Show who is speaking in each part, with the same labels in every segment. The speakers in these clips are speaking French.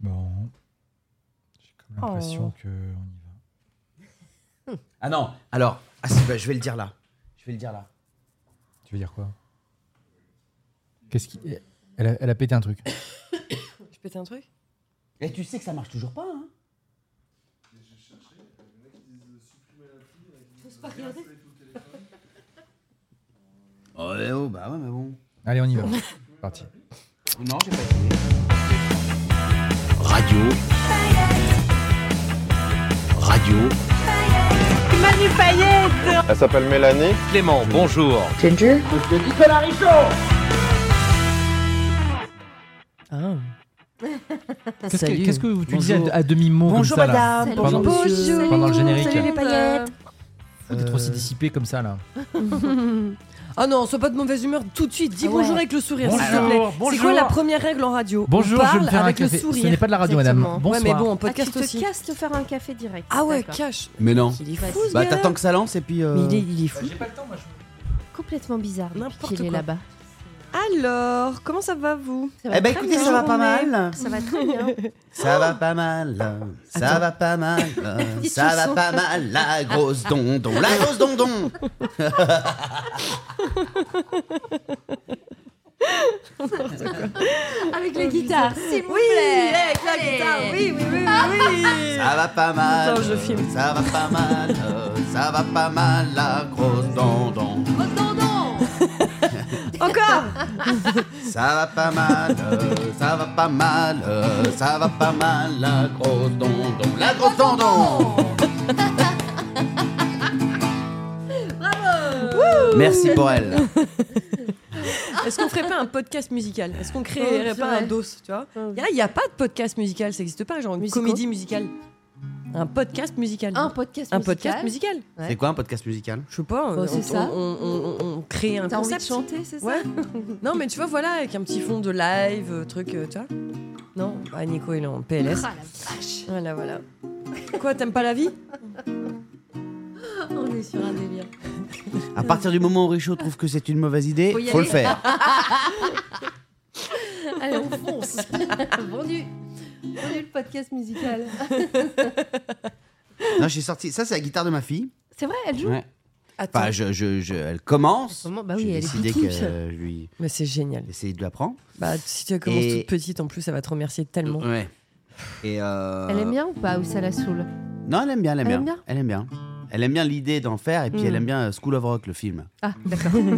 Speaker 1: Bon. J'ai comme l'impression
Speaker 2: Oh.
Speaker 1: que on y va.
Speaker 3: Ah non, alors, ah si, bah, je vais le dire là. Je vais le dire là.
Speaker 1: Tu veux dire quoi Qu'est-ce qui. Elle a, elle a pété un truc.
Speaker 2: Je pétais un truc
Speaker 3: Et Eh, tu sais que ça marche toujours pas, hein Ouais, oh, bah ouais, mais bon.
Speaker 1: Allez, on y va. C'est Parti.
Speaker 2: Ah,
Speaker 3: Non, j'ai pas essayé.
Speaker 4: Radio. Radio.
Speaker 5: Elle s'appelle Mélanie.
Speaker 4: Clément, bonjour.
Speaker 2: Ah.
Speaker 1: Qu'est-ce
Speaker 2: Salut.
Speaker 1: que, qu'est-ce que vous tu disais
Speaker 3: Bonjour.
Speaker 1: à, à demi-mot comme
Speaker 3: Bonjour
Speaker 1: ça là
Speaker 3: madame,
Speaker 1: Pendant-
Speaker 3: bonjour monsieur.
Speaker 2: Ah, Bonjour.
Speaker 1: Pendant le générique.
Speaker 2: Salut les
Speaker 6: euh, Ah,
Speaker 2: Euh. paillettes
Speaker 1: Faut d'être aussi dissipé comme ça là.
Speaker 2: Ah non, sois pas de mauvaise humeur tout de suite. Dis
Speaker 6: Ah ouais.
Speaker 2: bonjour avec le sourire, s'il te
Speaker 1: Bonjour,
Speaker 2: plaît. C'est
Speaker 1: bonjour.
Speaker 2: quoi la première règle en radio
Speaker 1: Bonjour, je
Speaker 2: On
Speaker 1: vais
Speaker 2: parle
Speaker 1: me faire un
Speaker 2: avec le
Speaker 1: café.
Speaker 2: sourire.
Speaker 1: Ce n'est pas de la radio, madame.
Speaker 2: Exactement.
Speaker 1: Bonsoir.
Speaker 2: Ouais, mais bon, en
Speaker 6: Ah, tu
Speaker 2: podcast
Speaker 6: te
Speaker 2: aussi.
Speaker 6: casses te faire un café direct.
Speaker 2: Ah ouais,
Speaker 6: D'accord.
Speaker 2: cache.
Speaker 3: Mais non.
Speaker 2: Il est fou, ce
Speaker 3: Bah
Speaker 2: gars-là.
Speaker 3: t'attends que ça lance et puis. euh,
Speaker 2: Mais il est, il est fou.
Speaker 6: Complètement bizarre. depuis
Speaker 2: N'importe
Speaker 6: qu'il est
Speaker 2: quoi.
Speaker 6: là-bas.
Speaker 2: Alors, comment ça va, vous
Speaker 6: Ça va
Speaker 3: Eh bah
Speaker 6: très
Speaker 3: écoutez,
Speaker 6: bien.
Speaker 3: ça va pas
Speaker 6: Bonne journée.
Speaker 3: mal.
Speaker 6: Ça va très bien.
Speaker 3: Ça va pas mal, euh, ça va pas mal, euh,
Speaker 2: Ils
Speaker 3: ça
Speaker 2: se
Speaker 3: va
Speaker 2: sont-
Speaker 3: pas mal, la grosse dondon, la grosse dondon
Speaker 6: Avec les guitares, s'il vous
Speaker 2: Oui,
Speaker 6: plaît.
Speaker 2: avec la
Speaker 6: Allez.
Speaker 2: guitare, oui, oui, oui, oui, oui.
Speaker 3: Ça va pas mal,
Speaker 2: Attends, je
Speaker 3: euh,
Speaker 2: filme.
Speaker 3: ça va pas mal, euh, ça va pas mal, la grosse dondon,
Speaker 2: Encore
Speaker 3: ça va pas mal, euh, ça va pas mal, euh, ça va pas mal, la grosse dondon, la grosse dondon Merci pour elle.
Speaker 2: Est-ce qu'on ferait pas un podcast musical Est-ce qu'on créerait
Speaker 6: Oh, c'est
Speaker 2: pas
Speaker 6: vrai.
Speaker 2: un dos, tu vois Il n'y a, pas de podcast musical, ça n'existe pas, genre une
Speaker 6: Musico.
Speaker 2: comédie musicale. Un podcast musical.
Speaker 6: Un podcast
Speaker 2: Un
Speaker 6: musical.
Speaker 2: podcast musical.
Speaker 6: Ouais.
Speaker 3: C'est quoi un podcast musical
Speaker 2: Je sais pas, euh,
Speaker 6: Bon,
Speaker 2: on,
Speaker 6: c'est ça.
Speaker 2: on- on- on- on crée un
Speaker 6: T'as envie de
Speaker 2: concept.
Speaker 6: chanter, c'est ça
Speaker 2: Ouais. non, mais tu vois, voilà, avec un petit fond de live, euh, truc, euh, tu vois Non, ah, Nico, il est en PLS.
Speaker 6: Ah la vache
Speaker 2: Voilà, voilà. Quoi, t'aimes pas la vie
Speaker 6: On est sur un délire.
Speaker 3: À partir du moment où Richaud trouve que c'est une mauvaise idée,
Speaker 6: Faut y
Speaker 3: faut le
Speaker 6: aller.
Speaker 3: faire.
Speaker 6: Allez, on fonce Vendu Vendu le podcast musical.
Speaker 3: Non, j'ai sorti. Ça, c'est la guitare de ma fille.
Speaker 6: C'est vrai, elle joue
Speaker 3: Ouais.
Speaker 2: Attends,
Speaker 3: Enfin, Bah, je, je- je- elle commence.
Speaker 6: Comment Bah
Speaker 3: J'ai
Speaker 6: oui, elle est
Speaker 3: décidé
Speaker 6: piquée.
Speaker 3: que euh, je lui
Speaker 2: mais c'est génial.
Speaker 3: essayer de l'apprendre.
Speaker 2: Bah, si tu commences
Speaker 3: Et-
Speaker 2: toute petite, en plus, elle va te remercier tellement.
Speaker 3: Ouais. Et euh,
Speaker 6: Elle aime bien ou pas Ou ça la saoule
Speaker 3: Non, elle aime bien, elle aime
Speaker 6: Elle
Speaker 3: bien.
Speaker 6: aime bien
Speaker 3: Elle aime bien.
Speaker 6: Hmm.
Speaker 3: Elle aime bien l'idée d'en faire et puis
Speaker 2: Mm.
Speaker 3: elle aime bien euh, School of Rock, le film.
Speaker 6: Ah, d'accord. Pourquoi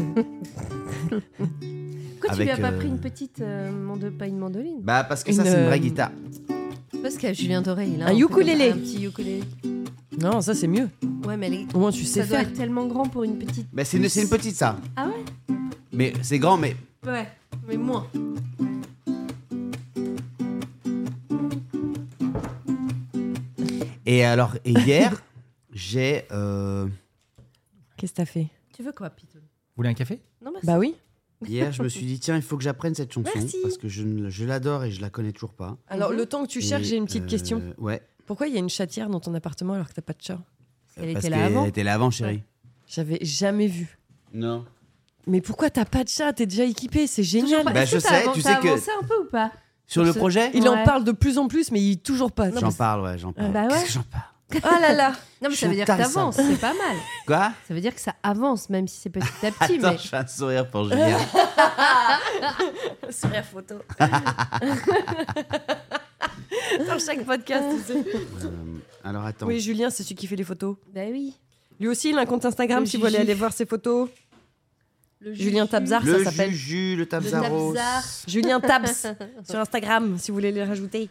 Speaker 6: tu lui as
Speaker 3: Avec,
Speaker 6: pas
Speaker 3: euh,
Speaker 6: pris une petite. euh, mando- Pas une mandoline
Speaker 3: Bah parce que ça,
Speaker 2: Une,
Speaker 3: c'est une
Speaker 2: euh,
Speaker 3: vraie guitare.
Speaker 6: Parce qu'à Julien Doré, il a
Speaker 2: Un
Speaker 6: peu-
Speaker 2: ukulélé.
Speaker 6: Un petit ukulélé.
Speaker 2: Non, ça, c'est mieux.
Speaker 6: Ouais, mais elle est-
Speaker 2: Au moins, tu sais
Speaker 6: ça doit
Speaker 2: faire.
Speaker 6: être tellement grand pour une petite.
Speaker 3: Mais Bah, c'est une, c'est une petite ça.
Speaker 6: Ah ouais
Speaker 3: Mais c'est grand, mais
Speaker 6: Ouais, mais moins.
Speaker 3: et alors et hier j'ai euh,
Speaker 2: Qu'est-ce que t'as fait
Speaker 6: Tu veux quoi, Pitou
Speaker 1: Vous voulez un café
Speaker 6: Non, merci.
Speaker 2: Bah oui.
Speaker 3: hier je me suis dit tiens il faut que j'apprenne cette chanson
Speaker 2: Merci.
Speaker 3: parce que je, ne- je l'adore et je la connais toujours pas.
Speaker 2: Alors,
Speaker 6: Mhm.
Speaker 2: le temps que tu cherches,
Speaker 3: Et,
Speaker 2: j'ai une petite
Speaker 3: euh,
Speaker 2: question.
Speaker 3: Ouais.
Speaker 2: Pourquoi il y a une chatière dans ton appartement alors que t'as pas de chat
Speaker 6: Elle
Speaker 3: parce
Speaker 6: était là
Speaker 3: qu'elle
Speaker 6: avant.
Speaker 3: était là avant, chérie.
Speaker 2: J'avais jamais vu.
Speaker 3: Non.
Speaker 2: Mais pourquoi t'as pas de chat T'es déjà équipé, c'est génial.
Speaker 3: Bah,
Speaker 6: Est-ce
Speaker 3: je
Speaker 6: que t'as
Speaker 3: sais,
Speaker 6: avan-
Speaker 3: tu
Speaker 6: t'as
Speaker 3: sais que-
Speaker 6: avancé un peu ou pas
Speaker 3: Sur le
Speaker 6: Ce-
Speaker 3: projet
Speaker 2: Il en
Speaker 6: Ouais.
Speaker 2: parle de plus en plus, mais il toujours pas.
Speaker 3: J'en parle, ouais, j'en parle.
Speaker 6: Bah ouais.
Speaker 3: Qu'est-ce que j'en parle
Speaker 2: Ah là là.
Speaker 6: Oh Non, mais
Speaker 3: Je
Speaker 6: ça
Speaker 3: suis
Speaker 6: veut dire que
Speaker 3: intéressant.
Speaker 6: t'avances, c'est pas mal.
Speaker 3: Quoi
Speaker 6: Ça veut dire que ça avance, même si c'est petit à petit.
Speaker 3: Attends,
Speaker 6: mais...
Speaker 3: je fais un sourire pour Julien.
Speaker 2: Sourire photo. Dans chaque podcast, tu sais.
Speaker 3: Euh, alors attends.
Speaker 2: Oui, Julien, c'est celui qui fait les photos.
Speaker 6: Bah oui.
Speaker 2: Lui aussi, il a un compte Instagram
Speaker 6: Le
Speaker 2: si vous voulez
Speaker 6: Gigi.
Speaker 2: aller voir ses photos.
Speaker 6: Le
Speaker 2: Julien Tabzar,
Speaker 3: le
Speaker 2: Ah, ça s'appelle.
Speaker 3: Juju, le Tabzaros.
Speaker 6: Tabzar.
Speaker 2: Julien Tabs sur Instagram si vous voulez les rajouter.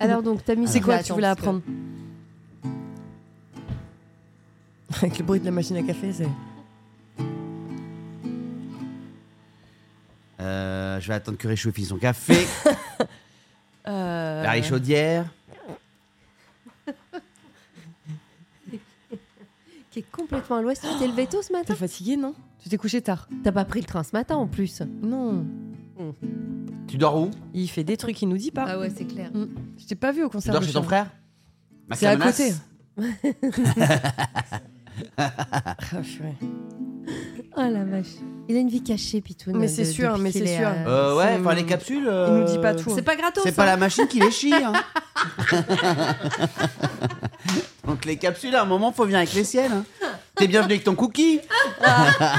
Speaker 6: Alors donc, ta musique.
Speaker 2: C'est quoi
Speaker 6: là,
Speaker 2: que tu
Speaker 6: Ah, bah, attends,
Speaker 2: voulais
Speaker 6: parce que-
Speaker 2: apprendre Avec le bruit de la machine à café, c'est.
Speaker 3: euh, je vais attendre que réchauffe son café,
Speaker 2: Euh,
Speaker 3: la réchaudière.
Speaker 6: Qui est complètement à l'ouest. Tu t'es levé tôt ce matin
Speaker 2: T'es fatigué, non Tu t'es couché tard
Speaker 6: T'as pas pris le train ce matin en plus.
Speaker 2: Non.
Speaker 3: Tu dors où
Speaker 2: Il fait des trucs qu'il nous dit pas.
Speaker 6: ouais, c'est clair.
Speaker 2: Je t'ai pas vu au
Speaker 3: Tu
Speaker 2: concert.
Speaker 3: dors
Speaker 2: de
Speaker 3: chez ton
Speaker 2: Cher.
Speaker 3: frère Max
Speaker 2: C'est à
Speaker 3: Lamanas
Speaker 2: côté. Ah, purée.
Speaker 6: Oh la vache. Il a une vie cachée, Pitoun.
Speaker 2: Mais c'est
Speaker 6: de-
Speaker 2: sûr,
Speaker 6: depuis
Speaker 2: mais
Speaker 6: qu'il
Speaker 2: c'est
Speaker 6: est
Speaker 2: sûr.
Speaker 6: à-
Speaker 3: Euh, ouais,
Speaker 2: C'est-
Speaker 3: enfin les capsules.
Speaker 2: Il nous
Speaker 3: euh,
Speaker 2: dit pas tout.
Speaker 6: C'est pas gratos.
Speaker 3: C'est pas
Speaker 6: hein.
Speaker 3: la machine qui les chie. hein. Donc les capsules, à un moment, faut venir avec les siennes. hein. T'es bien venu avec ton cookie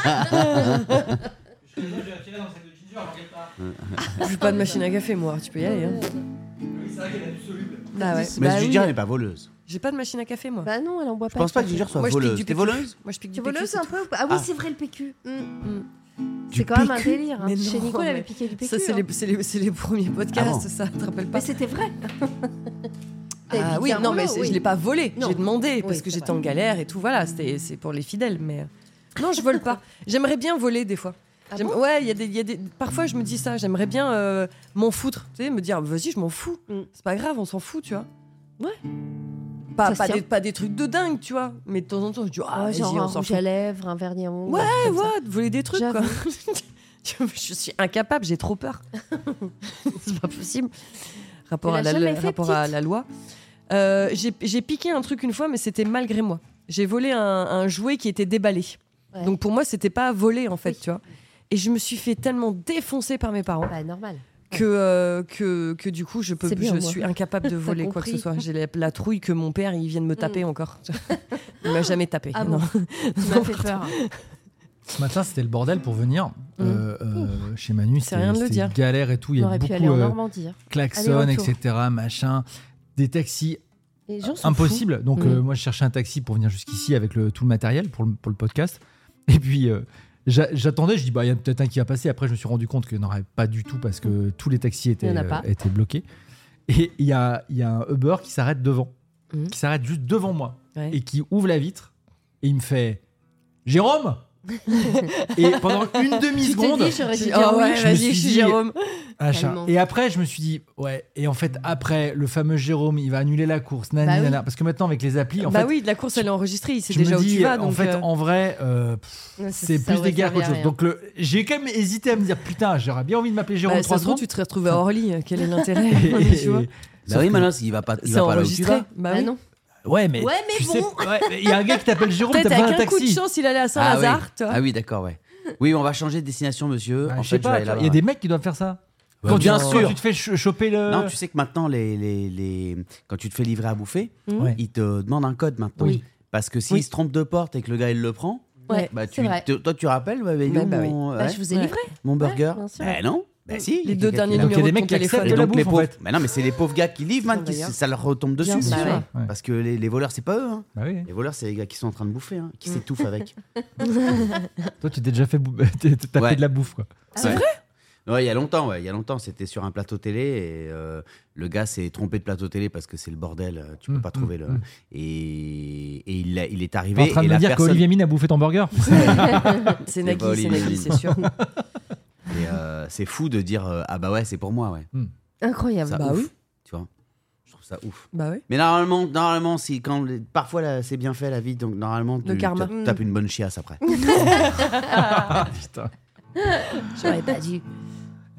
Speaker 3: hein.
Speaker 2: J'ai pas de machine à café, moi. Tu peux y aller. Hein. Ah ouais.
Speaker 6: Mais
Speaker 3: Mais
Speaker 2: Bah
Speaker 3: Ginger,
Speaker 2: oui.
Speaker 3: elle est pas voleuse.
Speaker 2: J'ai pas de machine à café, moi.
Speaker 6: Bah non, elle en boit
Speaker 3: Je
Speaker 6: pas.
Speaker 3: pense pas que
Speaker 6: du
Speaker 3: Ginger
Speaker 6: tout.
Speaker 3: soit
Speaker 2: Moi, je pique
Speaker 3: voleuse.
Speaker 2: du
Speaker 3: T'es
Speaker 2: PQ.
Speaker 3: voleuse
Speaker 2: Moi, je pique
Speaker 6: Tu
Speaker 2: du
Speaker 6: es
Speaker 2: PQ,
Speaker 6: voleuse
Speaker 2: c'est
Speaker 6: un
Speaker 2: tout.
Speaker 6: peu ou pas Ah oui,
Speaker 3: Ah.
Speaker 6: c'est vrai, le PQ. Mm.
Speaker 3: Du
Speaker 6: C'est quand même un
Speaker 3: PQ.
Speaker 6: délire. hein.
Speaker 2: Mais
Speaker 6: Chez
Speaker 2: non,
Speaker 6: Nico, elle avait
Speaker 2: mais-
Speaker 6: piqué du PQ.
Speaker 2: Ça, c'est
Speaker 6: hein.
Speaker 2: les, c'est les- c'est les premiers podcasts,
Speaker 3: Ah bon
Speaker 2: ça, te rappelle pas
Speaker 6: Mais c'était vrai. T'avais
Speaker 2: Ah
Speaker 6: piqué
Speaker 2: oui,
Speaker 6: un
Speaker 2: non, mais
Speaker 6: rouleau,
Speaker 2: c'est-
Speaker 6: oui.
Speaker 2: je l'ai pas volé.
Speaker 6: Non.
Speaker 2: J'ai demandé parce
Speaker 6: Oui,
Speaker 2: que
Speaker 6: c'est
Speaker 2: j'étais
Speaker 6: vrai.
Speaker 2: en galère et tout. Voilà, c'était- c'est pour les fidèles. Mais euh, non, je vole pas. J'aimerais bien voler des fois.
Speaker 6: Ah
Speaker 2: J'aime-
Speaker 6: bon
Speaker 2: ouais, il y a des, il y a des. Parfois, je me dis ça. J'aimerais bien euh, m'en foutre. Tu sais, me dire, vas-y, je m'en fous.
Speaker 6: Mm.
Speaker 2: C'est pas grave, on s'en fout, tu vois. Ouais. Pas,
Speaker 6: Ça se
Speaker 2: pas,
Speaker 6: tient.
Speaker 2: des, pas des trucs de dingue, tu vois. Mais de temps en temps, je dis, ah,
Speaker 6: Ouais,
Speaker 2: vas-y,
Speaker 6: genre un
Speaker 2: on s'en
Speaker 6: rouge
Speaker 2: fout.
Speaker 6: à lèvres, un vernis à ongles.
Speaker 2: Ouais,
Speaker 6: comme ça.
Speaker 2: ouais, de voler des trucs, quoi.
Speaker 6: J'avoue.
Speaker 2: je suis incapable, j'ai trop peur. c'est pas possible. Rapport,
Speaker 6: Tu
Speaker 2: à
Speaker 6: l'as
Speaker 2: la,
Speaker 6: jamais fait,
Speaker 2: rapport à
Speaker 6: petite
Speaker 2: la loi. Euh, j'ai j'ai piqué un truc une fois, mais c'était malgré moi. J'ai volé un, un jouet qui était déballé.
Speaker 6: Ouais.
Speaker 2: Donc pour moi, c'était pas volé, en fait,
Speaker 6: Oui.
Speaker 2: tu vois. Et je me suis fait tellement défoncer par mes parents
Speaker 6: Bah normal.
Speaker 2: que, euh, que, que du coup, je, peux,
Speaker 6: C'est bien,
Speaker 2: je
Speaker 6: moi.
Speaker 2: suis incapable de voler quoi que
Speaker 6: compris. Mm.
Speaker 2: ce soit. J'ai la, la trouille que mon père, il vienne me taper encore. il m'a jamais tapé.
Speaker 6: Ah
Speaker 2: non.
Speaker 6: bon Tu m'as fait peur.
Speaker 1: Ce matin, c'était le bordel pour venir euh, euh, chez Manu.
Speaker 2: Hum. C'est rien de le
Speaker 1: c'était
Speaker 2: dire.
Speaker 1: galère et tout. Il y
Speaker 6: On
Speaker 1: a
Speaker 6: aurait pu
Speaker 1: beaucoup
Speaker 6: aller en
Speaker 1: euh,
Speaker 6: Normandie. hein.
Speaker 1: klaxon,
Speaker 6: Aller-retour.
Speaker 1: etc. Machin, des taxis
Speaker 6: Les gens sont
Speaker 1: impossible. Donc
Speaker 6: Mm.
Speaker 1: euh, moi, je cherchais un taxi pour venir jusqu'ici avec le, tout le matériel pour le, pour le podcast. Et puis euh, j'a- j'attendais, je dis bah il y a peut-être un qui va passer. Après, je me suis rendu compte qu'il n'y en aurait pas du tout parce que tous les taxis
Speaker 6: Mm. Il
Speaker 1: étaient,
Speaker 6: y en a
Speaker 1: euh,
Speaker 6: pas.
Speaker 1: étaient bloqués. Et il y a, il y a un Uber qui s'arrête devant,
Speaker 2: Mm.
Speaker 1: qui s'arrête juste devant moi
Speaker 2: Ouais.
Speaker 1: et qui ouvre la vitre et il me fait Jérôme. et pendant une demi
Speaker 6: Tu
Speaker 1: seconde,
Speaker 6: t'es dit, ah
Speaker 2: Oh
Speaker 6: j'aurais dû dire oui.
Speaker 2: ouais,
Speaker 1: ah Je me
Speaker 2: vas-y,
Speaker 1: suis
Speaker 2: je suis
Speaker 1: dit-
Speaker 2: Jérôme.
Speaker 1: Ah, chat.
Speaker 6: Tellement.
Speaker 1: Et après, je me suis dit, ouais, et en fait, après, le fameux Jérôme, il va annuler la course, nani,
Speaker 6: Bah oui.
Speaker 1: nana. parce que maintenant, avec les applis, en
Speaker 2: bah
Speaker 1: fait,
Speaker 2: oui, de la course, elle est enregistrée, il sait
Speaker 1: je me
Speaker 2: déjà où
Speaker 1: dis,
Speaker 2: tu vas.
Speaker 1: en
Speaker 2: donc,
Speaker 1: fait,
Speaker 2: euh,
Speaker 1: en vrai, euh, pff,
Speaker 6: Ouais, ça-
Speaker 1: c'est
Speaker 6: ça
Speaker 1: plus
Speaker 6: aurait
Speaker 1: des guerres
Speaker 6: servi à
Speaker 1: qu'autre chose.
Speaker 6: rien.
Speaker 1: Donc, le- j'ai quand même hésité à me dire, putain, j'aurais bien envie de m'appeler Jérôme
Speaker 2: bah,
Speaker 1: trois
Speaker 2: ça se trouve,
Speaker 1: secondes.
Speaker 2: tu te retrouves à Orly, euh, quel est l'intérêt
Speaker 1: Et-
Speaker 2: tu vois
Speaker 1: et-
Speaker 3: Bah oui, maintenant, il va pas, il
Speaker 2: C'est
Speaker 3: va pas là où tu
Speaker 2: enregistré.
Speaker 3: vas.
Speaker 2: Bah
Speaker 6: Bah
Speaker 2: oui.
Speaker 6: non.
Speaker 1: Ouais, mais.
Speaker 6: Ouais, mais
Speaker 1: tu
Speaker 6: bon.
Speaker 1: sais- ouais, mais il y a un gars qui t'appelle Jérôme, t'as
Speaker 2: Peut-être
Speaker 1: besoin d'un
Speaker 2: avec un coup de
Speaker 1: taxi.
Speaker 2: chance, il allait à
Speaker 3: Ah oui.
Speaker 2: Saint-Lazare, toi.
Speaker 3: Ah oui, d'accord, ouais. Oui, on va changer de destination, monsieur.
Speaker 1: Ah,
Speaker 3: en
Speaker 1: je
Speaker 3: fait,
Speaker 1: sais
Speaker 3: je vais
Speaker 1: pas,
Speaker 3: aller
Speaker 1: toi,
Speaker 3: là-bas.
Speaker 1: il y a des mecs qui doivent faire ça.
Speaker 3: Bah,
Speaker 1: quand
Speaker 3: bien
Speaker 1: tu,
Speaker 3: sûr.
Speaker 1: quand tu te fais ch- choper le.
Speaker 3: Non, tu sais que maintenant, les, les, les- quand tu te fais livrer à bouffer,
Speaker 1: Ouais.
Speaker 3: ils te demandent un code maintenant.
Speaker 1: Oui.
Speaker 3: Parce que s'il
Speaker 2: Oui.
Speaker 3: se trompe de porte et que le gars, il le prend,
Speaker 6: Ouais,
Speaker 3: bah,
Speaker 6: c'est
Speaker 3: tu,
Speaker 6: vrai.
Speaker 3: te- toi, tu rappelles, bah, mais
Speaker 2: Bah,
Speaker 3: nous,
Speaker 2: bah oui.
Speaker 3: mon,
Speaker 6: Bah,
Speaker 3: ouais,
Speaker 6: je vous ai
Speaker 2: Ouais.
Speaker 6: livré.
Speaker 3: mon burger.
Speaker 6: bien sûr.
Speaker 3: Bah, non, bah si.
Speaker 2: Les deux derniers
Speaker 1: Donc, il y a
Speaker 2: numéros
Speaker 1: des
Speaker 2: de
Speaker 1: mecs
Speaker 2: ton
Speaker 1: qui acceptent
Speaker 2: téléphone.
Speaker 1: de la
Speaker 3: donc, les
Speaker 1: bouffe, en
Speaker 3: pauvres...
Speaker 1: fait.
Speaker 3: Bah non, mais c'est les pauvres gars qui livrent, man, qui-
Speaker 2: D'ailleurs.
Speaker 3: ça leur retombe dessus.
Speaker 2: Bien
Speaker 3: tu sais.
Speaker 2: sûr.
Speaker 1: Ouais.
Speaker 3: Parce que les, les voleurs, c'est pas eux. hein.
Speaker 1: Bah oui.
Speaker 3: Les voleurs, c'est les gars qui sont en train de bouffer, hein, qui s'étouffent avec.
Speaker 1: Toi, tu t'es déjà fait bou- t'es- t'es tapé
Speaker 3: Ouais.
Speaker 1: de la bouffe, quoi.
Speaker 3: C'est vrai Ouais, il y a longtemps, ouais, il y a longtemps, c'était sur un plateau télé et euh, le gars s'est trompé de plateau télé parce que c'est le bordel, euh, tu peux
Speaker 1: Mm,
Speaker 3: pas
Speaker 1: mm,
Speaker 3: trouver le.
Speaker 1: mm.
Speaker 3: Et, et il, a- il est
Speaker 1: T'es
Speaker 3: arrivé
Speaker 1: en train
Speaker 3: et
Speaker 1: de me
Speaker 3: la
Speaker 1: dire
Speaker 3: personne.
Speaker 1: qu'Olivier Mine a bouffé ton burger
Speaker 2: C'est
Speaker 3: Nagui,
Speaker 1: Bah
Speaker 2: Nagui,
Speaker 3: c'est
Speaker 2: c'est
Speaker 3: Olivier Nagui,
Speaker 2: c'est
Speaker 3: c'est
Speaker 2: sûr.
Speaker 3: et, euh, c'est fou de dire euh, ah bah ouais, c'est pour moi, ouais.
Speaker 6: Incroyable.
Speaker 3: Ça,
Speaker 2: bah
Speaker 3: ouf,
Speaker 2: oui.
Speaker 3: Tu vois, je trouve ça ouf.
Speaker 2: Bah oui.
Speaker 3: Mais normalement, normalement, si quand les- parfois là, c'est bien fait la vie, donc normalement,
Speaker 2: Le
Speaker 3: tu
Speaker 2: karma.
Speaker 3: tu tapes une bonne chiasse après.
Speaker 1: Putain.
Speaker 6: J'aurais pas dû.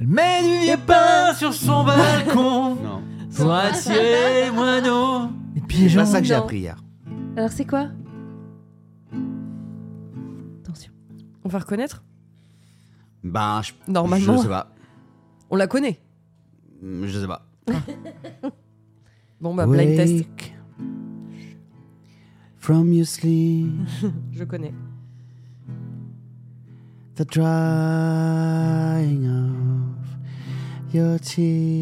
Speaker 1: Elle met du vieux pain sur son balcon
Speaker 3: non,
Speaker 1: pour attirer les moineaux. Et puis
Speaker 3: c'est pas ça que j'ai
Speaker 6: non.
Speaker 3: appris hier.
Speaker 6: Alors c'est quoi Attention.
Speaker 2: On va reconnaître
Speaker 3: Ben, je,
Speaker 2: Normalement.
Speaker 3: je sais pas,
Speaker 2: On la connaît.
Speaker 3: je sais pas.
Speaker 2: Bon, bah, blind test,
Speaker 3: Wake From your sleep.
Speaker 2: je connais.
Speaker 3: the drying of your tears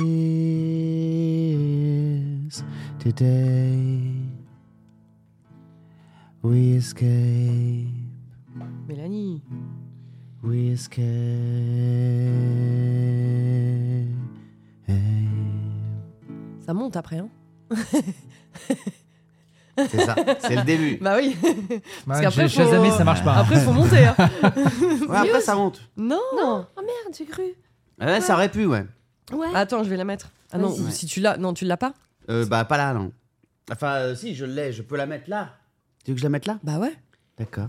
Speaker 3: today we escape
Speaker 2: Mélanie.
Speaker 3: we escape
Speaker 2: Ça monte après, hein
Speaker 3: c'est ça c'est le début
Speaker 2: Bah oui. Parce
Speaker 1: j'ai
Speaker 2: qu'après, faut-
Speaker 1: Ah. Shazamé, ça marche pas.
Speaker 2: Après, faut monter. hein.
Speaker 3: Ouais, après ça monte
Speaker 2: Non.
Speaker 6: Non. Oh Ah, merde, j'ai cru.
Speaker 3: Ouais, ça aurait pu, ouais.
Speaker 6: Ouais.
Speaker 2: Attends, je vais la mettre. Ah non,
Speaker 6: Vas-y.
Speaker 2: si tu l'as, non, tu l'as pas
Speaker 3: Euh, bah, pas là, non. Enfin, euh, si, je l'ai, je peux la mettre là. Tu veux que je la mette là
Speaker 2: Bah ouais.
Speaker 3: D'accord.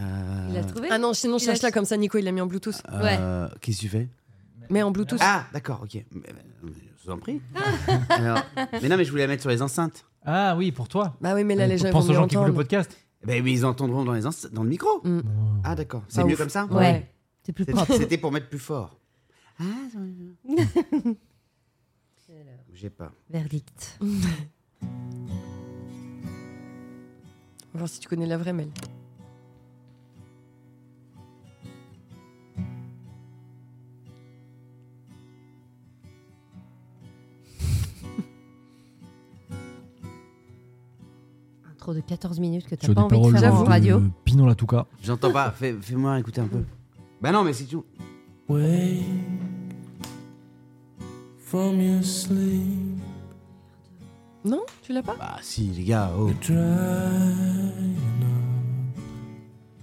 Speaker 3: Euh,
Speaker 6: Il l'a trouvé
Speaker 2: Ah non, sinon
Speaker 6: Il Ah.
Speaker 2: cherche-la
Speaker 6: a-
Speaker 2: comme ça, Nico, il l'a mis en Bluetooth.
Speaker 6: Ouais.
Speaker 3: euh, Qu'est-ce que tu fais
Speaker 2: Mais en Bluetooth.
Speaker 3: Ah, d'accord, ok. Mais- mais- Je vous en prie. Alors, mais non, mais je voulais la mettre sur les enceintes.
Speaker 1: Ah oui, pour toi.
Speaker 2: Bah oui, mais là, les gens ils
Speaker 1: Pense
Speaker 2: vont
Speaker 1: aux
Speaker 2: mieux
Speaker 1: gens qui écoutent le
Speaker 2: entendre.
Speaker 1: podcast.
Speaker 3: Ben oui, ils entendront dans, les ence- dans le micro.
Speaker 2: Mm.
Speaker 3: Ah, d'accord. C'est
Speaker 2: Pas
Speaker 3: mieux
Speaker 2: ouf.
Speaker 3: comme ça
Speaker 6: Ouais. C'est plus
Speaker 3: C'était-
Speaker 6: propre.
Speaker 3: C'était pour mettre plus fort. Ah, J'ai pas.
Speaker 6: Verdict.
Speaker 2: On va voir si tu connais la vraie Mel.
Speaker 6: Intro de 14 minutes que
Speaker 1: Tu
Speaker 6: t'as
Speaker 1: as
Speaker 6: pas
Speaker 1: des
Speaker 6: envie de
Speaker 1: paroles
Speaker 6: faire en
Speaker 1: de
Speaker 6: radio.
Speaker 1: Pinon Latouka.
Speaker 3: J'entends pas. Fais- Fais-moi écouter un peu. Bah non, mais si tu.
Speaker 7: Wake from your sleep.
Speaker 2: Non Tu l'as pas
Speaker 3: Bah si, les gars. Oh.
Speaker 7: Dry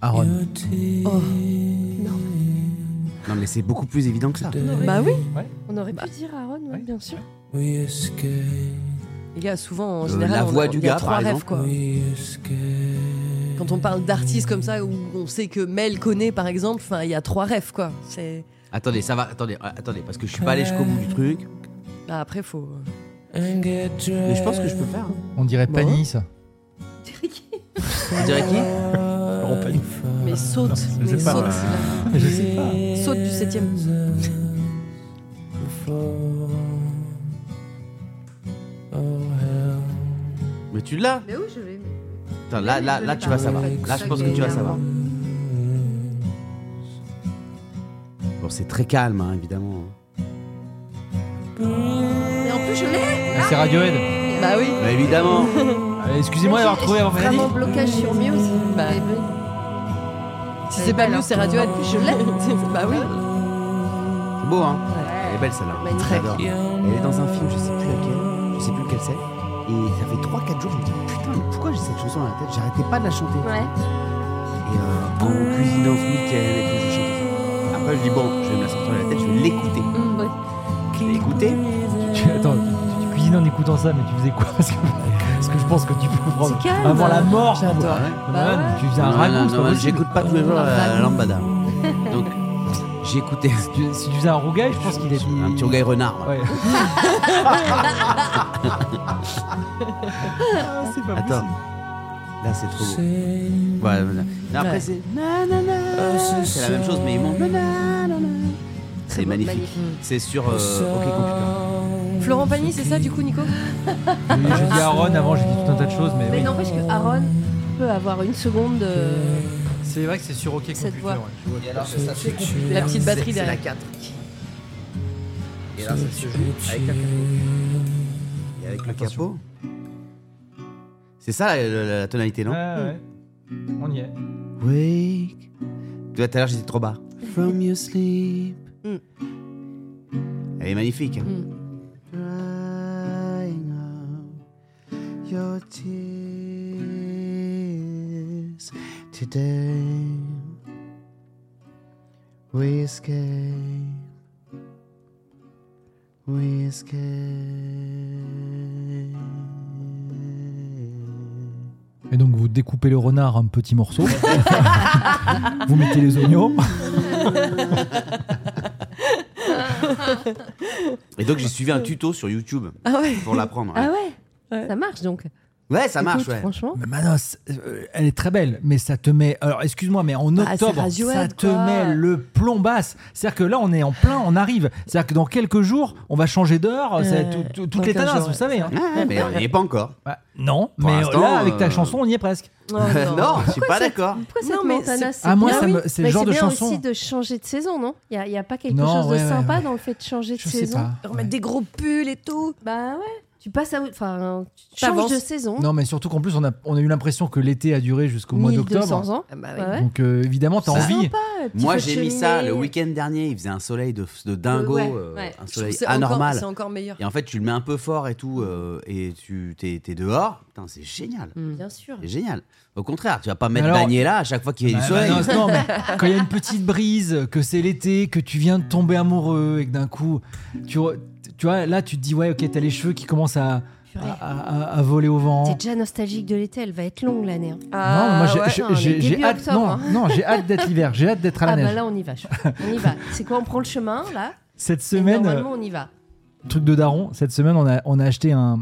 Speaker 1: Aaron.
Speaker 7: your tears.
Speaker 6: Oh,
Speaker 3: Non, mais c'est beaucoup plus évident que ça.
Speaker 2: Bah oui.
Speaker 6: On aurait pu dire Aaron, ouais, bien sûr.
Speaker 7: We escape.
Speaker 2: Les gars, souvent, en
Speaker 3: Euh,
Speaker 2: général,
Speaker 3: la
Speaker 2: on-
Speaker 3: voix
Speaker 2: on-
Speaker 3: du
Speaker 2: il y a
Speaker 3: gars,
Speaker 2: trois
Speaker 3: par
Speaker 2: rêves,
Speaker 3: exemple.
Speaker 2: quoi.
Speaker 7: We escape.
Speaker 2: Quand on parle d'artistes comme ça, où on sait que Mel connaît, par exemple, enfin, il y a trois rêves, quoi. C'est...
Speaker 3: Attendez, ça va. Attendez, euh, attendez, parce que je suis pas allé jusqu'au bout du truc.
Speaker 2: Bah, après, faut...
Speaker 1: Euh,
Speaker 7: And get
Speaker 3: Mais je pense que je peux faire. hein.
Speaker 1: On dirait
Speaker 6: Bah
Speaker 2: Bon.
Speaker 1: Pani, ça.
Speaker 3: On dirait qui
Speaker 6: Ah
Speaker 2: Mais saute, mais
Speaker 1: pas.
Speaker 2: saute.
Speaker 1: Ah, Je sais pas.
Speaker 2: Saute du septième.
Speaker 3: Mais tu l'as.
Speaker 6: Mais oui, je l'ai.
Speaker 3: Attends, là, là, là, tu vas savoir. Là, je pense que tu vas savoir. Bon, c'est très calme, hein, évidemment.
Speaker 6: Et en plus, je l'ai
Speaker 1: Ah, c'est Radiohead.
Speaker 2: Bah oui.
Speaker 3: Mais évidemment.
Speaker 1: Euh, Excusez-moi d'avoir trouvé avant Mélanie.
Speaker 6: vraiment blocage sur Muse.
Speaker 2: Bah.
Speaker 6: Mais bon.
Speaker 2: Si c'est pas nous, c'est Radiohead.
Speaker 6: En plus, je l'ai.
Speaker 2: bah oui.
Speaker 3: C'est beau, hein
Speaker 6: Bah,
Speaker 3: Elle est belle celle-là.
Speaker 6: Mais très.
Speaker 3: J'adore. Elle est dans un film, je sais plus laquelle, je sais plus lequel c'est. Et ça fait 3-4 jours, je me dis putain, mais pourquoi j'ai cette chanson dans la tête J'arrêtais pas de la chanter.
Speaker 6: Ouais.
Speaker 3: Et euh, en cuisinant ce week-end et tout, je chantais ça. Après, je dis bon, je vais me la sortir de la tête, je vais l'écouter.
Speaker 6: Mm, ouais.
Speaker 3: Je l'ai écoutée.
Speaker 1: Tu- Attends, tu, tu cuisines en écoutant ça, mais tu faisais quoi Parce que, parce que je pense que tu peux prendre
Speaker 6: C'est calme.
Speaker 1: avant la mort.
Speaker 2: J'adore.
Speaker 3: Ouais.
Speaker 1: Aaron,
Speaker 6: Bah ouais.
Speaker 1: Tu faisais un
Speaker 3: Non, non,
Speaker 1: ragoût, c'est
Speaker 3: non,
Speaker 1: pas
Speaker 3: non,
Speaker 1: possible.
Speaker 3: J'écoute
Speaker 6: Oh,
Speaker 3: pas tous les jours la
Speaker 6: Ragoût.
Speaker 3: lambada. Donc, j'écoutais
Speaker 1: Tu- Si tu faisais un rougail, je pense qu'il est.
Speaker 3: un petit rougail renard. moi.
Speaker 1: Ouais. Ah, c'est pas
Speaker 3: Attends.
Speaker 1: possible.
Speaker 3: Là, c'est trop beau. Ouais, voilà. Non, après,
Speaker 2: Ouais.
Speaker 3: c'est. nanana. C'est la même chose, mais ils montent. nanana. Euh, C'est magnifique. C'est sur euh, OK Computer.
Speaker 2: Florent Pagny, c'est ça, du coup, Nico
Speaker 3: Ah
Speaker 1: Oui, J'ai dit Aaron avant, j'ai dit tout un tas de choses, mais.
Speaker 6: Mais
Speaker 1: oui.
Speaker 6: n'empêche que Aaron peut avoir une seconde. euh,
Speaker 1: C'est vrai que c'est sur OK Computer.
Speaker 6: Cette voix.
Speaker 1: ouais.
Speaker 3: Et alors, ça, c'est
Speaker 2: La petite batterie
Speaker 3: C'est la
Speaker 2: derrière.
Speaker 3: 4. Et là, ça se joue avec la capot. Et avec le capot. C'est ça la, la- la tonalité, non
Speaker 1: Ah, ouais. On y est.
Speaker 3: Wake. Tout à l'heure, j'étais trop bas. From your sleep.
Speaker 2: Mm.
Speaker 3: Elle est magnifique. hein.
Speaker 2: Mm.
Speaker 3: Drying up your tears today. We escape. We escape.
Speaker 1: Et donc vous découpez le renard en petits morceaux. vous mettez les oignons.
Speaker 3: Et donc j'ai suivi un tuto sur YouTube
Speaker 2: Ah ouais.
Speaker 3: pour l'apprendre.
Speaker 6: Ah ouais.
Speaker 2: Ouais.
Speaker 6: Ça marche donc.
Speaker 3: Ouais, ça marche,
Speaker 6: Écoute,
Speaker 3: ouais.
Speaker 6: Franchement.
Speaker 1: Mais Manos, euh, elle est très belle, mais ça te met. Alors, excuse-moi, mais en
Speaker 2: Ah, c'est
Speaker 1: octobre, ça
Speaker 2: Radiohead,
Speaker 1: te
Speaker 2: quoi.
Speaker 1: met le plombasse. C'est-à-dire que là, on est en plein, on arrive. C'est-à-dire que dans quelques jours, on va changer d'heure. c'est
Speaker 2: Ouais,
Speaker 1: tout- tout-
Speaker 2: dans
Speaker 1: toutes les
Speaker 2: quinze
Speaker 1: tanas,
Speaker 2: jours,
Speaker 1: vous
Speaker 2: ouais.
Speaker 1: savez. hein.
Speaker 3: Ah Ouais, mais on n'y est pas encore.
Speaker 1: Bah, non,
Speaker 3: Bah, Pour
Speaker 1: mais
Speaker 3: l'instant,
Speaker 1: là, avec ta
Speaker 3: euh,
Speaker 1: chanson, on y est presque.
Speaker 2: Oh,
Speaker 3: non. je suis pas d'accord.
Speaker 6: Pourquoi
Speaker 2: Non,
Speaker 6: cette
Speaker 2: mais
Speaker 6: Montana
Speaker 1: Ah, moi, ça
Speaker 6: bien
Speaker 1: me- c'est le
Speaker 6: Mais
Speaker 1: genre de
Speaker 6: bien
Speaker 1: chanson.
Speaker 6: aussi de changer de saison, non Il n'y a, y a pas quelque
Speaker 1: Non,
Speaker 6: chose de
Speaker 1: ouais, ouais,
Speaker 6: sympa
Speaker 1: ouais.
Speaker 6: dans le fait de changer de
Speaker 1: Je sais
Speaker 6: saison
Speaker 1: pas.
Speaker 2: Remettre des gros pulls et tout.
Speaker 6: Bah ouais. tu passes à. Enfin, tu
Speaker 2: T'avances.
Speaker 6: changes de saison.
Speaker 1: Non, mais surtout qu'en plus, on a, on a eu l'impression que l'été a duré jusqu'au mois
Speaker 6: 1200
Speaker 1: d'octobre.
Speaker 6: ans.
Speaker 2: Ah bah oui.
Speaker 6: Ouais, ouais.
Speaker 1: Donc euh, évidemment, t'as
Speaker 3: Ça-
Speaker 1: envie.
Speaker 6: Sympa, petit
Speaker 3: Moi,
Speaker 6: feu de
Speaker 3: j'ai mis ça
Speaker 6: cheminée.
Speaker 3: le week-end dernier. Il faisait un soleil de, de dingo,
Speaker 6: Ouais,
Speaker 3: euh,
Speaker 6: ouais.
Speaker 3: un
Speaker 2: Je trouve
Speaker 3: soleil
Speaker 2: que c'est encore-
Speaker 3: anormal.
Speaker 2: C'est encore meilleur.
Speaker 3: et en fait, tu le mets un peu fort et tout, euh, et tu t'es t'es dehors. Putain, c'est génial.
Speaker 6: Bien sûr.
Speaker 3: C'est génial. Au contraire, tu vas pas mettre
Speaker 1: Alors-
Speaker 3: Daniela là à chaque fois qu'il y a
Speaker 1: Bah,
Speaker 3: du
Speaker 1: bah,
Speaker 3: soleil.
Speaker 1: non, non, mais quand il y a une petite brise, que c'est l'été, que tu viens de tomber amoureux et que d'un coup, tu, re- tu vois, là tu te dis, ouais, ok, t'as les cheveux qui commencent à, à,
Speaker 6: Purée.
Speaker 1: à- à voler au vent.
Speaker 6: T'es déjà nostalgique de l'été, elle va être longue l'année. hein.
Speaker 2: Ah,
Speaker 1: Non, moi j'ai-
Speaker 2: ouais.
Speaker 1: j'ai-
Speaker 6: Non, mais
Speaker 1: j'ai
Speaker 6: début
Speaker 1: j'ai hâte,
Speaker 6: octobre,
Speaker 1: non,
Speaker 6: hein.
Speaker 1: non, j'ai hâte d'être l'hiver, j'ai hâte d'être à la
Speaker 6: Ah
Speaker 1: neige.
Speaker 6: bah là on y va, je crois. on y va. C'est quoi On prend le chemin là
Speaker 1: Cette
Speaker 6: et
Speaker 1: semaine, euh,
Speaker 6: Normalement on y va.
Speaker 1: truc de daron, cette semaine on a, on a acheté un,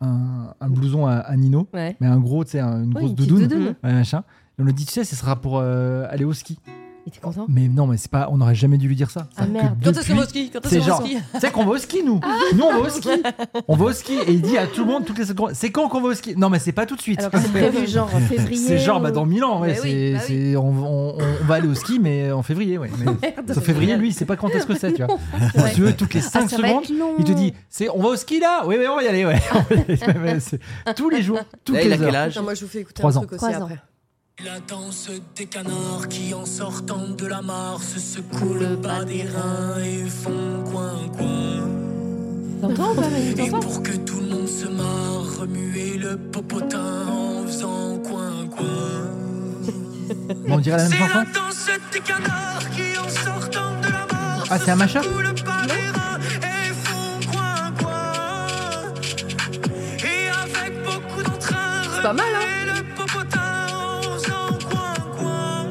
Speaker 1: un, un blouson à, à Nino,
Speaker 6: Ouais.
Speaker 1: mais un gros, tu sais, un- une
Speaker 6: Oui,
Speaker 1: grosse
Speaker 6: une petite
Speaker 1: doudoune,
Speaker 6: doudoune.
Speaker 1: ouais, machin. Et on lui dit, tu sais, ce sera pour euh, aller au ski.
Speaker 6: Et t'es content
Speaker 1: Mais non, mais c'est pas, on n'aurait jamais dû lui dire ça.
Speaker 6: Ah,
Speaker 1: C'est-à-dire que
Speaker 6: merde.
Speaker 2: Quand est-ce
Speaker 1: depuis-
Speaker 2: qu'on va au ski Quand est-ce
Speaker 1: C'est
Speaker 2: qu'on va
Speaker 1: genre,
Speaker 2: au ski
Speaker 1: c'est qu'on va au ski, nous.
Speaker 6: Ah.
Speaker 1: Nous, on va au ski. On va au ski. Et il dit à tout le monde toutes les secondes, c'est quand qu'on va au ski Non, mais c'est pas tout de suite.
Speaker 6: Alors que c'est prévu genre en février.
Speaker 1: Ah, C'est genre,
Speaker 6: ou-
Speaker 1: bah, dans 1000 ans, ouais,
Speaker 2: Bah
Speaker 1: c'est,
Speaker 2: oui, bah oui.
Speaker 1: c'est- on, on- on va aller au ski, mais en février, ouais. Mais-
Speaker 6: Merde.
Speaker 1: Parce qu'en février, lui, il sait pas quand est-ce que c'est, tu vois.
Speaker 6: Ouais.
Speaker 1: Si tu veux, toutes les 5
Speaker 6: Ah, ça va
Speaker 1: secondes,
Speaker 6: être long.
Speaker 1: il te dit, c'est, on va au ski là Oui, mais on va y aller, ouais. C'est tous les jours, toutes
Speaker 3: Là, il a
Speaker 1: les
Speaker 3: quel
Speaker 1: heures.
Speaker 3: âge
Speaker 2: Non, moi je vous fais écouter
Speaker 1: Trois
Speaker 2: un
Speaker 1: ans.
Speaker 2: truc aussi
Speaker 6: Trois ans.
Speaker 2: après.
Speaker 7: La danse des canards qui en sortant de la mare se secouent le bas des reins et font coin coin.
Speaker 6: T'entends ou pas Manu,
Speaker 7: Et
Speaker 6: T'entends
Speaker 7: pour que tout le monde se marre, remuez le popotin en faisant coin coin.
Speaker 1: On dirait la même
Speaker 7: C'est
Speaker 1: chanson
Speaker 7: la danse des canards qui en sortant de la mare
Speaker 1: Ah, c'est un mashup
Speaker 7: secouent le bas des reins et font coin coin. Et avec beaucoup d'entrain,
Speaker 2: C'est pas mal, hein
Speaker 7: remuez le popotin en faisant coin coin.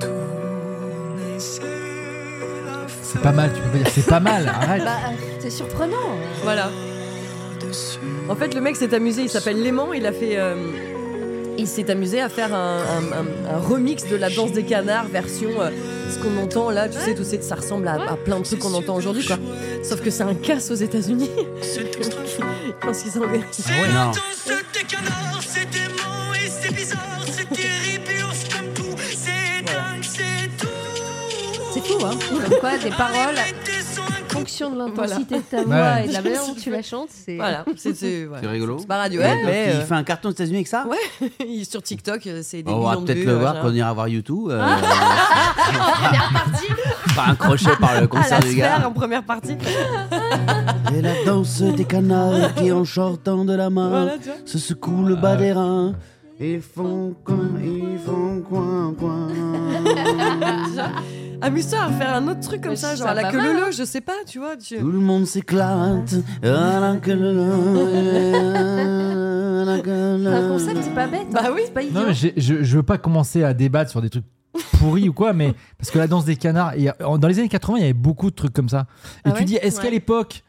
Speaker 7: Tournez, c'est la
Speaker 1: C'est pas mal, tu peux pas dire, c'est pas mal, arrête.
Speaker 6: Bah, c'est surprenant.
Speaker 2: Voilà. En fait, le mec s'est amusé, il s'appelle Léman, il a fait. euh, il s'est amusé à faire un, un- un- un remix de la danse des canards version euh, ce qu'on entend là, tu sais, tout ça ressemble à, à plein de trucs qu'on entend aujourd'hui quoi. Sauf que c'est un casse aux États-Unis. Je pense qu'ils sont
Speaker 3: Non.
Speaker 7: Tous des canards, c'est dément et c'est bizarre, c'est terrible et on se comme tout, c'est dingue, c'est tout.
Speaker 2: C'est fou, hein.
Speaker 6: Comme quoi, des paroles,
Speaker 7: Avec des sons
Speaker 6: en fonction de l'intensité de ta voix
Speaker 1: Ouais.
Speaker 6: et de la manière dont tu la chantes, c'est.
Speaker 2: Voilà, c'est c'est- voilà.
Speaker 3: C'est rigolo.
Speaker 2: C'est pas radio,
Speaker 3: Et
Speaker 2: ouais,
Speaker 3: donc,
Speaker 2: mais
Speaker 1: euh,
Speaker 3: il fait un carton aux États-Unis avec ça
Speaker 2: Ouais. euh, sur TikTok, euh, c'est des
Speaker 3: On va
Speaker 2: millions de
Speaker 3: peut-être
Speaker 2: vues.
Speaker 3: le
Speaker 2: euh, Ah,
Speaker 3: voir
Speaker 2: genre.
Speaker 3: quand on ira voir YouTube. euh, Par un crochet par le
Speaker 2: à
Speaker 3: concert
Speaker 2: Ah, la
Speaker 3: du
Speaker 2: sphère
Speaker 3: gars.
Speaker 2: en première partie.
Speaker 3: Et la danse des canards qui en chantant de la main
Speaker 2: Voilà, tu vois.
Speaker 3: se secouent le bas des reins. Ils font coin, ils font coin, coin.
Speaker 2: Amuse-toi à faire un autre truc comme
Speaker 6: Mais
Speaker 2: ça,
Speaker 6: ça
Speaker 2: genre à la
Speaker 6: va
Speaker 2: queue
Speaker 6: pas,
Speaker 2: leu leu, je sais pas, tu vois. Tu...
Speaker 3: Tout le monde s'éclate. à la queue leu, à la queue leu.
Speaker 6: C'est un concept, c'est pas bête. hein.
Speaker 2: Bah oui.
Speaker 6: C'est pas idiot.
Speaker 1: Non, mais j'ai- je, je veux pas commencer à débattre sur des trucs pourris ou quoi, mais parce que la danse des canards, il y a- en- dans les années 80, il y avait beaucoup de trucs comme ça. Et
Speaker 6: Ah
Speaker 1: tu
Speaker 6: ouais
Speaker 1: dis, est-ce qu'à
Speaker 6: Ouais.
Speaker 1: l'époque,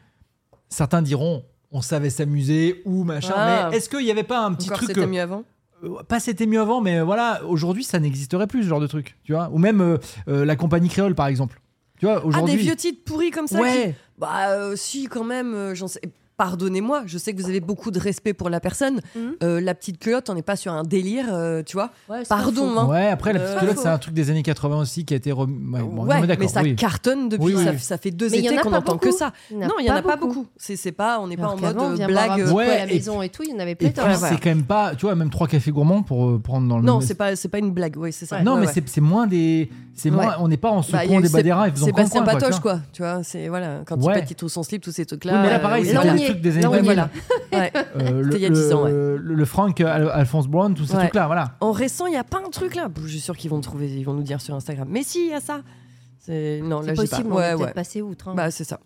Speaker 1: certains diront, on savait s'amuser ou machin,
Speaker 2: Ah.
Speaker 1: mais est-ce qu'il n'y avait pas un petit
Speaker 2: Encore
Speaker 1: truc.
Speaker 2: c'était mieux avant.
Speaker 1: euh, pas c'était mieux avant, mais euh, voilà, aujourd'hui, ça n'existerait plus, ce genre de truc, tu vois. Ou même euh, euh, la compagnie créole, par exemple. Tu vois,
Speaker 2: Ah, des
Speaker 1: aujourd'hui.
Speaker 2: vieux titres pourris comme ça qui-
Speaker 1: ouais,
Speaker 2: Bah, euh, si, quand même, euh, j'en sais. Pardonnez-moi, je sais que vous avez beaucoup de respect pour la personne.
Speaker 6: Mhm.
Speaker 2: Euh, la petite culotte, on n'est pas sur un délire, euh, tu vois.
Speaker 6: Ouais, c'est pas
Speaker 2: Pardon,
Speaker 6: faux.
Speaker 2: hein.
Speaker 1: ouais, après, la
Speaker 2: Euh,
Speaker 1: petite
Speaker 2: pas
Speaker 1: culotte,
Speaker 6: faux.
Speaker 1: c'est un truc des années 80 aussi qui a été remis. Ouais,
Speaker 2: Ouais,
Speaker 1: bon, non,
Speaker 2: mais,
Speaker 1: d'accord,
Speaker 2: ça
Speaker 1: oui.
Speaker 2: cartonne depuis,
Speaker 1: Oui, oui,
Speaker 2: ça,
Speaker 1: oui.
Speaker 2: ça fait deux
Speaker 6: Mais il y en
Speaker 2: étés
Speaker 6: a
Speaker 2: qu'on
Speaker 6: pas
Speaker 2: entend que
Speaker 6: beaucoup.
Speaker 2: ça.
Speaker 6: Il y en a
Speaker 2: Non, il n'y en a pas beaucoup. C'est c'est pas, on n'est pas en mode
Speaker 6: Alors qu'avant, on
Speaker 2: euh,
Speaker 6: vient boire un
Speaker 2: blague.
Speaker 6: petit coup
Speaker 1: Ouais,
Speaker 6: à la
Speaker 1: et
Speaker 6: maison et tout, il y en avait
Speaker 1: Et
Speaker 6: pléthore.
Speaker 1: puis,
Speaker 2: Ouais, voilà.
Speaker 1: c'est quand même pas, tu vois, même trois cafés gourmands pour euh, prendre dans le
Speaker 2: Non,
Speaker 1: même-
Speaker 2: c'est pas, c'est pas une blague, oui, c'est ça.
Speaker 1: non,
Speaker 2: Ouais,
Speaker 1: mais
Speaker 2: ouais.
Speaker 1: c'est- c'est moins des. C'est moins,
Speaker 2: Ouais.
Speaker 1: On n'est pas en
Speaker 2: Bah, il y a
Speaker 1: secouant
Speaker 2: eu
Speaker 1: des
Speaker 2: Sé-
Speaker 1: badérins et faisant
Speaker 2: Sébastien
Speaker 1: coin, coin,
Speaker 2: Patoche,
Speaker 1: tu vois.
Speaker 2: quoi. Tu vois, c'est voilà, quand
Speaker 1: Ouais.
Speaker 2: il pète, il trouve son slip, tous ces trucs-là.
Speaker 1: Oui, mais là,
Speaker 2: euh,
Speaker 1: pareil,
Speaker 2: oui,
Speaker 1: c'était
Speaker 6: Ah, Là, on
Speaker 1: des
Speaker 6: y est.
Speaker 1: trucs des
Speaker 6: Là, on
Speaker 1: années
Speaker 6: y est,
Speaker 1: voilà.
Speaker 6: là.
Speaker 2: Ouais.
Speaker 1: Euh, le,
Speaker 2: C'était il y a dix ans, ouais.
Speaker 1: le- le Frank Al- Alphonse Brown, tous ces
Speaker 2: Ouais.
Speaker 1: trucs-là, voilà.
Speaker 2: En récent, il n'y a pas un truc là. Je suis sûr qu'ils vont le trouver, ils vont nous dire sur Instagram. Mais si, il y a ça. C'est non, là
Speaker 6: C'est
Speaker 2: j'ai pas.
Speaker 6: possible, on
Speaker 2: Ouais,
Speaker 6: est
Speaker 2: ouais.
Speaker 6: peut-être passé outre. hein.
Speaker 2: Bah c'est ça.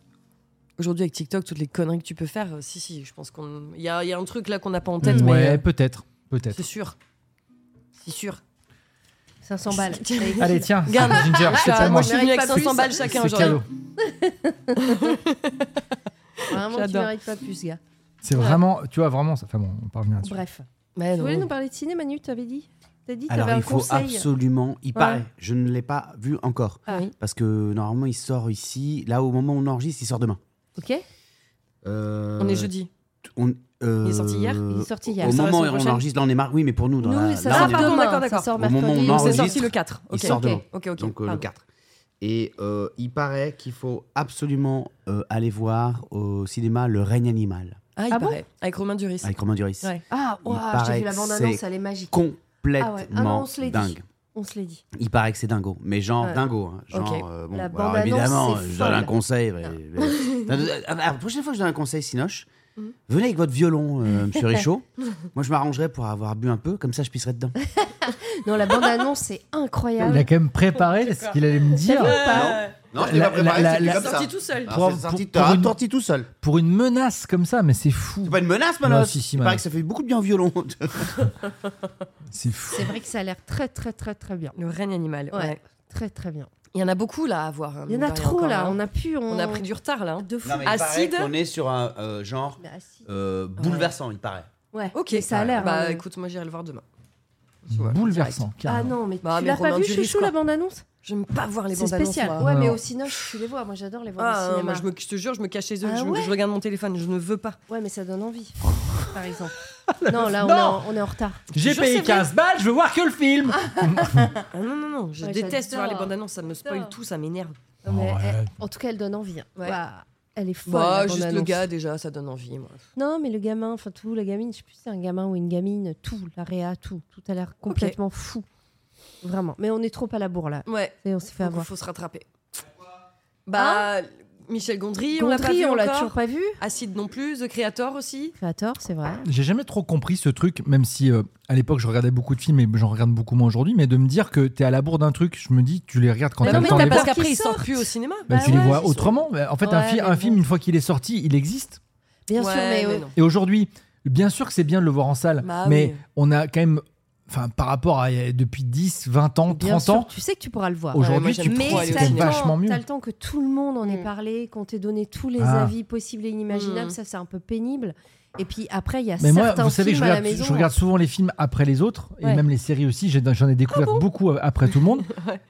Speaker 2: Aujourd'hui avec TikTok, toutes les conneries que tu peux faire, euh, si si, je pense qu'on il y a, il y a un truc là qu'on n'a pas en tête, mais
Speaker 1: Mm. ouais,
Speaker 2: euh,
Speaker 1: peut-être. Peut-être.
Speaker 2: c'est sûr. C'est sûr.
Speaker 6: 500 balles.
Speaker 1: Allez, tiens, c'est
Speaker 2: Garde.
Speaker 1: Ginger, c'est
Speaker 2: Ah,
Speaker 1: pas
Speaker 2: moi
Speaker 1: moi.
Speaker 2: je suis venu avec
Speaker 6: Mérite pas
Speaker 2: 500
Speaker 6: plus.
Speaker 2: balles
Speaker 1: C'est
Speaker 2: chacun
Speaker 1: cadeau.
Speaker 2: aujourd'hui.
Speaker 6: Vraiment, tu
Speaker 2: J'adore.
Speaker 6: mérites pas plus, gars.
Speaker 1: C'est vraiment, tu vois, vraiment. ça- Enfin bon, on parle bien là-dessus.
Speaker 6: Bref.
Speaker 2: Mais
Speaker 6: Tu voulais
Speaker 2: non.
Speaker 6: nous parler de ciné, Manu Tu avais dit T'as dit
Speaker 3: Alors,
Speaker 6: t'avais un
Speaker 3: il faut
Speaker 6: conseil.
Speaker 3: absolument. Il paraît. Je ne l'ai pas vu encore.
Speaker 6: Ah oui.
Speaker 3: Parce que normalement, il sort ici. Là, au moment où on enregistre, il sort demain.
Speaker 6: Ok.
Speaker 3: Euh,
Speaker 2: On est jeudi.
Speaker 3: on- euh,
Speaker 2: Il est sorti hier
Speaker 6: Il est sorti hier.
Speaker 3: Au
Speaker 6: Ça
Speaker 3: moment où
Speaker 6: sera la semaine
Speaker 3: on enregistre, là, on est marre. Oui, mais pour nous, dans
Speaker 6: prochaine.
Speaker 3: la-
Speaker 6: Nous, ça
Speaker 3: là,
Speaker 6: sort
Speaker 3: on est-
Speaker 2: Ah, pardon,
Speaker 6: demain.
Speaker 2: d'accord, d'accord.
Speaker 6: Ça sort
Speaker 3: Au moment où
Speaker 6: mercredi.
Speaker 3: on
Speaker 6: ou
Speaker 2: C'est
Speaker 3: enregistre,
Speaker 6: samedi.
Speaker 2: sorti le 4.
Speaker 3: il
Speaker 2: OK.
Speaker 3: sort demain.
Speaker 2: OK, OK.
Speaker 3: donc euh, le
Speaker 2: pardon.
Speaker 3: 4. Et euh, il paraît qu'il faut absolument euh, aller voir au cinéma Le règne animal.
Speaker 2: Ah, il
Speaker 6: Ah bon
Speaker 2: paraît. Avec Romain Duris.
Speaker 3: Avec Romain Duris.
Speaker 2: Ouais.
Speaker 6: Ah,
Speaker 3: Il
Speaker 6: ouah, j'ai
Speaker 3: paraît
Speaker 6: vu la
Speaker 3: que
Speaker 6: bande-annonce,
Speaker 3: c'est
Speaker 6: elle est magique.
Speaker 3: Complètement
Speaker 6: Ah ouais. Ah non, on se l'est dit.
Speaker 3: dingue.
Speaker 6: On se l'est dit.
Speaker 3: Il paraît que c'est dingo, mais genre
Speaker 6: Ouais.
Speaker 3: dingo. hein. Genre,
Speaker 6: Ok.
Speaker 3: euh, bon,
Speaker 6: La
Speaker 3: alors
Speaker 6: bande-annonce,
Speaker 3: évidemment,
Speaker 6: c'est
Speaker 3: je donne un
Speaker 6: folle.
Speaker 3: conseil. mais- mais- Non, non, ah, La prochaine fois que je donne un conseil, Sinoche,
Speaker 6: Mm.
Speaker 3: venez avec votre violon, euh, monsieur Richaud. Moi, je m'arrangerai pour avoir bu un peu, comme ça, je pisserai dedans.
Speaker 6: Non, la bande-annonce, c'est
Speaker 1: Il a
Speaker 6: incroyable.
Speaker 1: quand même préparé ce qu'il allait me dire.
Speaker 6: T'as vu ou pas
Speaker 3: Non, je
Speaker 1: l'ai La- pas préparé, la- c'était la-
Speaker 2: comme la- ça. sorti tout seul.
Speaker 1: Pour-
Speaker 3: Ah, C'est sorti
Speaker 1: pour- pour une-
Speaker 3: sorti tout seul.
Speaker 1: Pour une menace comme ça, mais c'est fou.
Speaker 3: C'est pas une menace,
Speaker 1: Non,
Speaker 3: Manos.
Speaker 1: Bah, si, si,
Speaker 3: Il
Speaker 1: Manos.
Speaker 3: paraît que ça fait beaucoup de bien au violon.
Speaker 1: C'est fou.
Speaker 6: C'est vrai que ça a l'air très, très, très, très bien.
Speaker 2: Le règne animal.
Speaker 6: Ouais.
Speaker 2: ouais.
Speaker 6: Très, très bien.
Speaker 2: Il y en a beaucoup là à voir. hein,
Speaker 6: Il y en
Speaker 2: mine
Speaker 6: a
Speaker 2: de rien,
Speaker 6: trop,
Speaker 2: encore,
Speaker 6: là.
Speaker 2: hein.
Speaker 6: On a pu.
Speaker 2: On a pris du retard là. hein.
Speaker 6: De fou.
Speaker 2: il paraît Acide. qu'on
Speaker 3: On est sur un euh, genre euh,
Speaker 6: Bah, si.
Speaker 3: bouleversant, il paraît.
Speaker 6: Ouais.
Speaker 2: Ok.
Speaker 6: Mais ça a l'air.
Speaker 2: Bah
Speaker 6: hein.
Speaker 2: écoute, moi j'irai le voir demain.
Speaker 1: Bouleversant.
Speaker 6: Ah
Speaker 1: carrément.
Speaker 6: non, mais
Speaker 2: Bah,
Speaker 6: tu
Speaker 2: mais
Speaker 6: l'as pas
Speaker 2: Romain
Speaker 6: vu,
Speaker 2: Duris,
Speaker 6: Chouchou,
Speaker 2: quoi.
Speaker 6: la bande-annonce
Speaker 2: J'aime pas voir les
Speaker 6: C'est
Speaker 2: bandes annonces.
Speaker 6: spécial.
Speaker 2: moi.
Speaker 6: Ouais, mais
Speaker 1: Non.
Speaker 6: au cinéma, tu les vois. Moi, j'adore les voir
Speaker 2: Ah,
Speaker 6: au
Speaker 2: euh,
Speaker 6: cinéma.
Speaker 2: moi je, me, je te jure, je me cache chez eux,
Speaker 6: Ah
Speaker 2: je,
Speaker 6: ouais
Speaker 2: je regarde mon téléphone, je ne veux pas.
Speaker 6: Ouais, mais ça donne envie, par exemple. Non, là, on,
Speaker 1: Non.
Speaker 6: est en, on est en retard.
Speaker 1: J'ai
Speaker 2: Je te jure,
Speaker 1: payé
Speaker 2: c'est vrai.
Speaker 1: 15 balles, je veux voir que le film.
Speaker 2: Ah non, non, non, je
Speaker 6: Ouais,
Speaker 2: déteste
Speaker 6: j'adore.
Speaker 2: voir les bandes annonces, ça me spoil
Speaker 6: J'adore.
Speaker 2: tout, ça m'énerve.
Speaker 6: Non, mais
Speaker 1: Oh, Ouais.
Speaker 6: elle- en tout cas, elle donne envie. hein.
Speaker 2: Ouais.
Speaker 6: Ouah, elle est folle.
Speaker 2: Bah,
Speaker 6: la
Speaker 2: juste le
Speaker 6: bande-annonce.
Speaker 2: gars déjà, ça donne envie. Moi.
Speaker 6: Non, mais le gamin, enfin tout, la gamine, je sais plus si c'est un gamin ou une gamine, tout, la réa, tout. Tout a l'air complètement fou. Vraiment. Mais on est trop à la bourre, là.
Speaker 2: Ouais,
Speaker 6: Et on s'est fait
Speaker 2: donc il
Speaker 6: avoir.
Speaker 2: faut se rattraper. Bah, Michel Gondry, on l'a pas
Speaker 6: Gondry,
Speaker 2: vu
Speaker 6: on l'a
Speaker 2: encore.
Speaker 6: toujours pas vu.
Speaker 2: Acide non plus, The Creator aussi.
Speaker 6: Créateur, c'est vrai.
Speaker 1: J'ai jamais trop compris ce truc, même si euh, à l'époque je regardais beaucoup de films et j'en regarde beaucoup moins aujourd'hui, mais de me dire que t'es à la bourre d'un truc, je me dis tu les regardes quand
Speaker 6: Mais
Speaker 1: t'as
Speaker 6: non,
Speaker 1: le
Speaker 6: mais
Speaker 1: temps de
Speaker 6: t'as
Speaker 1: les
Speaker 6: pas
Speaker 1: voir.
Speaker 2: Bah, parce qu'après
Speaker 6: peur qu'ils
Speaker 2: ils sortent
Speaker 6: sortent.
Speaker 2: plus au cinéma.
Speaker 1: Bah,
Speaker 6: Bah
Speaker 1: tu les
Speaker 6: ouais,
Speaker 1: vois
Speaker 6: ils sont-
Speaker 1: autrement. Euh, En fait, un,
Speaker 6: Ouais,
Speaker 1: fi-
Speaker 6: mais
Speaker 1: un film,
Speaker 6: bon.
Speaker 1: une fois qu'il est sorti, il existe.
Speaker 6: Bien
Speaker 2: Ouais,
Speaker 6: sûr, mais, euh,
Speaker 2: non.
Speaker 1: Et aujourd'hui, bien sûr que c'est bien de le voir en salle,
Speaker 2: Bah
Speaker 1: mais
Speaker 2: oui.
Speaker 1: on a quand même, enfin, par rapport à euh, depuis 10, 20 ans, 30
Speaker 6: bien sûr,
Speaker 1: ans,
Speaker 6: tu sais que tu pourras le voir.
Speaker 2: Ouais, moi,
Speaker 1: aujourd'hui, tu
Speaker 2: j'aime
Speaker 1: trouves
Speaker 2: trop
Speaker 1: que
Speaker 6: Mais
Speaker 2: aller
Speaker 1: c'est
Speaker 2: au
Speaker 1: quand même
Speaker 6: t'as
Speaker 2: cinéma.
Speaker 6: le,
Speaker 1: vachement
Speaker 6: temps,
Speaker 1: mieux.
Speaker 6: t'as le temps que tout le monde en ait
Speaker 2: Mm.
Speaker 6: parlé, qu'on t'ait donné tous les
Speaker 1: Ah.
Speaker 6: avis possibles et inimaginables,
Speaker 2: Mm.
Speaker 6: ça c'est un peu pénible. Et puis après, il y a
Speaker 1: Mais moi,
Speaker 6: certains
Speaker 1: vous savez, que
Speaker 6: films
Speaker 1: je
Speaker 6: à
Speaker 1: regarde,
Speaker 6: la maison.
Speaker 1: je regarde souvent les films après les autres, et
Speaker 6: Ouais. Ah
Speaker 1: même les séries aussi. J'ai- J'en ai découvert beaucoup euh, après tout le monde.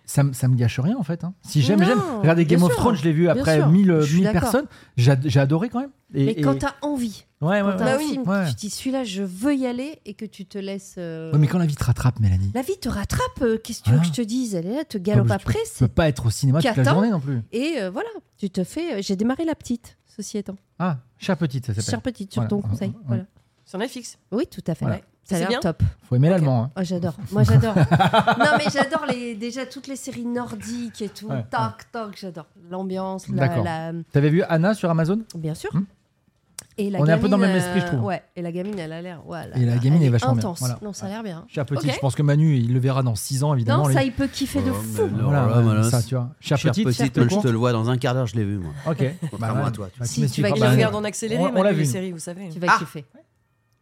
Speaker 1: ça, me- ça me gâche rien, en fait. hein. Si j'aime,
Speaker 6: Non,
Speaker 1: j'aime. Regardez
Speaker 6: bien
Speaker 1: Game of
Speaker 6: sûr,
Speaker 1: Thrones, je l'ai vu
Speaker 6: bien
Speaker 1: après
Speaker 6: sûr,
Speaker 1: 1000, euh,
Speaker 6: je suis
Speaker 1: 1000
Speaker 6: d'accord.
Speaker 1: personnes. J'ai ad- j'ai adoré quand même. Et,
Speaker 6: Mais
Speaker 1: et-
Speaker 6: quand t'as envie,
Speaker 1: Ouais, ouais,
Speaker 6: quand
Speaker 1: ouais.
Speaker 6: t'as
Speaker 2: Bah
Speaker 6: un
Speaker 2: oui.
Speaker 6: film,
Speaker 1: Ouais.
Speaker 6: tu te dis celui-là, je veux y aller et que tu te laisses. euh,
Speaker 1: Ouais, mais quand la vie te rattrape, Mélanie,
Speaker 6: La vie te rattrape, euh, qu'est-ce que tu veux
Speaker 1: Ah.
Speaker 6: que je te dise Elle est là, te galope
Speaker 1: Pas
Speaker 6: après.
Speaker 1: tu peux
Speaker 6: c'est-
Speaker 1: pas être au cinéma toute la
Speaker 6: Qu'attends
Speaker 1: journée non plus.
Speaker 6: Et euh, voilà, tu te fais. J'ai démarré la petite, ceci étant.
Speaker 1: Ah, chère petite, ça s'appelle.
Speaker 6: Chère petite, sur
Speaker 1: Voilà.
Speaker 6: ton conseil.
Speaker 1: Ouais.
Speaker 6: Voilà.
Speaker 2: Sur Netflix.
Speaker 6: Oui, tout à fait.
Speaker 1: Voilà.
Speaker 6: Ça a
Speaker 2: C'est bien
Speaker 6: l'air top.
Speaker 1: Faut aimer l'allemand. hein.
Speaker 6: Oh, j'adore. Moi, j'adore. non, mais j'adore les, déjà toutes les séries nordiques et tout.
Speaker 1: Ouais,
Speaker 6: toc, toc, j'adore. L'ambiance,
Speaker 1: D'accord.
Speaker 6: la, la-
Speaker 1: T'avais vu Anna sur Amazon
Speaker 6: Bien sûr.
Speaker 1: Hmm.
Speaker 6: Et la
Speaker 1: On est un peu
Speaker 6: gamine,
Speaker 1: dans le même
Speaker 6: euh,
Speaker 1: esprit, je trouve.
Speaker 6: Ouais, et la gamine, elle a l'air. ouais, là,
Speaker 1: Et la
Speaker 6: là,
Speaker 1: gamine
Speaker 6: elle
Speaker 1: est vachement bien.
Speaker 6: intense.
Speaker 1: Voilà.
Speaker 6: Non, ça a l'air bien.
Speaker 1: Chère petite,
Speaker 2: Ok.
Speaker 1: je pense que Manu, il le verra dans 6 ans, évidemment.
Speaker 6: Non,
Speaker 1: lui.
Speaker 6: ça, il peut kiffer de fou.
Speaker 1: Euh, Voilà, ça, tu vois. Chère
Speaker 3: Chère
Speaker 1: petite,
Speaker 3: petite,
Speaker 1: le
Speaker 3: je
Speaker 1: compte.
Speaker 3: te le vois dans un quart d'heure, je l'ai vu, moi.
Speaker 1: Ok.
Speaker 3: Contrairement
Speaker 1: ouais.
Speaker 3: à toi, tu
Speaker 1: Bah,
Speaker 6: Si, tu
Speaker 1: m'expliqueras.
Speaker 6: vas
Speaker 2: Il
Speaker 6: Bah,
Speaker 2: regarde en accéléré,
Speaker 1: on- on l'a
Speaker 2: malgré
Speaker 1: vu,
Speaker 2: les
Speaker 1: nous.
Speaker 2: séries, vous savez.
Speaker 6: Tu vas
Speaker 3: Ah.
Speaker 6: kiffer.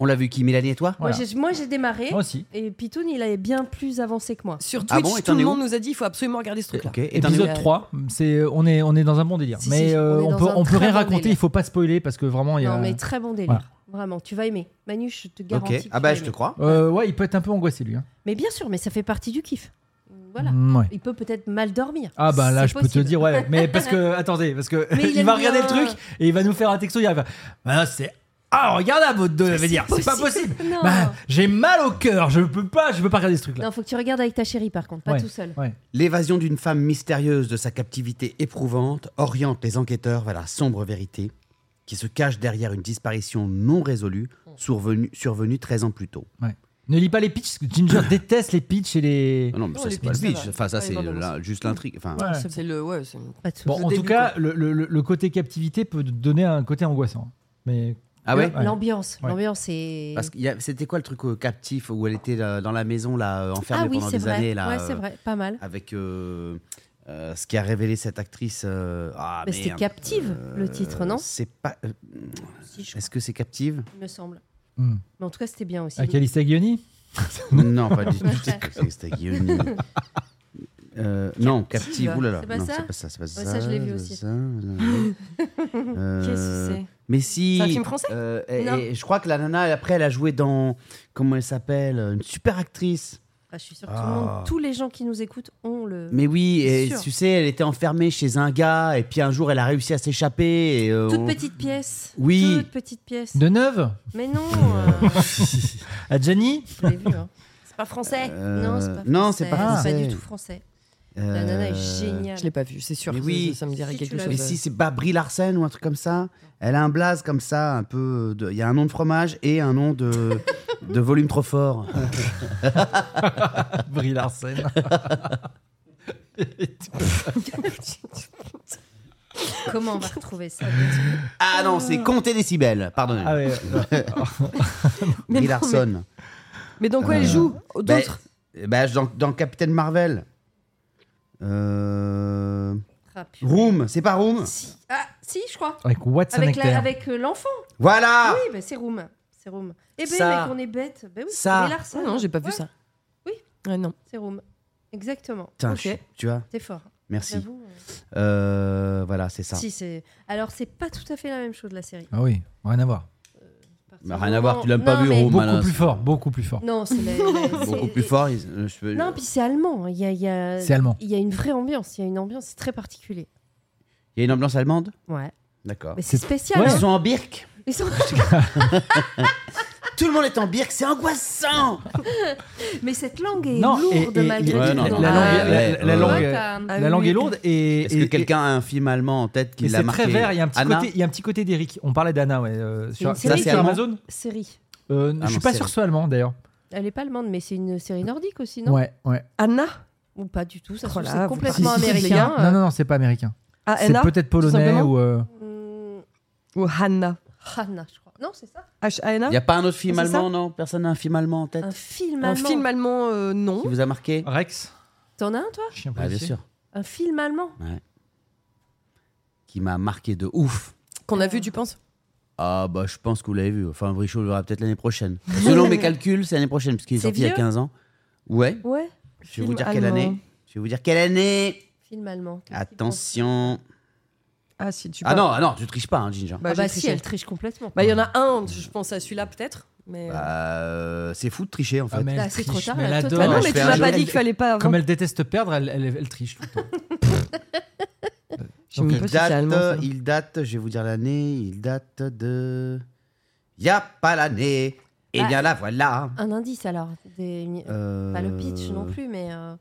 Speaker 3: On l'a vu qui, Mélanie et toi
Speaker 6: Moi,
Speaker 1: Voilà.
Speaker 6: j'ai- Moi, j'ai démarré.
Speaker 1: Moi aussi.
Speaker 6: Et Pitoun, il est bien plus avancé que moi.
Speaker 2: Sur Twitch,
Speaker 3: Ah bon, et t'en
Speaker 2: tout
Speaker 3: es
Speaker 2: le
Speaker 3: où
Speaker 2: monde nous a dit il faut absolument regarder ce truc-là.
Speaker 3: Ok, et t'en es où
Speaker 1: Épisode 3, c'est, on, est, on est dans un bon délire.
Speaker 6: Si,
Speaker 1: mais
Speaker 6: si,
Speaker 1: euh,
Speaker 6: on est
Speaker 1: on,
Speaker 6: dans
Speaker 1: peut,
Speaker 6: un
Speaker 1: on peut
Speaker 6: très
Speaker 1: rien
Speaker 6: bon
Speaker 1: raconter,
Speaker 6: délire.
Speaker 1: il faut pas spoiler parce que vraiment il y a.
Speaker 6: Non, mais très bon délire.
Speaker 1: Voilà.
Speaker 6: Vraiment, tu vas aimer. Manu, je te
Speaker 3: Ok,
Speaker 6: garantis. que
Speaker 3: ah
Speaker 6: tu
Speaker 3: bah
Speaker 6: vas
Speaker 3: je te
Speaker 6: aimer.
Speaker 3: crois.
Speaker 1: Euh, ouais, il peut être un peu angoissé lui. hein.
Speaker 6: Mais bien sûr, mais ça fait partie du kiff. Voilà.
Speaker 1: Mm, ouais.
Speaker 6: Il peut peut-être mal dormir.
Speaker 1: Ah bah là,
Speaker 6: C'est
Speaker 1: je peux
Speaker 6: possible.
Speaker 1: te dire, ouais, mais parce que, attendez, parce que
Speaker 6: Mais il
Speaker 1: il,
Speaker 6: aime
Speaker 1: va regarder le
Speaker 6: bien.
Speaker 1: truc et il va nous faire un texto, il va faire, bah là, c'est. Ah, regarde à votre deux, elle va dire, c'est pas possible.
Speaker 6: Non.
Speaker 1: Bah, j'ai mal au cœur, je peux pas, je peux pas regarder ce truc là.
Speaker 6: Non, faut que tu regardes avec ta chérie par contre, pas
Speaker 1: Ouais.
Speaker 6: tout seul.
Speaker 1: Ouais.
Speaker 3: L'évasion d'une femme mystérieuse de sa captivité éprouvante oriente les enquêteurs vers la sombre vérité qui se cache derrière une disparition non résolue
Speaker 1: Oh.
Speaker 3: survenue, survenue 13 ans plus tôt.
Speaker 1: Ne lis pas les pitchs, parce que Ginger déteste les pitchs et les.
Speaker 3: Ah non, mais
Speaker 2: Non,
Speaker 3: ça,
Speaker 2: les
Speaker 3: c'est pas le
Speaker 2: pitchs,
Speaker 3: pitch.
Speaker 2: ça va.
Speaker 3: Enfin, ça,
Speaker 2: Ouais,
Speaker 3: c'est
Speaker 2: les bandes
Speaker 3: la- juste l'intrigue. Enfin,
Speaker 1: Ouais.
Speaker 2: C'est le. Ouais, c'est.
Speaker 6: Pas tout
Speaker 1: Bon,
Speaker 6: seul.
Speaker 1: en tout
Speaker 2: début,
Speaker 1: cas, le, le- le- le côté captivité peut donner un côté angoissant. Mais
Speaker 3: Ah ouais
Speaker 1: Ouais.
Speaker 6: L'ambiance,
Speaker 1: Ouais.
Speaker 6: l'ambiance est.
Speaker 3: Parce qu'il y a- c'était quoi le truc euh, captif où elle était euh, dans la maison là, euh, enfermée
Speaker 6: ah oui,
Speaker 3: pendant
Speaker 6: c'est
Speaker 3: des
Speaker 6: vrai.
Speaker 3: années là,
Speaker 6: ouais, c'est
Speaker 3: euh,
Speaker 6: vrai, pas mal.
Speaker 3: avec euh, euh, ce qui a révélé cette actrice. euh, ah,
Speaker 6: Mais c'était
Speaker 3: merde. Euh,
Speaker 6: Captive, le titre, non
Speaker 3: C'est pas. euh,
Speaker 6: Si, je
Speaker 3: Est-ce que c'est captive
Speaker 6: crois, il me semble.
Speaker 1: Hmm.
Speaker 6: Mais en tout cas, c'était bien aussi.
Speaker 1: à Calista Guioni
Speaker 3: Non, pas du tout.
Speaker 6: Ouais.
Speaker 3: C'est- c'est- C'était Guillaume. Euh, non, captive, oulala.
Speaker 6: C'est pas
Speaker 3: non,
Speaker 6: ça
Speaker 3: c'est pas ça, c'est pas
Speaker 6: Ouais, ça, je l'ai vu aussi.
Speaker 3: ça, non. Euh,
Speaker 2: Qu'est-ce que c'est
Speaker 3: Mais si.
Speaker 2: C'est un film français
Speaker 3: euh, et-
Speaker 2: Non.
Speaker 3: et je crois que la nana, après, elle a joué dans. Comment elle s'appelle Une super actrice.
Speaker 6: Ah, je suis sûre que tout le monde, tous les gens qui nous écoutent ont le.
Speaker 3: Mais oui,
Speaker 6: C'est
Speaker 3: et
Speaker 6: sûr.
Speaker 3: tu sais, elle était enfermée chez un gars, et puis un jour, elle a réussi à s'échapper. et, euh,
Speaker 6: Toute
Speaker 3: on-
Speaker 6: petite pièce.
Speaker 3: Oui.
Speaker 6: Toute petite pièce.
Speaker 1: De Neuve
Speaker 6: Mais non. euh,
Speaker 1: À Gianni
Speaker 6: je l'ai vu. hein.
Speaker 2: C'est pas français.
Speaker 3: Euh,
Speaker 6: Non, c'est pas
Speaker 3: non,
Speaker 6: français.
Speaker 3: c'est pas français.
Speaker 6: du tout français. La nana
Speaker 3: Euh,
Speaker 6: est géniale.
Speaker 2: Je l'ai pas vu, c'est sûr.
Speaker 3: Mais
Speaker 2: que
Speaker 3: oui.
Speaker 2: ça, ça me dirait
Speaker 6: Si, tu
Speaker 2: quelque
Speaker 6: l'as
Speaker 2: chose. euh.
Speaker 3: Mais si c'est Babri Larsen ou un truc comme ça, elle a un blaze comme ça, un peu. de- Il y a un nom de fromage et un nom de, de volume trop fort.
Speaker 1: Brie Larsen.
Speaker 6: Comment on va retrouver ça
Speaker 3: Ah non, c'est Comté Décibel, pardonnez.
Speaker 1: ah ouais.
Speaker 2: Mais
Speaker 3: Brie
Speaker 2: non, mais-
Speaker 3: Larson.
Speaker 2: Mais dans quoi elle joue D'autres
Speaker 3: Bah, bah, dans, dans Captain Marvel. Euh,
Speaker 6: Ah, putain.
Speaker 3: Room, c'est pas Room
Speaker 6: Si. Ah, si, je crois.
Speaker 1: Avec Watson
Speaker 6: Avec, la-
Speaker 1: Hector.
Speaker 6: avec euh, l'enfant.
Speaker 3: Voilà
Speaker 6: Oui, bah, c'est Room. C'est Room. Eh ben,
Speaker 3: Ah. Ça.
Speaker 6: mais qu'on est bête. Ben oui,
Speaker 3: Ça.
Speaker 6: mais Larson.
Speaker 2: Ah Non, j'ai pas vu
Speaker 6: Ouais,
Speaker 2: ça.
Speaker 6: Oui.
Speaker 2: Ouais, non.
Speaker 6: C'est Room. Exactement.
Speaker 3: Putain,
Speaker 2: Ok.
Speaker 3: je suis- tu vois,
Speaker 6: T'es fort.
Speaker 3: merci.
Speaker 6: J'avoue.
Speaker 3: Euh, voilà, c'est ça.
Speaker 6: Si, c'est. Alors, c'est pas tout à fait la même chose, la série.
Speaker 1: Ah oui, rien à voir.
Speaker 3: Bah, rien à voir, tu l'as
Speaker 6: Non,
Speaker 3: pas vu,
Speaker 6: mais-
Speaker 3: Room.
Speaker 1: Beaucoup
Speaker 3: Malas.
Speaker 1: plus fort, beaucoup plus fort.
Speaker 6: Non, c'est la- la-
Speaker 3: Beaucoup
Speaker 6: c'est-
Speaker 3: plus fort. ils- euh, je peux-
Speaker 6: Non, puis c'est allemand. Il y a, il y a-
Speaker 1: C'est allemand.
Speaker 6: Il y a une vraie ambiance. Il y a une ambiance c'est très particulière.
Speaker 3: Il y a une ambiance allemande
Speaker 6: Ouais.
Speaker 3: D'accord.
Speaker 6: Mais c'est
Speaker 1: C'est-
Speaker 6: spécial.
Speaker 3: Ils
Speaker 6: hein.
Speaker 3: sont en birk
Speaker 6: Ils sont-
Speaker 3: Tout le monde est en birk, c'est angoissant
Speaker 6: Mais cette langue est
Speaker 1: Non, et-
Speaker 6: lourde
Speaker 1: et-
Speaker 6: malgré
Speaker 3: Ouais,
Speaker 6: tout.
Speaker 3: non,
Speaker 1: la-
Speaker 3: non.
Speaker 1: la
Speaker 3: Ah,
Speaker 1: langue- la-
Speaker 3: ouais,
Speaker 1: la
Speaker 3: ouais.
Speaker 1: langue- euh,
Speaker 6: Ah,
Speaker 1: la
Speaker 6: oui,
Speaker 1: langue
Speaker 6: oui.
Speaker 1: est lourde et
Speaker 3: Est-ce que
Speaker 1: et-
Speaker 3: quelqu'un a un film allemand en tête
Speaker 1: et
Speaker 3: qui l'a
Speaker 1: c'est
Speaker 3: marqué
Speaker 1: très vert. Il y a un petit
Speaker 3: Anna
Speaker 1: côté, il y a un petit côté d'Eric. On parlait d'Anna, ouais. euh, sur,
Speaker 6: une série
Speaker 1: sur
Speaker 3: qui est
Speaker 1: Amazon.
Speaker 6: Série.
Speaker 1: Euh,
Speaker 3: Ah
Speaker 1: je suis
Speaker 3: non,
Speaker 1: pas
Speaker 3: série.
Speaker 1: sûr que ce soit allemand d'ailleurs.
Speaker 6: Elle est pas allemande, mais c'est une série nordique aussi, non
Speaker 1: Ouais, ouais.
Speaker 2: Anna
Speaker 6: Ou pas du tout. Ça
Speaker 2: Oh
Speaker 6: se trouve,
Speaker 2: là,
Speaker 6: c'est
Speaker 2: vous
Speaker 6: complètement
Speaker 2: parlez-
Speaker 6: américain.
Speaker 1: Non, non, non, c'est pas américain.
Speaker 2: Ah,
Speaker 1: C'est
Speaker 2: Anna
Speaker 1: peut-être polonais
Speaker 2: simplement
Speaker 1: ou. euh,
Speaker 6: euh, hmm,
Speaker 2: Ou Hanna
Speaker 6: Hanna, je crois. Non, c'est ça.
Speaker 3: Il
Speaker 6: Ah.
Speaker 2: H-A-N-A
Speaker 3: n'y a pas un autre film
Speaker 2: C'est ça
Speaker 3: allemand, non Personne n'a un film allemand en tête
Speaker 6: Un film
Speaker 2: Un
Speaker 6: allemand.
Speaker 2: film allemand, euh,
Speaker 6: Ah,
Speaker 2: non.
Speaker 3: qui vous a marqué
Speaker 1: Rex.
Speaker 6: T'en as un, toi
Speaker 1: Chien
Speaker 3: Bah, Ah, Bien
Speaker 1: policier.
Speaker 3: sûr.
Speaker 6: Un film allemand.
Speaker 3: Qui m'a marqué de ouf.
Speaker 2: Qu'on a vu, tu penses
Speaker 3: Ah bah je pense que vous l'avez vu. Enfin Brichot le verra peut-être l'année prochaine. Selon mes calculs, c'est l'année prochaine parce qu'il est
Speaker 6: C'est
Speaker 3: sorti il y a
Speaker 6: vieux
Speaker 3: 15 ans. Ouais.
Speaker 6: Ouais.
Speaker 3: Je vais
Speaker 2: Film
Speaker 3: vous dire quelle
Speaker 2: allemand.
Speaker 3: année. Je vais vous dire quelle année.
Speaker 6: Film allemand. Qu'est-ce que tu penses
Speaker 3: Attention.
Speaker 2: Ah, si tu
Speaker 3: Ah
Speaker 2: parles.
Speaker 3: non, ah non, tu triches pas, hein, Ginger.
Speaker 2: Bah,
Speaker 6: Ah
Speaker 2: j'ai
Speaker 6: bah
Speaker 2: triché.
Speaker 6: si, elle triche complètement.
Speaker 2: Bah, il y en a un, je pense à celui-là peut-être. Mais...
Speaker 3: Bah, euh, c'est fou de tricher en fait.
Speaker 1: Ah, mais elle
Speaker 6: Là, c'est
Speaker 1: triche,
Speaker 6: trop tard,
Speaker 1: mais
Speaker 6: là,
Speaker 1: elle
Speaker 6: totalement.
Speaker 2: Bah
Speaker 3: ouais,
Speaker 1: adore.
Speaker 2: non,
Speaker 3: je
Speaker 2: mais tu
Speaker 3: fais un
Speaker 2: m'as
Speaker 3: jeu.
Speaker 2: pas dit qu'il fallait pas. avant.
Speaker 1: Comme elle déteste perdre, elle, elle- elle triche tout le temps.
Speaker 2: Je sais même
Speaker 1: Donc,
Speaker 2: pas
Speaker 3: il
Speaker 2: si c'est
Speaker 3: date,
Speaker 2: allemand, ça.
Speaker 3: il date, je vais vous dire l'année, il date de... Y a pas l'année, et
Speaker 6: Bah.
Speaker 3: bien la voilà.
Speaker 6: Un indice alors. Des-
Speaker 3: Euh,
Speaker 6: Pas le pitch non plus, mais. euh,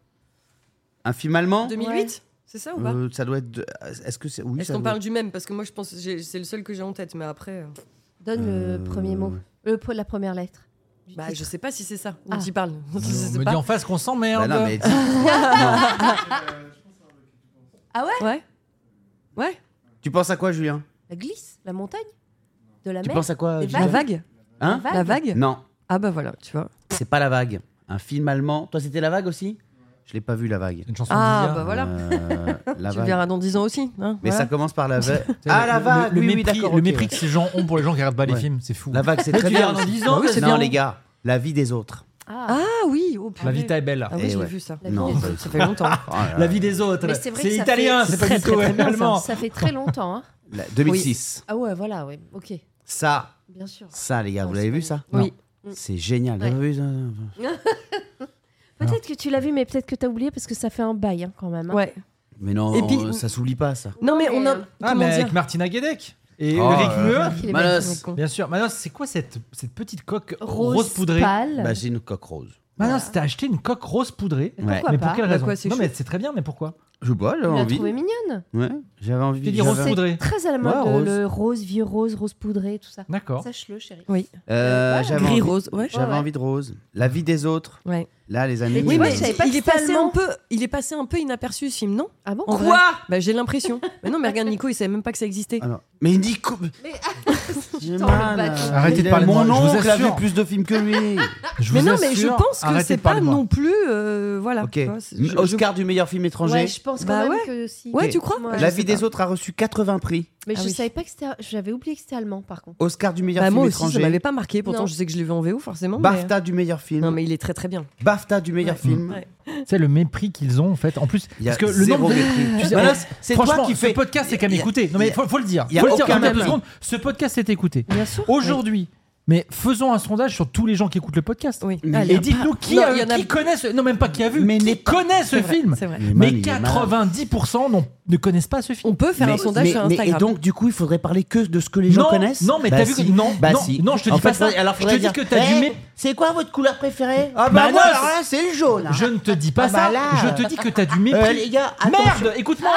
Speaker 3: Un film allemand
Speaker 2: 2008 C'est ça ou pas
Speaker 3: Euh, Ça doit être... de- Est-ce que c'est... Oui,
Speaker 2: Est-ce
Speaker 3: ça
Speaker 2: qu'on
Speaker 3: doit-
Speaker 2: parle du même Parce que moi, je pense j'ai- c'est le seul que j'ai en tête, mais après. euh,
Speaker 6: Donne
Speaker 3: Euh,
Speaker 6: le premier mot. Le, pre- la première lettre. du
Speaker 2: Bah,
Speaker 6: titre.
Speaker 2: je sais pas si c'est ça dont
Speaker 6: Ah.
Speaker 2: il parle. Je sais
Speaker 1: On me
Speaker 2: pas.
Speaker 1: dit en face qu'on
Speaker 3: Bah
Speaker 1: s'emmerde.
Speaker 3: non, mais dis-
Speaker 6: Ah ouais
Speaker 2: Ouais. Ouais.
Speaker 3: Tu penses à quoi, Julien
Speaker 6: La glisse La montagne De la
Speaker 3: Tu
Speaker 6: mer
Speaker 3: penses à quoi
Speaker 6: des
Speaker 3: Julien
Speaker 2: La
Speaker 6: Vague.
Speaker 2: vague
Speaker 3: Hein
Speaker 6: Vague
Speaker 2: La vague
Speaker 3: Non,
Speaker 2: Ah bah voilà, tu vois.
Speaker 3: c'est pas La Vague. Un film allemand. Toi, c'était La Vague aussi Je l'ai pas vu, La Vague.
Speaker 1: Une chanson
Speaker 2: Ah
Speaker 1: d'Isia.
Speaker 2: bah voilà.
Speaker 3: Euh, la
Speaker 2: tu
Speaker 3: Vague.
Speaker 2: le verras dans 10 ans aussi. hein,
Speaker 3: Mais
Speaker 2: voilà.
Speaker 3: ça commence par La Vague.
Speaker 1: Tu sais,
Speaker 3: ah,
Speaker 1: le-
Speaker 3: La
Speaker 1: le-
Speaker 3: Vague
Speaker 1: Le,
Speaker 3: oui, oui,
Speaker 1: mépris,
Speaker 3: d'accord,
Speaker 1: le
Speaker 3: ok.
Speaker 1: mépris que ces gens ont pour les gens qui regardent pas les
Speaker 3: Ouais.
Speaker 1: films, c'est fou.
Speaker 3: La Vague, c'est très
Speaker 1: Tu
Speaker 3: bien.
Speaker 1: verras dans
Speaker 3: aussi.
Speaker 1: 10 ans,
Speaker 2: oui, c'est
Speaker 3: non,
Speaker 2: bien.
Speaker 3: les gars, La vie des autres.
Speaker 6: Ah,
Speaker 2: Ah oui, oh, purée.
Speaker 1: La vita est belle.
Speaker 2: Ah
Speaker 3: Eh
Speaker 2: oui, j'ai
Speaker 3: ouais.
Speaker 2: vu ça.
Speaker 6: La
Speaker 3: Non,
Speaker 6: vie des
Speaker 3: ça-
Speaker 2: Ça fait longtemps.
Speaker 3: Oh là
Speaker 1: La
Speaker 3: là.
Speaker 1: vie des autres.
Speaker 6: Mais c'est vrai que ça
Speaker 1: italien,
Speaker 6: fait-
Speaker 1: c'est pas
Speaker 6: très,
Speaker 1: du
Speaker 6: très,
Speaker 1: tout
Speaker 6: très bien, ça.
Speaker 1: allemand.
Speaker 6: Ça fait très longtemps. hein.
Speaker 3: La- 2006.
Speaker 6: Ah ouais, voilà, ouais. Ok,
Speaker 3: Ça,
Speaker 6: bien sûr.
Speaker 3: ça, les gars,
Speaker 6: Non,
Speaker 3: vous l'avez
Speaker 6: c'est
Speaker 3: vu,
Speaker 6: pas
Speaker 3: ça
Speaker 2: Oui.
Speaker 3: Non. C'est génial. Vous l'avez vu, ça
Speaker 6: Peut-être que tu l'as vu, mais peut-être que t'as oublié parce que ça fait un bail hein, quand même. hein.
Speaker 2: Ouais.
Speaker 3: Mais non,
Speaker 2: Et
Speaker 3: on-
Speaker 2: puis-
Speaker 3: ça s'oublie pas, ça.
Speaker 2: Non mais
Speaker 6: Ouais,
Speaker 2: on a.
Speaker 6: euh,
Speaker 1: Ah, mais
Speaker 2: comment
Speaker 1: avec
Speaker 2: dire
Speaker 1: Martina Guédec et
Speaker 3: Oh,
Speaker 1: Eric
Speaker 3: euh,
Speaker 1: Mueux.
Speaker 6: Il est
Speaker 3: Manos.
Speaker 6: magnifique, mon con.
Speaker 1: Bien sûr. Manos, c'est quoi cette, cette petite coque
Speaker 6: Rose,
Speaker 1: rose, poudrée
Speaker 6: pâle.
Speaker 3: Bah, c'est une coque rose.
Speaker 1: Manos, t'as acheté une coque rose poudrée.
Speaker 6: Mais pourquoi
Speaker 1: mais
Speaker 6: pas
Speaker 1: pour quelle
Speaker 2: Bah,
Speaker 1: raison
Speaker 2: quoi, c'est
Speaker 1: Non,
Speaker 2: chou-
Speaker 1: mais c'est très bien, mais pourquoi
Speaker 3: Je vois, j'avais
Speaker 6: Tu l'as
Speaker 3: envie.
Speaker 6: trouvée mignonne.
Speaker 3: Ouais, j'avais envie.
Speaker 1: Tu dis rose
Speaker 3: j'avais-
Speaker 1: poudrée.
Speaker 6: Très à la mode, euh,
Speaker 3: Ouais, rose.
Speaker 6: le rose, vieux rose, rose poudrée, tout ça.
Speaker 1: D'accord.
Speaker 6: Sache-le, chérie.
Speaker 2: Oui.
Speaker 3: Euh,
Speaker 6: Ouais.
Speaker 3: j'avais
Speaker 2: Gris
Speaker 3: envie-
Speaker 2: rose. Ouais.
Speaker 3: J'avais
Speaker 6: Ouais, ouais.
Speaker 3: envie de rose. La vie des autres.
Speaker 2: Ouais.
Speaker 3: Là, les amis.
Speaker 6: Mais tu
Speaker 2: Oui,
Speaker 6: vois,
Speaker 3: euh,
Speaker 6: je savais pas
Speaker 2: il
Speaker 6: que
Speaker 2: est
Speaker 6: c'était
Speaker 2: passé
Speaker 6: allemand.
Speaker 2: un peu, il est passé un peu inaperçu ce film, non
Speaker 6: Ah bon
Speaker 2: En
Speaker 6: ouais.
Speaker 2: quoi Bah j'ai l'impression. Mais non, mais regarde Nico, il savait même pas que ça existait.
Speaker 3: Ah non. Mais Nico.
Speaker 6: Mais- ah,
Speaker 3: J'ai
Speaker 6: Attends,
Speaker 3: mal,
Speaker 6: le bâton.
Speaker 3: là.
Speaker 1: Arrêtez de parler de moi,
Speaker 3: Mon
Speaker 1: je vous
Speaker 3: oncle a vu
Speaker 1: assure.
Speaker 3: plus de films que lui.
Speaker 1: Je
Speaker 2: mais
Speaker 1: vous
Speaker 2: non, mais je
Speaker 1: assure,
Speaker 2: pense que
Speaker 1: arrêtez
Speaker 2: c'est
Speaker 1: de parler
Speaker 2: pas
Speaker 1: de moi.
Speaker 2: non plus, euh, voilà.
Speaker 3: ok.
Speaker 2: tu vois, c'est- je-
Speaker 3: Oscar du meilleur film étranger.
Speaker 6: Ouais, je pense quand
Speaker 2: Bah
Speaker 6: même
Speaker 2: ouais.
Speaker 6: que si.
Speaker 2: Ouais,
Speaker 3: Ok.
Speaker 2: tu crois
Speaker 6: Moi,
Speaker 2: Bah,
Speaker 3: la
Speaker 2: je
Speaker 3: vie
Speaker 2: sais
Speaker 3: des
Speaker 2: pas.
Speaker 3: autres a reçu 80 prix.
Speaker 6: Mais
Speaker 2: Ah
Speaker 6: je
Speaker 2: oui.
Speaker 6: savais pas que c'était. J'avais oublié que c'était allemand, par contre.
Speaker 3: Oscar du meilleur
Speaker 2: Bah,
Speaker 3: film
Speaker 2: moi aussi, ça
Speaker 3: étranger.
Speaker 2: m'avait pas marqué. Pourtant,
Speaker 6: Non.
Speaker 2: je sais que je l'ai vu en VO forcément. mais- euh,
Speaker 1: hein.
Speaker 3: BAFTA du meilleur film.
Speaker 2: Non, mais il est très très bien.
Speaker 3: BAFTA du meilleur film.
Speaker 2: Ouais.
Speaker 1: C'est le mépris qu'ils ont en fait. En plus,
Speaker 3: Il y a
Speaker 1: parce que le nombre de.
Speaker 3: zéro mépris.
Speaker 1: Tu sais,
Speaker 3: Manos,
Speaker 1: on-
Speaker 3: Bah c'est
Speaker 1: franchement,
Speaker 3: toi qui fais-
Speaker 1: ce podcast c'est quand même
Speaker 3: Il y a-
Speaker 1: écouté. Non mais
Speaker 3: il y a-
Speaker 1: faut, faut le dire.
Speaker 3: il y a
Speaker 1: faut le dire
Speaker 3: aucun
Speaker 1: en deux
Speaker 3: mépris.
Speaker 1: secondes. Ce podcast est écouté.
Speaker 6: Bien sûr.
Speaker 1: Aujourd'hui, Mais faisons un sondage sur tous les gens qui écoutent le podcast.
Speaker 2: Allez.
Speaker 1: Et dites-nous qui,
Speaker 2: Non,
Speaker 1: a-
Speaker 2: il y en a-
Speaker 1: qui connaît ce... Non, même pas qui a vu, mais qui connaît ce
Speaker 2: C'est vrai,
Speaker 1: film.
Speaker 2: c'est vrai.
Speaker 3: Il est
Speaker 1: Mais
Speaker 3: mal, il est malade.
Speaker 1: 90% n'ont- ne connaissent pas ce film.
Speaker 2: On peut faire un sondage sur Instagram.
Speaker 3: et donc, du coup, il faudrait parler que de ce que les gens
Speaker 1: Non,
Speaker 3: connaissent
Speaker 1: non, mais
Speaker 3: Bah
Speaker 1: t'as vu
Speaker 3: si.
Speaker 1: que- non,
Speaker 3: Bah
Speaker 1: non,
Speaker 3: si.
Speaker 1: non, je te
Speaker 3: En
Speaker 1: dis
Speaker 3: fait,
Speaker 1: pas ça.
Speaker 3: faudrait- Alors,
Speaker 1: Je
Speaker 3: faudrait
Speaker 1: te dis
Speaker 3: dire,
Speaker 1: que t'as
Speaker 3: Eh,
Speaker 1: dû-
Speaker 3: C'est quoi votre couleur préférée Ah,
Speaker 1: Bah
Speaker 3: bah,
Speaker 1: non,
Speaker 3: moi, alors là, c'est le jaune. hein.
Speaker 1: Je ne te dis pas
Speaker 3: Ah bah
Speaker 1: ça.
Speaker 3: là.
Speaker 1: Je te dis que t'as du
Speaker 3: Euh,
Speaker 1: mépris.
Speaker 3: les gars, attention.
Speaker 1: Merde, écoute-moi.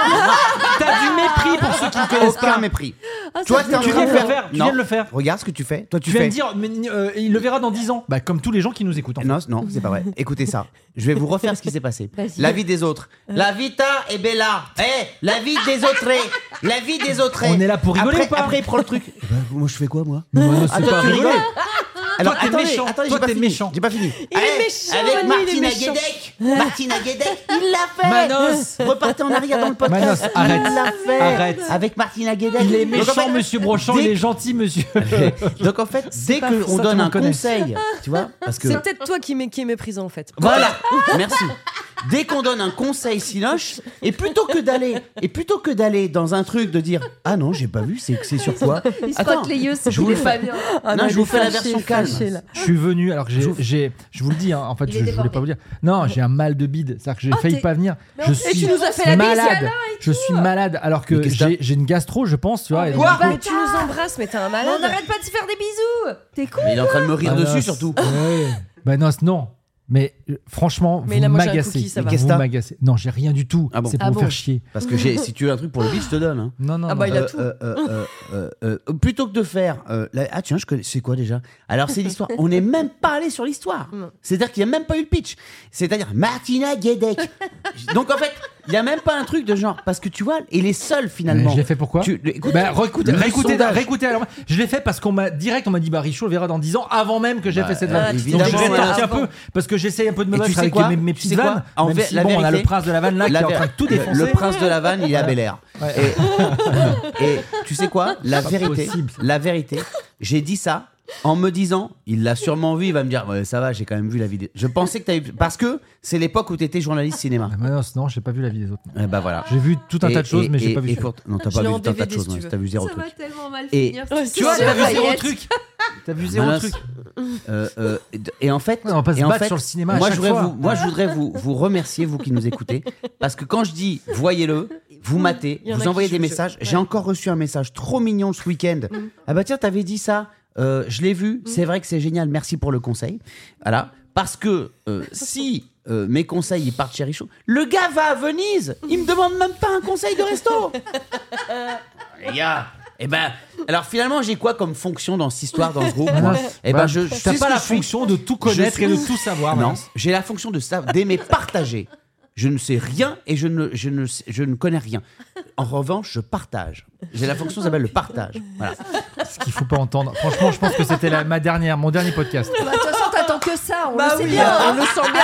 Speaker 1: t'as du mépris pour ceux qui ne connaissent
Speaker 3: Aucun
Speaker 1: pas.
Speaker 3: mépris.
Speaker 2: Ah,
Speaker 3: Toi,
Speaker 2: ça,
Speaker 3: t'es en
Speaker 1: Tu viens
Speaker 3: train
Speaker 1: de le faire, tu
Speaker 3: Non.
Speaker 1: viens de le faire.
Speaker 3: Regarde ce que tu fais. Toi, tu,
Speaker 1: Tu
Speaker 3: fais.
Speaker 1: viens me dire, mais, euh, il le verra dans 10 ans. Bah, comme tous les gens qui nous écoutent. en fait.
Speaker 3: Non, non, c'est pas vrai. Écoutez ça. Je vais vous refaire ce qui s'est passé.
Speaker 6: Vas-y.
Speaker 3: La vie des autres.
Speaker 2: Euh.
Speaker 3: La vita est bella. Eh, la vie des autres. La vie des autres.
Speaker 1: On est là pour rigoler
Speaker 3: après,
Speaker 1: ou pas
Speaker 3: Après, il prend le truc. Eh ben, moi, je fais quoi, moi
Speaker 1: Non,
Speaker 3: Ah,
Speaker 1: c'est
Speaker 3: toi,
Speaker 1: pas
Speaker 3: tu
Speaker 1: rigolo.
Speaker 3: rigoles Alors,
Speaker 1: t'es
Speaker 3: attendez,
Speaker 1: méchant.
Speaker 3: attendez,
Speaker 1: Toi,
Speaker 3: j'ai pas
Speaker 1: t'es
Speaker 3: fini.
Speaker 1: méchant.
Speaker 3: J'ai pas fini. Eh,
Speaker 2: Il est méchant,
Speaker 3: Avec
Speaker 2: Manu, il est
Speaker 3: Martina
Speaker 2: méchant.
Speaker 3: Guédec. Martina Guédec, il l'a fait.
Speaker 1: Manos.
Speaker 3: Repartez en arrière dans le podcast.
Speaker 1: Manos, arrête.
Speaker 3: Il l'a fait.
Speaker 1: Arrête.
Speaker 3: Avec Martina Guédec.
Speaker 1: Il est
Speaker 3: Donc, en fait,
Speaker 1: méchant, monsieur Brochant.
Speaker 3: dès
Speaker 1: Il est
Speaker 3: que-
Speaker 1: gentil, monsieur.
Speaker 3: Donc, en fait, dès
Speaker 1: pas ça,
Speaker 3: qu'on
Speaker 1: tout
Speaker 3: donne
Speaker 1: le
Speaker 3: un
Speaker 1: monde connaît.
Speaker 3: conseil, tu vois, parce
Speaker 1: euh,
Speaker 3: que.
Speaker 2: C'est peut-être toi qui, m'es- qui est méprisant en fait.
Speaker 3: Voilà, merci. Dès qu'on donne un conseil sinoche, et plutôt que d'aller, et plutôt que d'aller dans un truc de dire ah non j'ai pas vu, c'est c'est sur quoi
Speaker 6: Il se
Speaker 3: Attends,
Speaker 6: frotte les Ah bah, yeux, c'est
Speaker 3: je vous
Speaker 6: qu'il
Speaker 3: le
Speaker 6: est pas
Speaker 3: fais.
Speaker 6: bien.
Speaker 3: non,
Speaker 2: non,
Speaker 3: je
Speaker 2: il
Speaker 3: vous
Speaker 2: est
Speaker 3: fais la
Speaker 2: fâché,
Speaker 3: version
Speaker 2: fâché,
Speaker 3: calme.
Speaker 2: là.
Speaker 1: Je suis venu alors que j'ai, j'ai- je vous le dis, hein, en fait,
Speaker 6: Il
Speaker 1: je,
Speaker 6: est
Speaker 1: je voulais
Speaker 6: débordé.
Speaker 1: pas vous dire. Non, j'ai un mal de bide, c'est-à-dire que j'ai
Speaker 6: Ah,
Speaker 1: failli
Speaker 6: t'es-
Speaker 1: pas venir.
Speaker 6: Mais
Speaker 1: Je
Speaker 6: en
Speaker 1: suis
Speaker 6: fait, tu nous as fait la bise,
Speaker 1: malade.
Speaker 6: Alain,
Speaker 1: je suis malade alors
Speaker 3: Mais
Speaker 1: que
Speaker 3: qu'est-ce que t'as
Speaker 1: j'ai, j'ai une gastro, je pense, tu vois. et
Speaker 6: Ah, mais
Speaker 1: donc, euh,
Speaker 6: il
Speaker 1: du
Speaker 6: va
Speaker 1: coup-
Speaker 6: Bâtard
Speaker 2: Mais tu nous embrasses, mais t'es un
Speaker 6: On
Speaker 2: malade.
Speaker 6: n'arrête pas de se faire des bisous. T'es con
Speaker 3: Mais il est en train de me rire
Speaker 1: Manos,
Speaker 3: dessus surtout.
Speaker 1: ah, ouais. Manos, non. Mais euh, franchement,
Speaker 2: Mais
Speaker 1: vous
Speaker 2: il a mangé un
Speaker 1: m'agacez.
Speaker 2: cookie, ça
Speaker 3: va.
Speaker 1: vous
Speaker 3: Qu'est-ce que t'as
Speaker 1: m'agacez. Non, j'ai rien du tout.
Speaker 3: Ah bon
Speaker 1: C'est pour
Speaker 6: Ah
Speaker 1: vous
Speaker 6: bon.
Speaker 1: faire chier.
Speaker 3: Parce que j'ai- si tu veux un truc pour le bide, je te donne. hein.
Speaker 1: Non, non.
Speaker 2: Ah
Speaker 1: non.
Speaker 2: bah, il a
Speaker 3: Euh,
Speaker 2: tout.
Speaker 3: euh, euh, euh, euh, euh, euh, plutôt que de faire euh, la- ah tiens je connais c'est quoi déjà alors c'est l'histoire on n'est même pas allé sur l'histoire c'est-à-dire qu'il n'y a même pas eu le pitch c'est-à-dire Martina Guédec donc en fait il n'y a même pas un truc de genre parce que tu vois il est seul finalement
Speaker 1: Mais je l'ai fait pourquoi
Speaker 3: Tu- le- écoute,
Speaker 1: Bah, réécoutez,
Speaker 3: le
Speaker 1: réécoutez,
Speaker 3: sondage.
Speaker 1: réécoutez, alors, je l'ai fait parce qu'on m'a direct, on m'a dit bah Richaud le verra dans 10 ans avant même que j'ai
Speaker 3: Bah,
Speaker 1: fait cette
Speaker 3: euh,
Speaker 1: vanne.
Speaker 3: évidemment,
Speaker 1: Donc je vais
Speaker 3: voilà.
Speaker 1: tortiller un peu parce que j'essaye un peu de me
Speaker 3: Et tu
Speaker 1: battre
Speaker 3: sais
Speaker 1: avec
Speaker 3: quoi
Speaker 1: mes, mes
Speaker 3: Tu sais
Speaker 1: petites
Speaker 3: quoi
Speaker 1: vannes.
Speaker 3: En
Speaker 1: même
Speaker 3: fait,
Speaker 1: si,
Speaker 3: la
Speaker 1: bon, on a
Speaker 3: vérité-
Speaker 1: le prince de la vanne là qui est en
Speaker 3: ver-
Speaker 1: train de tout
Speaker 3: le-
Speaker 1: défoncer.
Speaker 3: Le prince de la vanne, il est à Bel Air.
Speaker 1: Ouais.
Speaker 3: Et, et tu sais quoi La
Speaker 1: pas
Speaker 3: vérité,
Speaker 1: possible, ça.
Speaker 3: la vérité, j'ai dit ça en me disant, il l'a sûrement vu, il va me dire, ouais, ça va, j'ai quand même vu la vidéo. Je pensais que t'avais parce que c'est l'époque où t'étais journaliste cinéma.
Speaker 1: Ah, Manos, non, j'ai pas vu la vie des autres. non.
Speaker 3: Eh bah voilà.
Speaker 1: J'ai vu tout un tas de choses, mais j'ai pas vu. celui-là.
Speaker 3: celui-là. Non, t'as
Speaker 2: Je
Speaker 3: pas
Speaker 2: l'ai
Speaker 3: vu
Speaker 2: en
Speaker 3: tout un tas de
Speaker 2: DVD,
Speaker 3: choses,
Speaker 2: si
Speaker 3: ouais,
Speaker 2: tu veux.
Speaker 3: t'as vu zéro
Speaker 6: Ça va
Speaker 3: truc.
Speaker 6: tellement mal
Speaker 3: Et-
Speaker 6: finir.
Speaker 2: Ouais,
Speaker 6: cette
Speaker 1: Tu vois, t'as
Speaker 6: histoire.
Speaker 1: vu zéro
Speaker 6: Paillettes.
Speaker 1: truc. T'as vu zéro
Speaker 3: Manos,
Speaker 1: truc.
Speaker 3: euh, euh, d- et en fait,
Speaker 1: Ouais, on va pas se
Speaker 3: et en
Speaker 1: battre
Speaker 3: fait,
Speaker 1: sur le cinéma à
Speaker 3: Moi, je
Speaker 1: chaque
Speaker 3: voudrais,
Speaker 1: fois.
Speaker 3: vous, moi, je voudrais vous, vous remercier, vous qui nous écoutez, parce que quand je dis voyez-le, vous matez,
Speaker 2: Mm. Il y en a
Speaker 3: vous
Speaker 2: qui
Speaker 3: envoyez des
Speaker 2: jugent.
Speaker 3: messages.
Speaker 2: Ouais. Mm.
Speaker 3: J'ai encore reçu un message trop mignon ce week-end. Ah bah tiens, t'avais dit ça, euh, je l'ai vu, c'est vrai que c'est génial, merci pour le conseil. Voilà, parce que euh, si. euh, mes conseils, ils partent chez Richaud. Le gars va à Venise, il me demande même pas un conseil de resto. Les gars, eh ben, alors finalement, j'ai quoi comme fonction dans cette histoire, dans ce groupe moi Eh ben,
Speaker 1: Bah,
Speaker 3: je, je
Speaker 1: T'as
Speaker 3: sais
Speaker 1: pas
Speaker 3: ce
Speaker 1: la
Speaker 3: que je suis.
Speaker 1: fonction de tout connaître
Speaker 3: suis-
Speaker 1: et de tout savoir.
Speaker 3: Non,
Speaker 1: Manos.
Speaker 3: j'ai la fonction de ça, d'aimer partager. Je ne sais rien et je ne, je ne, sais- je ne connais rien. En revanche, je partage. J'ai la fonction qui s'appelle le partage. Voilà.
Speaker 1: Ce qu'il faut pas entendre. Franchement, je pense que c'était la- ma dernière, mon dernier podcast.
Speaker 6: Bah, De toute façon, t'attends que ça, on
Speaker 2: Bah
Speaker 6: le sait
Speaker 2: oui,
Speaker 6: bien.
Speaker 2: on le sent bien.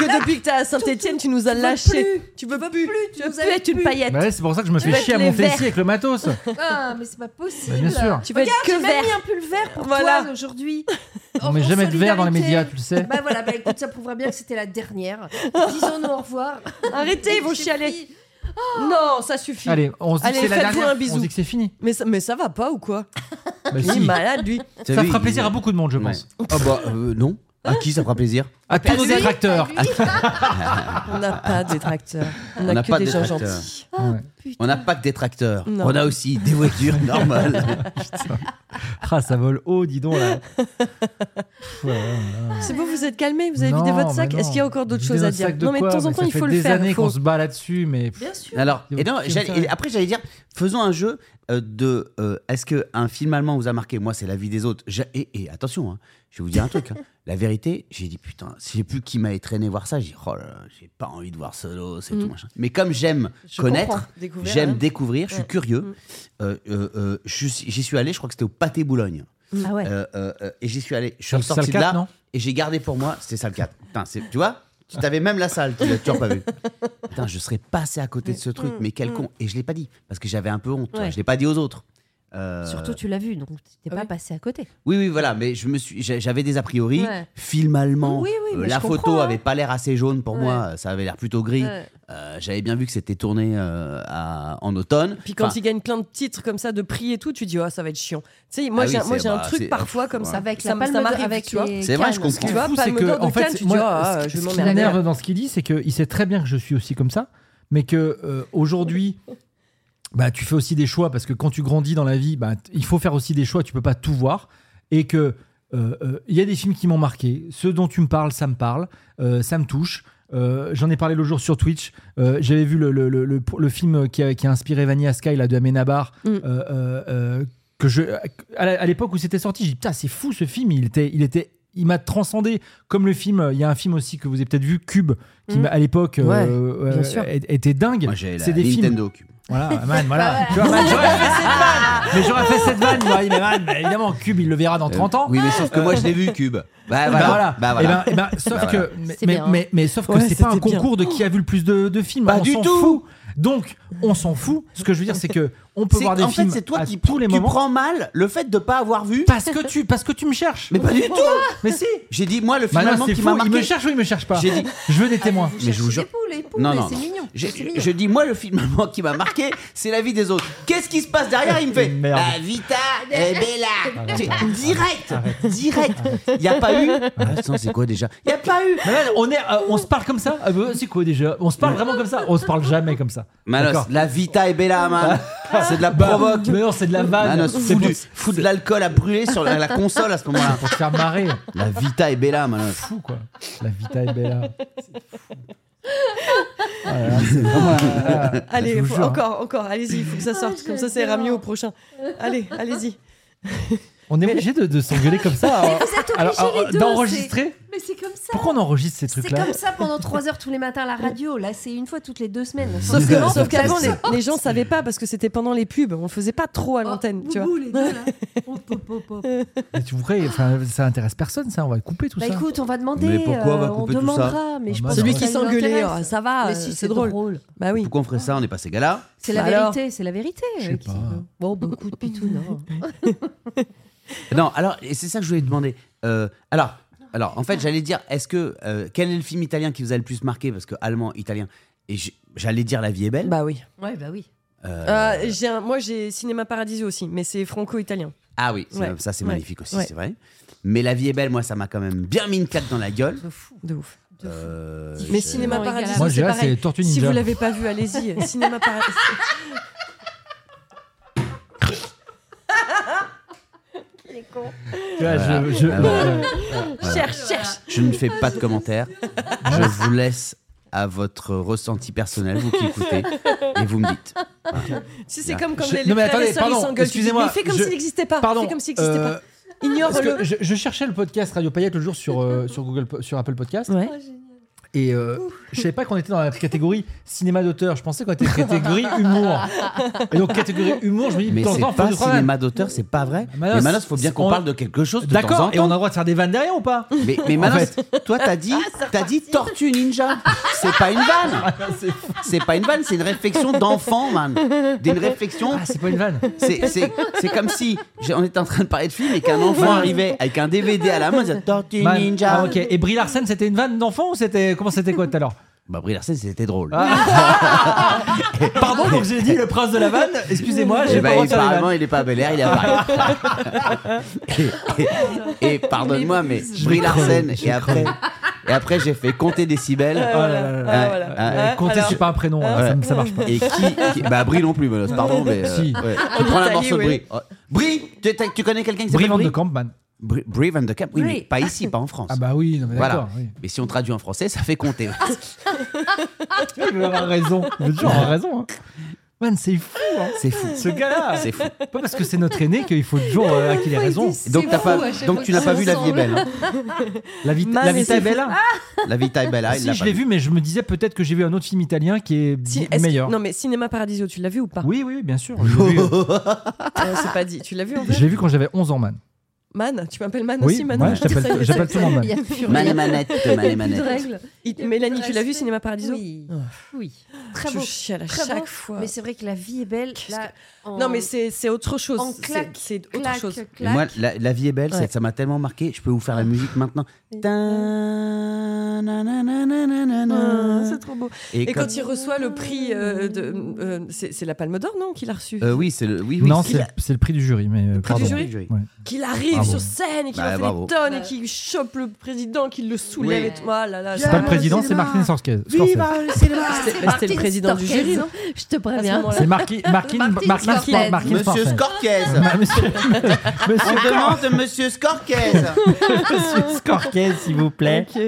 Speaker 2: que depuis que t'es à Saint-Etienne, tu nous as lâchés. Tu veux plus.
Speaker 6: Tu veux plus être une paillette.
Speaker 1: Bah ouais, c'est pour ça que je me fais
Speaker 6: vas être
Speaker 1: chier à
Speaker 6: les
Speaker 1: monter
Speaker 6: verts.
Speaker 1: ici avec le matos.
Speaker 6: Ah, mais c'est pas possible.
Speaker 1: Bah, bien sûr.
Speaker 2: Tu veux être
Speaker 6: J'ai
Speaker 2: que
Speaker 6: même
Speaker 2: vert.
Speaker 6: mis un pull vert pour
Speaker 2: Voilà.
Speaker 6: toi aujourd'hui.
Speaker 1: On met
Speaker 6: En- en
Speaker 1: jamais de verre dans les
Speaker 6: solidarité.
Speaker 1: médias, tu le sais.
Speaker 6: Bah voilà, bah écoute, ça prouvera bien que c'était la dernière. Disons-nous au revoir.
Speaker 2: Arrêtez, ils vont
Speaker 6: J'ai
Speaker 2: chialer.
Speaker 6: pris-
Speaker 2: Non, ça suffit.
Speaker 1: Allez, on se dit
Speaker 2: Allez,
Speaker 1: que c'est la
Speaker 2: faites-vous
Speaker 1: dernière.
Speaker 2: un bisou.
Speaker 1: On se dit que c'est fini.
Speaker 2: Mais ça, mais ça va pas ou quoi
Speaker 1: Bah,
Speaker 2: Il est
Speaker 1: si.
Speaker 2: malade lui.
Speaker 1: Ça fera plaisir à beaucoup de monde, je pense.
Speaker 3: Ah bah euh, non. À qui ça fera plaisir
Speaker 1: À tous nos
Speaker 6: Lui,
Speaker 1: détracteurs.
Speaker 6: à lui.
Speaker 2: On n'a pas de détracteurs. On n'a
Speaker 3: n'a
Speaker 2: que
Speaker 3: pas
Speaker 2: des
Speaker 3: de
Speaker 2: gens
Speaker 3: détracteurs.
Speaker 2: gentils.
Speaker 6: Ah,
Speaker 1: Ouais.
Speaker 3: On n'a pas que des tracteurs.
Speaker 2: Non.
Speaker 3: On a aussi des voitures normales.
Speaker 1: Ah, ça vole haut, dis donc là. Pff, ouais, ouais, ouais.
Speaker 2: C'est bon, vous êtes calmés, vous avez vidé
Speaker 1: Non,
Speaker 2: votre
Speaker 1: mais
Speaker 2: sac.
Speaker 1: non.
Speaker 2: Est-ce qu'il y a encore d'autres
Speaker 1: Vider
Speaker 2: choses à
Speaker 1: notre
Speaker 2: dire
Speaker 1: sac de
Speaker 2: Non, mais de
Speaker 1: quoi
Speaker 2: temps en
Speaker 1: Mais
Speaker 2: temps,
Speaker 1: ça
Speaker 2: il
Speaker 1: fait
Speaker 2: faut le
Speaker 1: des
Speaker 2: faire.
Speaker 1: années
Speaker 2: faut-
Speaker 1: qu'on se bat là-dessus, mais
Speaker 6: Bien sûr.
Speaker 3: Alors,
Speaker 1: Qui-
Speaker 3: et non,
Speaker 1: qui
Speaker 3: j'allais-
Speaker 1: me fait-
Speaker 3: après j'allais dire, faisons un jeu euh, de euh, est-ce que un film allemand vous a marqué Moi, c'est la vie des autres. J'ai- Et, et attention, hein, je vais vous dire un truc. hein. La vérité, j'ai dit putain, si j'ai plus qui m'avait traîné voir ça, j'ai dit oh là là, j'ai pas envie de voir solo, c'est tout machin. Mais comme j'aime
Speaker 2: Mm. Je
Speaker 3: connaître,
Speaker 2: comprends, découvrir,
Speaker 3: j'aime
Speaker 2: hein. Mm.
Speaker 3: découvrir, je suis curieux. euh, euh, euh, je suis- J'y suis allé, je crois que c'était au pâté Boulogne.
Speaker 6: Ah ouais.
Speaker 3: Euh, euh, euh, et j'y suis allé. Je suis
Speaker 1: Dans le
Speaker 3: ressorti
Speaker 1: salle
Speaker 3: de là
Speaker 1: 4, non
Speaker 3: et j'ai gardé pour moi. C'était salle 4. Putain, c'est- tu vois Tu t'avais même la salle, tu l'as toujours pas vu.
Speaker 6: Mm.
Speaker 3: Putain, je serais passé à côté de ce truc, mais quel con. Et je l'ai pas dit parce que j'avais un peu honte. tu vois,
Speaker 2: Ouais.
Speaker 3: Je l'ai pas dit aux autres. Euh,
Speaker 6: Surtout, tu l'as vu, donc t'es pas passé à côté.
Speaker 3: Oui, oui, voilà, mais je me suis, j'a- j'avais des a priori.
Speaker 6: Ouais.
Speaker 3: Film allemand.
Speaker 6: Oui, oui,
Speaker 3: euh,
Speaker 6: mais
Speaker 3: la
Speaker 6: je
Speaker 3: photo
Speaker 6: comprends, hein.
Speaker 3: avait pas l'air assez jaune pour
Speaker 6: Ouais.
Speaker 3: moi. Ça avait l'air plutôt gris.
Speaker 2: Ouais.
Speaker 3: Euh, j'avais bien vu que c'était tourné euh, à- en automne.
Speaker 2: Puis quand
Speaker 3: Enfin,
Speaker 2: il gagne plein de titres comme ça, de prix et tout, tu dis, oh, ça va être chiant. Tu sais, moi,
Speaker 3: Ah oui,
Speaker 2: j'ai moi,
Speaker 3: c'est-
Speaker 2: j'ai un
Speaker 3: bah, c'est-
Speaker 2: truc parfois comme
Speaker 3: ouais.
Speaker 2: ça.
Speaker 6: Avec
Speaker 2: ça
Speaker 6: la
Speaker 2: m-
Speaker 6: palme
Speaker 2: ça
Speaker 6: d'or,
Speaker 2: m'arrive,
Speaker 6: avec
Speaker 2: tu vois.
Speaker 6: les
Speaker 3: C'est vrai, je
Speaker 6: cannes.
Speaker 3: comprends.
Speaker 2: Tu vois,
Speaker 1: fou,
Speaker 2: pas
Speaker 1: c'est
Speaker 2: le
Speaker 1: que,
Speaker 2: moteur de
Speaker 1: en fait,
Speaker 2: Cannes, tu
Speaker 1: moi,
Speaker 2: dis, ah,
Speaker 1: ce-
Speaker 2: je vais
Speaker 1: ce qui
Speaker 2: m'emmerder.
Speaker 1: m'énerve dans ce qu'il dit, c'est qu'il sait très bien que je suis aussi comme ça, mais que euh, aujourd'hui, bah, tu fais aussi des choix parce que quand tu grandis dans la vie, bah, t- il faut faire aussi des choix. Tu peux pas tout voir et que euh, euh, il y a des films qui m'ont marqué. Ceux dont tu me parles, ça me parle, euh, ça me touche. Euh, J'en ai parlé l'autre jour sur Twitch. Euh, J'avais vu le, le- le- le- le film qui a, qui a inspiré Vanilla Sky là, de Amenabar.
Speaker 2: Mm.
Speaker 1: euh, euh, euh, que je, à la- à l'époque où c'était sorti, j'ai dit putain, c'est fou ce film. Il était, il était, il m'a transcendé. Comme le film, il y a un film aussi que vous avez peut-être vu, Cube, qui
Speaker 6: Mm.
Speaker 1: m'a- à l'époque
Speaker 2: Ouais,
Speaker 1: euh,
Speaker 2: bien
Speaker 1: euh,
Speaker 2: sûr.
Speaker 1: é- était dingue.
Speaker 3: moi, j'ai la
Speaker 1: C'est des films.
Speaker 3: Nintendo Cube.
Speaker 1: Voilà, man, voilà. Tu vois, man, j'aurais fait cette vanne. Mais j'aurais fait cette vanne. moi. Il est man, mais évidemment, Cube, il le verra
Speaker 3: Euh,
Speaker 1: dans 30 ans.
Speaker 3: Oui, mais sauf que moi, je l'ai vu, Cube. Bah
Speaker 1: Bah voilà.
Speaker 3: voilà. Bah voilà.
Speaker 1: Eh ben- eh ben, sauf
Speaker 3: Bah voilà.
Speaker 1: que, mais,
Speaker 6: C'est
Speaker 1: mais,
Speaker 6: bien, hein.
Speaker 1: mais- mais sauf que
Speaker 2: Ouais,
Speaker 1: c'est pas un
Speaker 2: c'était bien.
Speaker 1: concours de qui a vu le plus de, de films.
Speaker 3: Pas
Speaker 1: on
Speaker 3: du
Speaker 1: s'en
Speaker 3: tout.
Speaker 1: fout. Donc, on s'en fout. Ce que je veux dire, c'est que on peut
Speaker 3: C'est-
Speaker 1: voir des
Speaker 3: en
Speaker 1: films
Speaker 3: fait, c'est toi
Speaker 1: à
Speaker 3: qui
Speaker 1: tous les
Speaker 3: tu
Speaker 1: moments.
Speaker 3: prends mal le fait de pas avoir vu.
Speaker 1: Parce que tu, parce que tu me cherches.
Speaker 3: Mais pas du tout.
Speaker 1: Mais si.
Speaker 3: J'ai dit moi le film
Speaker 1: Bah non,
Speaker 3: allemand
Speaker 1: c'est
Speaker 3: qui m'a
Speaker 1: fou. Il me
Speaker 3: marqué.
Speaker 1: cherche ou il me cherche pas.
Speaker 3: J'ai dit-
Speaker 1: Je veux des témoins.
Speaker 3: Mais je vous jure.
Speaker 6: Des poules, les poules,
Speaker 3: Non,
Speaker 6: mais
Speaker 3: non.
Speaker 6: C'est mignon.
Speaker 3: Je,
Speaker 6: c'est
Speaker 3: je
Speaker 6: mignon.
Speaker 3: dis moi le film allemand qui m'a marqué, c'est la vie des autres. Qu'est-ce qui se passe derrière Il me fait
Speaker 1: Merde.
Speaker 3: Ah, Vita et Bella. C'est Direct, direct. Il y a pas eu. Ah, attends, c'est quoi déjà Il y a pas eu.
Speaker 1: Mais là, on est, euh, on se parle comme ça. Ah bah, c'est quoi déjà On se parle vraiment comme ça. On se parle jamais comme ça.
Speaker 3: Manos,
Speaker 1: D'accord.
Speaker 3: la Vita et Bella, man. C'est de la
Speaker 1: Bah,
Speaker 3: provoque.
Speaker 1: Mais non, c'est de la vanne.
Speaker 3: Manos,
Speaker 1: c'est
Speaker 3: fous
Speaker 1: pour,
Speaker 3: du- fous de l'alcool à brûler sur la, la console à ce moment-là.
Speaker 1: pour te faire marrer.
Speaker 3: La Vita et Bella, Manos.
Speaker 1: Fou quoi. La vita est hein. bella. C'est fou. Ah là là, c'est vraiment- ah
Speaker 3: Bah,
Speaker 1: là là. Je
Speaker 2: Allez,
Speaker 1: vous
Speaker 2: faut-
Speaker 1: jure, hein.
Speaker 2: encore, encore, allez-y, il faut que ça
Speaker 6: Ah,
Speaker 2: sorte. comme ça, ça ira mieux au prochain. Allez, allez-y.
Speaker 1: On est obligé de, de s'engueuler comme ça. hein. alors- alors,
Speaker 6: Vous êtes obligés
Speaker 1: alors,
Speaker 6: les deux.
Speaker 1: d'enregistrer
Speaker 6: c'est- Mais c'est comme ça.
Speaker 1: Pourquoi on enregistre ces
Speaker 6: C'est
Speaker 1: trucs-là
Speaker 6: comme ça pendant 3 heures tous les matins à la radio. Là, c'est une fois toutes les deux semaines.
Speaker 2: Sauf que-
Speaker 6: Forcément,
Speaker 2: sauf
Speaker 6: ça
Speaker 2: qu'avant, les,
Speaker 6: sort.
Speaker 2: les gens savaient pas parce que c'était pendant les pubs. On le faisait pas trop à
Speaker 6: Oh,
Speaker 2: l'antenne, tu vois.
Speaker 6: Boubou, les deux, là. Hop, hop, hop, hop.
Speaker 1: Mais tu voudrais, enfin, ça intéresse personne, ça. On va couper tout
Speaker 6: Bah
Speaker 1: ça.
Speaker 6: écoute, on va demander.
Speaker 3: Mais pourquoi on va
Speaker 6: euh, on
Speaker 3: couper tout ça Ah,
Speaker 6: demandera. Mais je
Speaker 1: bah,
Speaker 6: pense
Speaker 1: Celui
Speaker 6: que
Speaker 1: qui
Speaker 6: ça nous intéresse.
Speaker 2: oh, ça va,
Speaker 6: Mais
Speaker 2: euh,
Speaker 6: si,
Speaker 2: c'est drôle. Bah oui. Bah
Speaker 3: Pourquoi on ferait ça On n'est pas ces gars-là.
Speaker 2: oh,
Speaker 6: C'est la
Speaker 2: Alors
Speaker 6: vérité, c'est la vérité.
Speaker 1: Je sais
Speaker 6: euh, qui-
Speaker 1: pas.
Speaker 6: Bon, beaucoup de pitou, non.
Speaker 3: Non, alors, et c'est ça que je voulais te demander. Euh, alors, alors, en fait, j'allais dire, est-ce que, euh, quel est le film italien qui vous a le plus marqué Parce que allemand, italien, et j- j'allais dire La vie est belle.
Speaker 2: Bah oui.
Speaker 6: Ouais, bah oui.
Speaker 3: Euh,
Speaker 2: Euh, j'ai un- moi, j'ai Cinéma Paradiso aussi, mais c'est franco-italien.
Speaker 3: ah oui, c'est-
Speaker 2: ouais.
Speaker 3: ça c'est
Speaker 2: Ouais.
Speaker 3: magnifique aussi,
Speaker 2: Ouais.
Speaker 3: c'est vrai. Mais La vie est belle, moi, ça m'a quand même bien mis une claque dans la gueule.
Speaker 2: De fou. De ouf.
Speaker 3: Euh,
Speaker 2: Mais
Speaker 3: je-
Speaker 2: Cinéma
Speaker 6: Non,
Speaker 2: Paradiso,
Speaker 1: Moi, je
Speaker 2: c'est
Speaker 1: dirais,
Speaker 2: pareil.
Speaker 1: c'est Tortue
Speaker 2: Si
Speaker 1: Ninja.
Speaker 2: vous l'avez pas vu, allez-y. Cinéma Paradiso.
Speaker 1: Tu vois, je- je-
Speaker 3: Ah ouais.
Speaker 2: Cherche, cherche.
Speaker 3: Je ne fais pas de commentaires. Je vous laisse à votre ressenti personnel, vous qui écoutez, et vous me dites.
Speaker 2: Si c'est
Speaker 3: Là.
Speaker 2: comme quand
Speaker 1: Je-
Speaker 2: les,
Speaker 1: non, mais
Speaker 2: frères
Speaker 1: attendez,
Speaker 2: et sœurs,
Speaker 1: pardon,
Speaker 2: ils s'engueulent. tu dis,
Speaker 1: excusez-moi,
Speaker 2: Mais fais comme
Speaker 1: je-
Speaker 2: s'il n'existait pas.
Speaker 1: Pardon.
Speaker 2: Fais comme s'il n'existait
Speaker 1: euh,
Speaker 2: pas. Ignore
Speaker 1: Parce que
Speaker 2: le.
Speaker 1: je, je cherchais le podcast Radio Payette le jour sur, euh, sur, Google, po- sur Apple Podcast
Speaker 2: Ouais.
Speaker 1: et euh, je savais pas qu'on était dans la catégorie cinéma d'auteur. Je pensais qu'on était dans la catégorie humour. Et donc, catégorie humour, je me dis,
Speaker 3: Mais
Speaker 1: de temps en
Speaker 3: c'est
Speaker 1: temps, faut
Speaker 3: pas
Speaker 1: se prendre la-
Speaker 3: cinéma d'auteur, c'est pas vrai.
Speaker 1: Manos,
Speaker 3: mais Manos, faut bien
Speaker 1: c'est-
Speaker 3: qu'on
Speaker 1: on-
Speaker 3: parle de quelque chose. de temps en
Speaker 1: D'accord, et on
Speaker 3: temps.
Speaker 1: a le droit de faire des vannes derrière ou pas
Speaker 3: Mais, mais Manos,
Speaker 1: fait.
Speaker 3: toi, t'as dit, t'as dit tortue ninja. C'est pas une
Speaker 1: Ah,
Speaker 3: vanne. C'est pas une vanne, c'est une réflexion d'enfant, man. Des- Une réflexion.
Speaker 1: Ah, c'est pas une vanne.
Speaker 3: C'est, c'est, c'est comme si j'ai- on était en train de parler de film et qu'un enfant arrivait avec un DVD à la main, il disait tortue
Speaker 1: Man.
Speaker 3: ninja.
Speaker 1: Ah, ok. Et Brie Larson, c'était une vanne d'enfant ou c'était. Comment c'était quoi tout à l'heure
Speaker 3: Bah, Brie Larson, c'était drôle.
Speaker 1: Ah, Pardon, donc j'ai dit le prince de la vanne. Excusez-moi,
Speaker 3: Eh
Speaker 1: j'ai
Speaker 3: ben,
Speaker 1: pas le droit de faire des
Speaker 3: apparemment,
Speaker 1: vannes.
Speaker 3: il est pas à Bel Air, il est à Paris. et, et- et pardonne-moi, mais Brie Larson, et après, et après j'ai fait compter décibels.
Speaker 1: Oh là là là là.
Speaker 3: Euh,
Speaker 2: voilà.
Speaker 3: euh,
Speaker 2: Ah,
Speaker 1: Comptez,
Speaker 2: alors-
Speaker 1: c'est pas un prénom, là, ça,
Speaker 3: Ouais.
Speaker 1: me- ça marche pas.
Speaker 3: Et qui, qui- Bah, Brie non plus, Manos, pardon, mais.
Speaker 1: Si.
Speaker 3: euh, ouais. Tu prends un
Speaker 2: Italie,
Speaker 3: morceau de
Speaker 2: oui.
Speaker 3: Brie. Oh. Brie tu, t'as- tu connais quelqu'un qui
Speaker 1: Brie
Speaker 3: s'appelle
Speaker 1: Van de
Speaker 3: Brie
Speaker 1: Campman.
Speaker 3: Brie Brie Van de Camp, oui, mais
Speaker 6: Brie.
Speaker 3: pas ici, pas en France.
Speaker 1: Ah, bah oui, non, mais
Speaker 3: Voilà.
Speaker 1: d'accord. oui.
Speaker 3: Mais si on traduit en français, ça fait compter.
Speaker 2: Ah,
Speaker 1: Il veut avoir raison. Il veut toujours avoir raison. hein. Man, c'est fou, hein.
Speaker 3: C'est fou.
Speaker 1: Ce gars-là.
Speaker 3: C'est fou.
Speaker 1: Pas parce que c'est notre aîné qu'il faut toujours euh, qu'il ait raison.
Speaker 3: Et Donc, t'as pas, donc tu n'as pas vu La vie est belle. hein.
Speaker 1: La, vit
Speaker 2: Man,
Speaker 1: la
Speaker 2: mais
Speaker 1: vita
Speaker 2: c'est
Speaker 1: est belle. hein.
Speaker 3: La vita est belle. hein, il
Speaker 1: si,
Speaker 3: l'a
Speaker 1: je
Speaker 3: pas
Speaker 1: l'ai vu, mais je me disais peut-être que j'ai vu un autre film italien qui est,
Speaker 2: Si, est-ce que-
Speaker 1: meilleur.
Speaker 2: Non, mais Cinéma Paradiso, tu l'as vu ou pas
Speaker 1: Oui, oui, bien sûr. Je l'ai vu,
Speaker 2: Euh, C'est pas dit. Tu l'as vu en fait
Speaker 1: je l'ai vu quand j'avais 11 ans, man.
Speaker 2: Man, tu m'appelles Man
Speaker 1: Oui,
Speaker 2: aussi maintenant
Speaker 1: ouais, je t'appelle-
Speaker 2: Ça y est,
Speaker 1: j'appelle
Speaker 2: ça-
Speaker 1: tout le monde Man.
Speaker 2: ça y est.
Speaker 1: Il y a plus
Speaker 3: Man et
Speaker 2: rien.
Speaker 3: manette,
Speaker 2: Il y a
Speaker 3: man et
Speaker 2: plus de
Speaker 3: manette.
Speaker 2: règles. Il- Mélanie, tu l'as vu Cinéma Paradiso
Speaker 6: Oui. Oui. Très
Speaker 2: Je
Speaker 6: beau.
Speaker 2: chiale à
Speaker 6: Très
Speaker 2: chaque
Speaker 6: beau.
Speaker 2: fois.
Speaker 6: Mais c'est vrai que la vie est belle. Là, en-
Speaker 2: Non, mais c'est c'est autre chose.
Speaker 6: En
Speaker 2: C'est-
Speaker 6: claque,
Speaker 2: C'est autre
Speaker 6: claque,
Speaker 2: chose.
Speaker 3: Et moi,
Speaker 6: claque.
Speaker 3: la, la vie est belle,
Speaker 2: Ouais.
Speaker 3: ça- ça m'a tellement marqué. Je peux vous faire la musique maintenant. Ta- na- na- na- na- na- na- na.
Speaker 2: Ah, C'est trop beau.
Speaker 3: Et
Speaker 2: Et
Speaker 3: quand-
Speaker 2: quand il reçoit le prix euh, de. euh, c'est c'est la Palme d'Or, non Qu'il a reçu
Speaker 3: Euh, oui, c'est le. Oui, oui,
Speaker 1: Non,
Speaker 3: c'est-
Speaker 1: c'est c'est le prix du jury. Mais euh,
Speaker 2: prix du
Speaker 1: pardon.
Speaker 2: jury
Speaker 1: Ouais.
Speaker 2: Qu'il arrive
Speaker 1: Bravo.
Speaker 2: sur scène et qu'il
Speaker 3: Bah,
Speaker 2: en fait
Speaker 3: bravo.
Speaker 2: des tonnes et qu'il chope le président, qu'il le soulève
Speaker 3: Oui.
Speaker 2: et tout. Ah là là,
Speaker 1: C'est
Speaker 2: ça-
Speaker 1: pas le président, c'est Martin Scorsese. Scorsese.
Speaker 3: Viva le cinéma
Speaker 2: C'était bah, c'était le
Speaker 6: Martin
Speaker 2: président du
Speaker 6: Scorsese,
Speaker 2: jury, non
Speaker 6: hein. Je te
Speaker 2: À ce
Speaker 6: préviens.
Speaker 2: moment-là.
Speaker 1: C'est Marquis Marquin
Speaker 6: Martin Scorsese.
Speaker 1: Marquin Marquin
Speaker 3: Monsieur
Speaker 1: Scorsese.
Speaker 3: Scorsese
Speaker 1: Ma- Monsieur
Speaker 3: On
Speaker 1: Monsieur
Speaker 3: demande Monsieur Scorsese
Speaker 1: Scorsese, s'il vous plaît.
Speaker 2: Ok.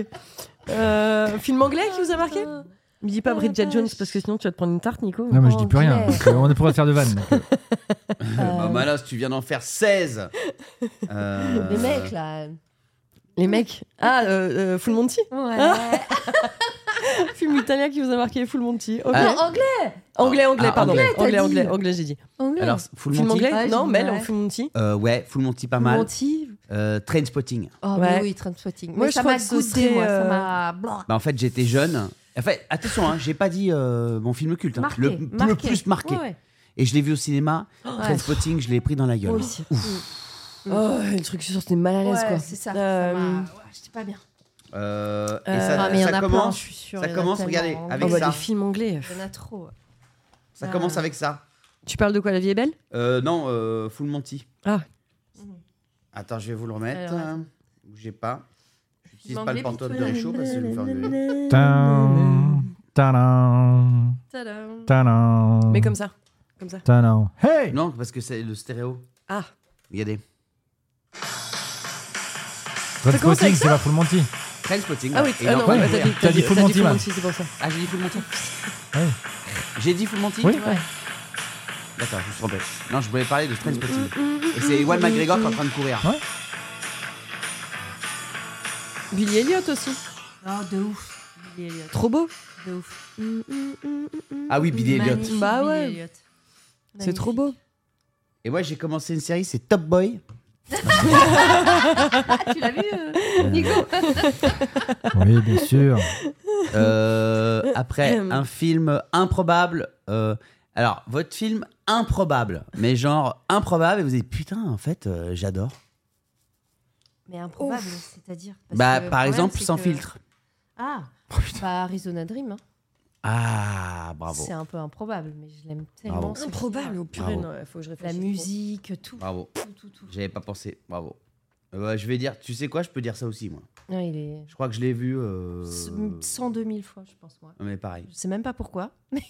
Speaker 2: Euh, film anglais qui vous a marqué
Speaker 6: Ah.
Speaker 2: Me dis pas Bridget Jones parce que sinon tu vas te prendre une tarte, Nico.
Speaker 1: Non, mais je dis plus rien. euh,
Speaker 6: Anglais.
Speaker 1: On est pour faire de vannes. donc, euh,
Speaker 6: Ah.
Speaker 3: Bah, Malas, tu viens d'en faire 16 Euh,
Speaker 6: Les mecs, là.
Speaker 2: Les mecs. Ah, euh, euh, Full Monty.
Speaker 6: Ouais.
Speaker 2: film italien qui vous a marqué Full Monty. Ok.
Speaker 3: Ah.
Speaker 6: En anglais.
Speaker 2: Anglais, anglais,
Speaker 3: Ah,
Speaker 2: pardon.
Speaker 3: anglais,
Speaker 2: Anglais,
Speaker 6: t'as
Speaker 2: anglais,
Speaker 6: dit.
Speaker 2: anglais, j'ai dit.
Speaker 6: Anglais.
Speaker 3: Alors, Full
Speaker 2: film
Speaker 3: Monty
Speaker 2: anglais
Speaker 6: Ouais,
Speaker 2: Non,
Speaker 6: Ah, j'ai-
Speaker 2: Mel en
Speaker 6: ouais.
Speaker 2: Full Monty.
Speaker 3: Euh, Ouais, Full Monty pas mal.
Speaker 6: Monty.
Speaker 3: Euh, Train Spotting.
Speaker 6: Oh,
Speaker 2: Ouais.
Speaker 6: mais oui, train de spotting.
Speaker 2: Moi,
Speaker 6: Moi,
Speaker 2: je
Speaker 6: ça
Speaker 2: crois
Speaker 6: m'a
Speaker 2: que ce
Speaker 6: goûté,
Speaker 2: serait,
Speaker 6: moi.
Speaker 2: euh,
Speaker 6: Ça m'a.
Speaker 3: Bah, en fait, j'étais jeune. Enfin, attention, hein, j'ai pas dit euh, mon film culte. hein.
Speaker 6: Marqué,
Speaker 3: le, le
Speaker 6: marqué.
Speaker 3: plus marqué.
Speaker 6: Ouais, ouais.
Speaker 3: Et je l'ai vu au cinéma. Trainspotting, je l'ai pris dans la gueule.
Speaker 2: Moi aussi. Oh, le truc sur c'était mal à l'aise
Speaker 6: Ah, Ouais,
Speaker 2: quoi.
Speaker 6: c'est ça.
Speaker 2: Euh,
Speaker 6: ça m'a- ouais, J'étais pas bien.
Speaker 3: Euh, et
Speaker 2: Euh,
Speaker 3: ça,
Speaker 6: Ah, mais il y en
Speaker 3: ça
Speaker 6: a plein, je
Speaker 3: commence,
Speaker 6: suis sûre.
Speaker 3: ça
Speaker 6: il y en a
Speaker 3: commence,
Speaker 6: tellement.
Speaker 3: regardez,
Speaker 6: Oh,
Speaker 3: avec
Speaker 2: oh, bah,
Speaker 3: ça.
Speaker 2: des films anglais.
Speaker 6: Il y en a trop.
Speaker 3: ça commence avec ça.
Speaker 2: Tu parles de quoi La vie est belle
Speaker 3: Euh, non, euh, Full Monty.
Speaker 2: Ah.
Speaker 3: Attends, je vais vous le remettre.
Speaker 6: Alors, attends.
Speaker 3: Bougez pas. J'utilise
Speaker 6: Il
Speaker 3: pas le
Speaker 6: manque les
Speaker 3: pantoute de
Speaker 6: pitounes.
Speaker 3: réchaud parce que je vais me faire gueuler.
Speaker 1: tadam, tadam,
Speaker 6: Tadam.
Speaker 1: tadam,
Speaker 2: Mais comme ça. Comme ça.
Speaker 1: tadam. Hey
Speaker 3: Non, parce que c'est le stéréo.
Speaker 2: Ah.
Speaker 3: Regardez.
Speaker 2: Ça commence
Speaker 1: Trainspotting,
Speaker 2: avec
Speaker 1: c'est pas Full Monty.
Speaker 3: Trainspotting.
Speaker 2: Ah oui,
Speaker 3: Et
Speaker 2: ah non,
Speaker 3: l'enfer
Speaker 2: ouais,
Speaker 3: est
Speaker 2: t'as
Speaker 3: ouvert.
Speaker 2: dit,
Speaker 1: T'as dit Full Monty, man.
Speaker 2: c'est pour ça.
Speaker 3: Ah, j'ai dit Full Monty.
Speaker 1: Ouais.
Speaker 3: J'ai dit Full Monty
Speaker 1: Ah Oui.
Speaker 3: D'accord, je me suis trompé. Non, je voulais parler de Trainspotting. Et c'est Ewan McGregor qui est en train de courir.
Speaker 1: Ouais.
Speaker 2: Billy Elliot aussi.
Speaker 6: Oh, de ouf. Billy Elliot.
Speaker 2: Trop beau.
Speaker 6: De ouf.
Speaker 3: Ah oui, Billy Elliot.
Speaker 6: Magnifique,
Speaker 2: Bah
Speaker 6: Billy
Speaker 2: ouais.
Speaker 6: Elliot.
Speaker 2: C'est trop beau.
Speaker 3: Et moi, j'ai commencé une série, c'est Top Boy.
Speaker 6: Ah, tu l'as vu, euh, Nico
Speaker 1: Oui, bien sûr.
Speaker 3: Euh, après, un film improbable. euh, alors, votre film improbable, mais genre improbable, et vous dites putain, en fait, euh, j'adore.
Speaker 6: Mais improbable, c'est-à-dire. parce
Speaker 3: Bah,
Speaker 6: que le
Speaker 3: par
Speaker 6: problème,
Speaker 3: exemple,
Speaker 6: c'est
Speaker 3: sans
Speaker 6: que-
Speaker 3: filtre. Oh,
Speaker 6: Ah, bah, Arizona Dream. hein.
Speaker 3: Ah, bravo.
Speaker 6: C'est un peu improbable, mais je l'aime
Speaker 3: Bravo.
Speaker 6: tellement. ce film.
Speaker 2: Improbable, au purée.
Speaker 3: Bravo.
Speaker 2: non, faut que je
Speaker 6: La
Speaker 2: réfléchisse.
Speaker 6: musique, tout.
Speaker 3: Bravo.
Speaker 6: tout, tout, tout.
Speaker 3: J'avais pas pensé. Bravo. Euh, je vais dire, tu sais quoi, je peux dire ça aussi, moi.
Speaker 6: Non, il est
Speaker 3: Je crois que je l'ai vu. euh,
Speaker 6: 102 000 fois, je pense, moi.
Speaker 3: Mais pareil.
Speaker 6: Je sais même pas pourquoi. mais-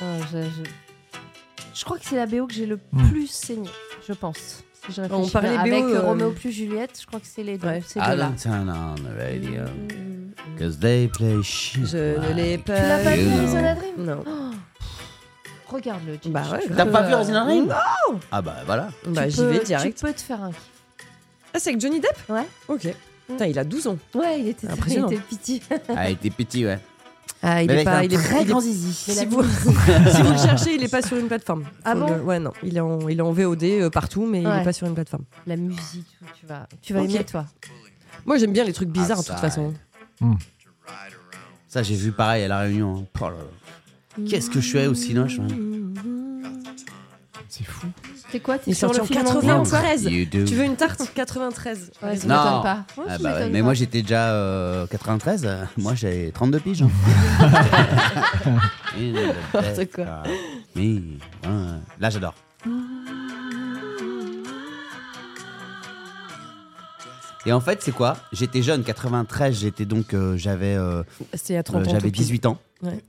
Speaker 6: Ah, je, je- je crois que c'est la BO que j'ai le
Speaker 1: Hmm.
Speaker 6: plus saigné, je pense. Parce que je réfléchis
Speaker 2: On parlait
Speaker 6: bien.
Speaker 2: BO,
Speaker 6: avec
Speaker 2: euh,
Speaker 6: Roméo plus Juliette, je crois que c'est les deux.
Speaker 2: Ouais.
Speaker 6: Ces
Speaker 3: I
Speaker 6: deux-là.
Speaker 3: don't turn on the radio, 'cause they play shit.
Speaker 2: Je ne l'ai
Speaker 3: like-
Speaker 2: pas.
Speaker 6: Tu l'as pas vu,
Speaker 3: You know.
Speaker 6: Arizona Dream
Speaker 2: Non.
Speaker 6: Regarde-le. tu-
Speaker 2: Bah ouais,
Speaker 6: tu-
Speaker 3: T'as
Speaker 2: grave.
Speaker 3: pas vu Resident Evil Ah bah voilà.
Speaker 6: tu
Speaker 2: Bah j'y
Speaker 6: peux-
Speaker 2: vais direct.
Speaker 6: Tu peux Mm. te faire un kiff.
Speaker 2: Ah, c'est avec Johnny Depp
Speaker 6: Ouais.
Speaker 2: Ok. Putain, il a 12 ans.
Speaker 6: Ouais, il était
Speaker 2: Impressionnant.
Speaker 6: il était pitié.
Speaker 3: Ah, il était petit, ouais.
Speaker 2: Ah, il
Speaker 3: Mais
Speaker 2: est
Speaker 3: avec
Speaker 2: pas.
Speaker 3: un
Speaker 2: Il est
Speaker 3: très
Speaker 2: il est-
Speaker 3: grand
Speaker 6: Mais
Speaker 3: zizi.
Speaker 6: la
Speaker 2: Si vous,
Speaker 6: musique,
Speaker 2: si vous le cherchez, il est pas sur une plateforme.
Speaker 6: Ah
Speaker 2: Faut
Speaker 6: bon
Speaker 2: le- Ouais, non. Il est en, il est en VOD euh, partout, mais il
Speaker 6: Ouais.
Speaker 2: est pas sur une plateforme.
Speaker 6: la musique, tout, tu vas, tu vas
Speaker 2: Ok.
Speaker 6: aimer toi.
Speaker 2: Moi, j'aime bien les trucs bizarres, de toute
Speaker 3: Outside.
Speaker 2: façon.
Speaker 3: Ça, j'ai vu pareil à La Réunion. hein. Oh là là. Qu'est-ce que je suis aussi noche hein.
Speaker 1: C'est fou.
Speaker 6: C'est quoi
Speaker 2: Il
Speaker 6: T'es
Speaker 2: est
Speaker 6: sur
Speaker 2: sorti
Speaker 6: le
Speaker 2: en
Speaker 6: film anglais ou quoi
Speaker 2: 93.
Speaker 3: You do.
Speaker 2: Tu veux une tarte 93.
Speaker 6: Ouais, ça
Speaker 3: Non.
Speaker 6: m'étonne pas. Ouais,
Speaker 3: Ah
Speaker 6: ça
Speaker 3: bah ouais,
Speaker 6: m'étonne
Speaker 3: mais
Speaker 6: pas.
Speaker 3: moi j'étais déjà euh, 93, euh, moi j'ai 32 piges. hein. Il est le best,
Speaker 2: quoi.
Speaker 3: ah, oui, ouais. Là j'adore. Et en fait c'est quoi J'étais jeune, 93, j'étais donc euh, j'avais euh,
Speaker 2: C'était il y a
Speaker 3: euh,
Speaker 2: 30 ans.
Speaker 3: j'avais
Speaker 2: tout pile.
Speaker 3: 18 ans.
Speaker 2: Ouais.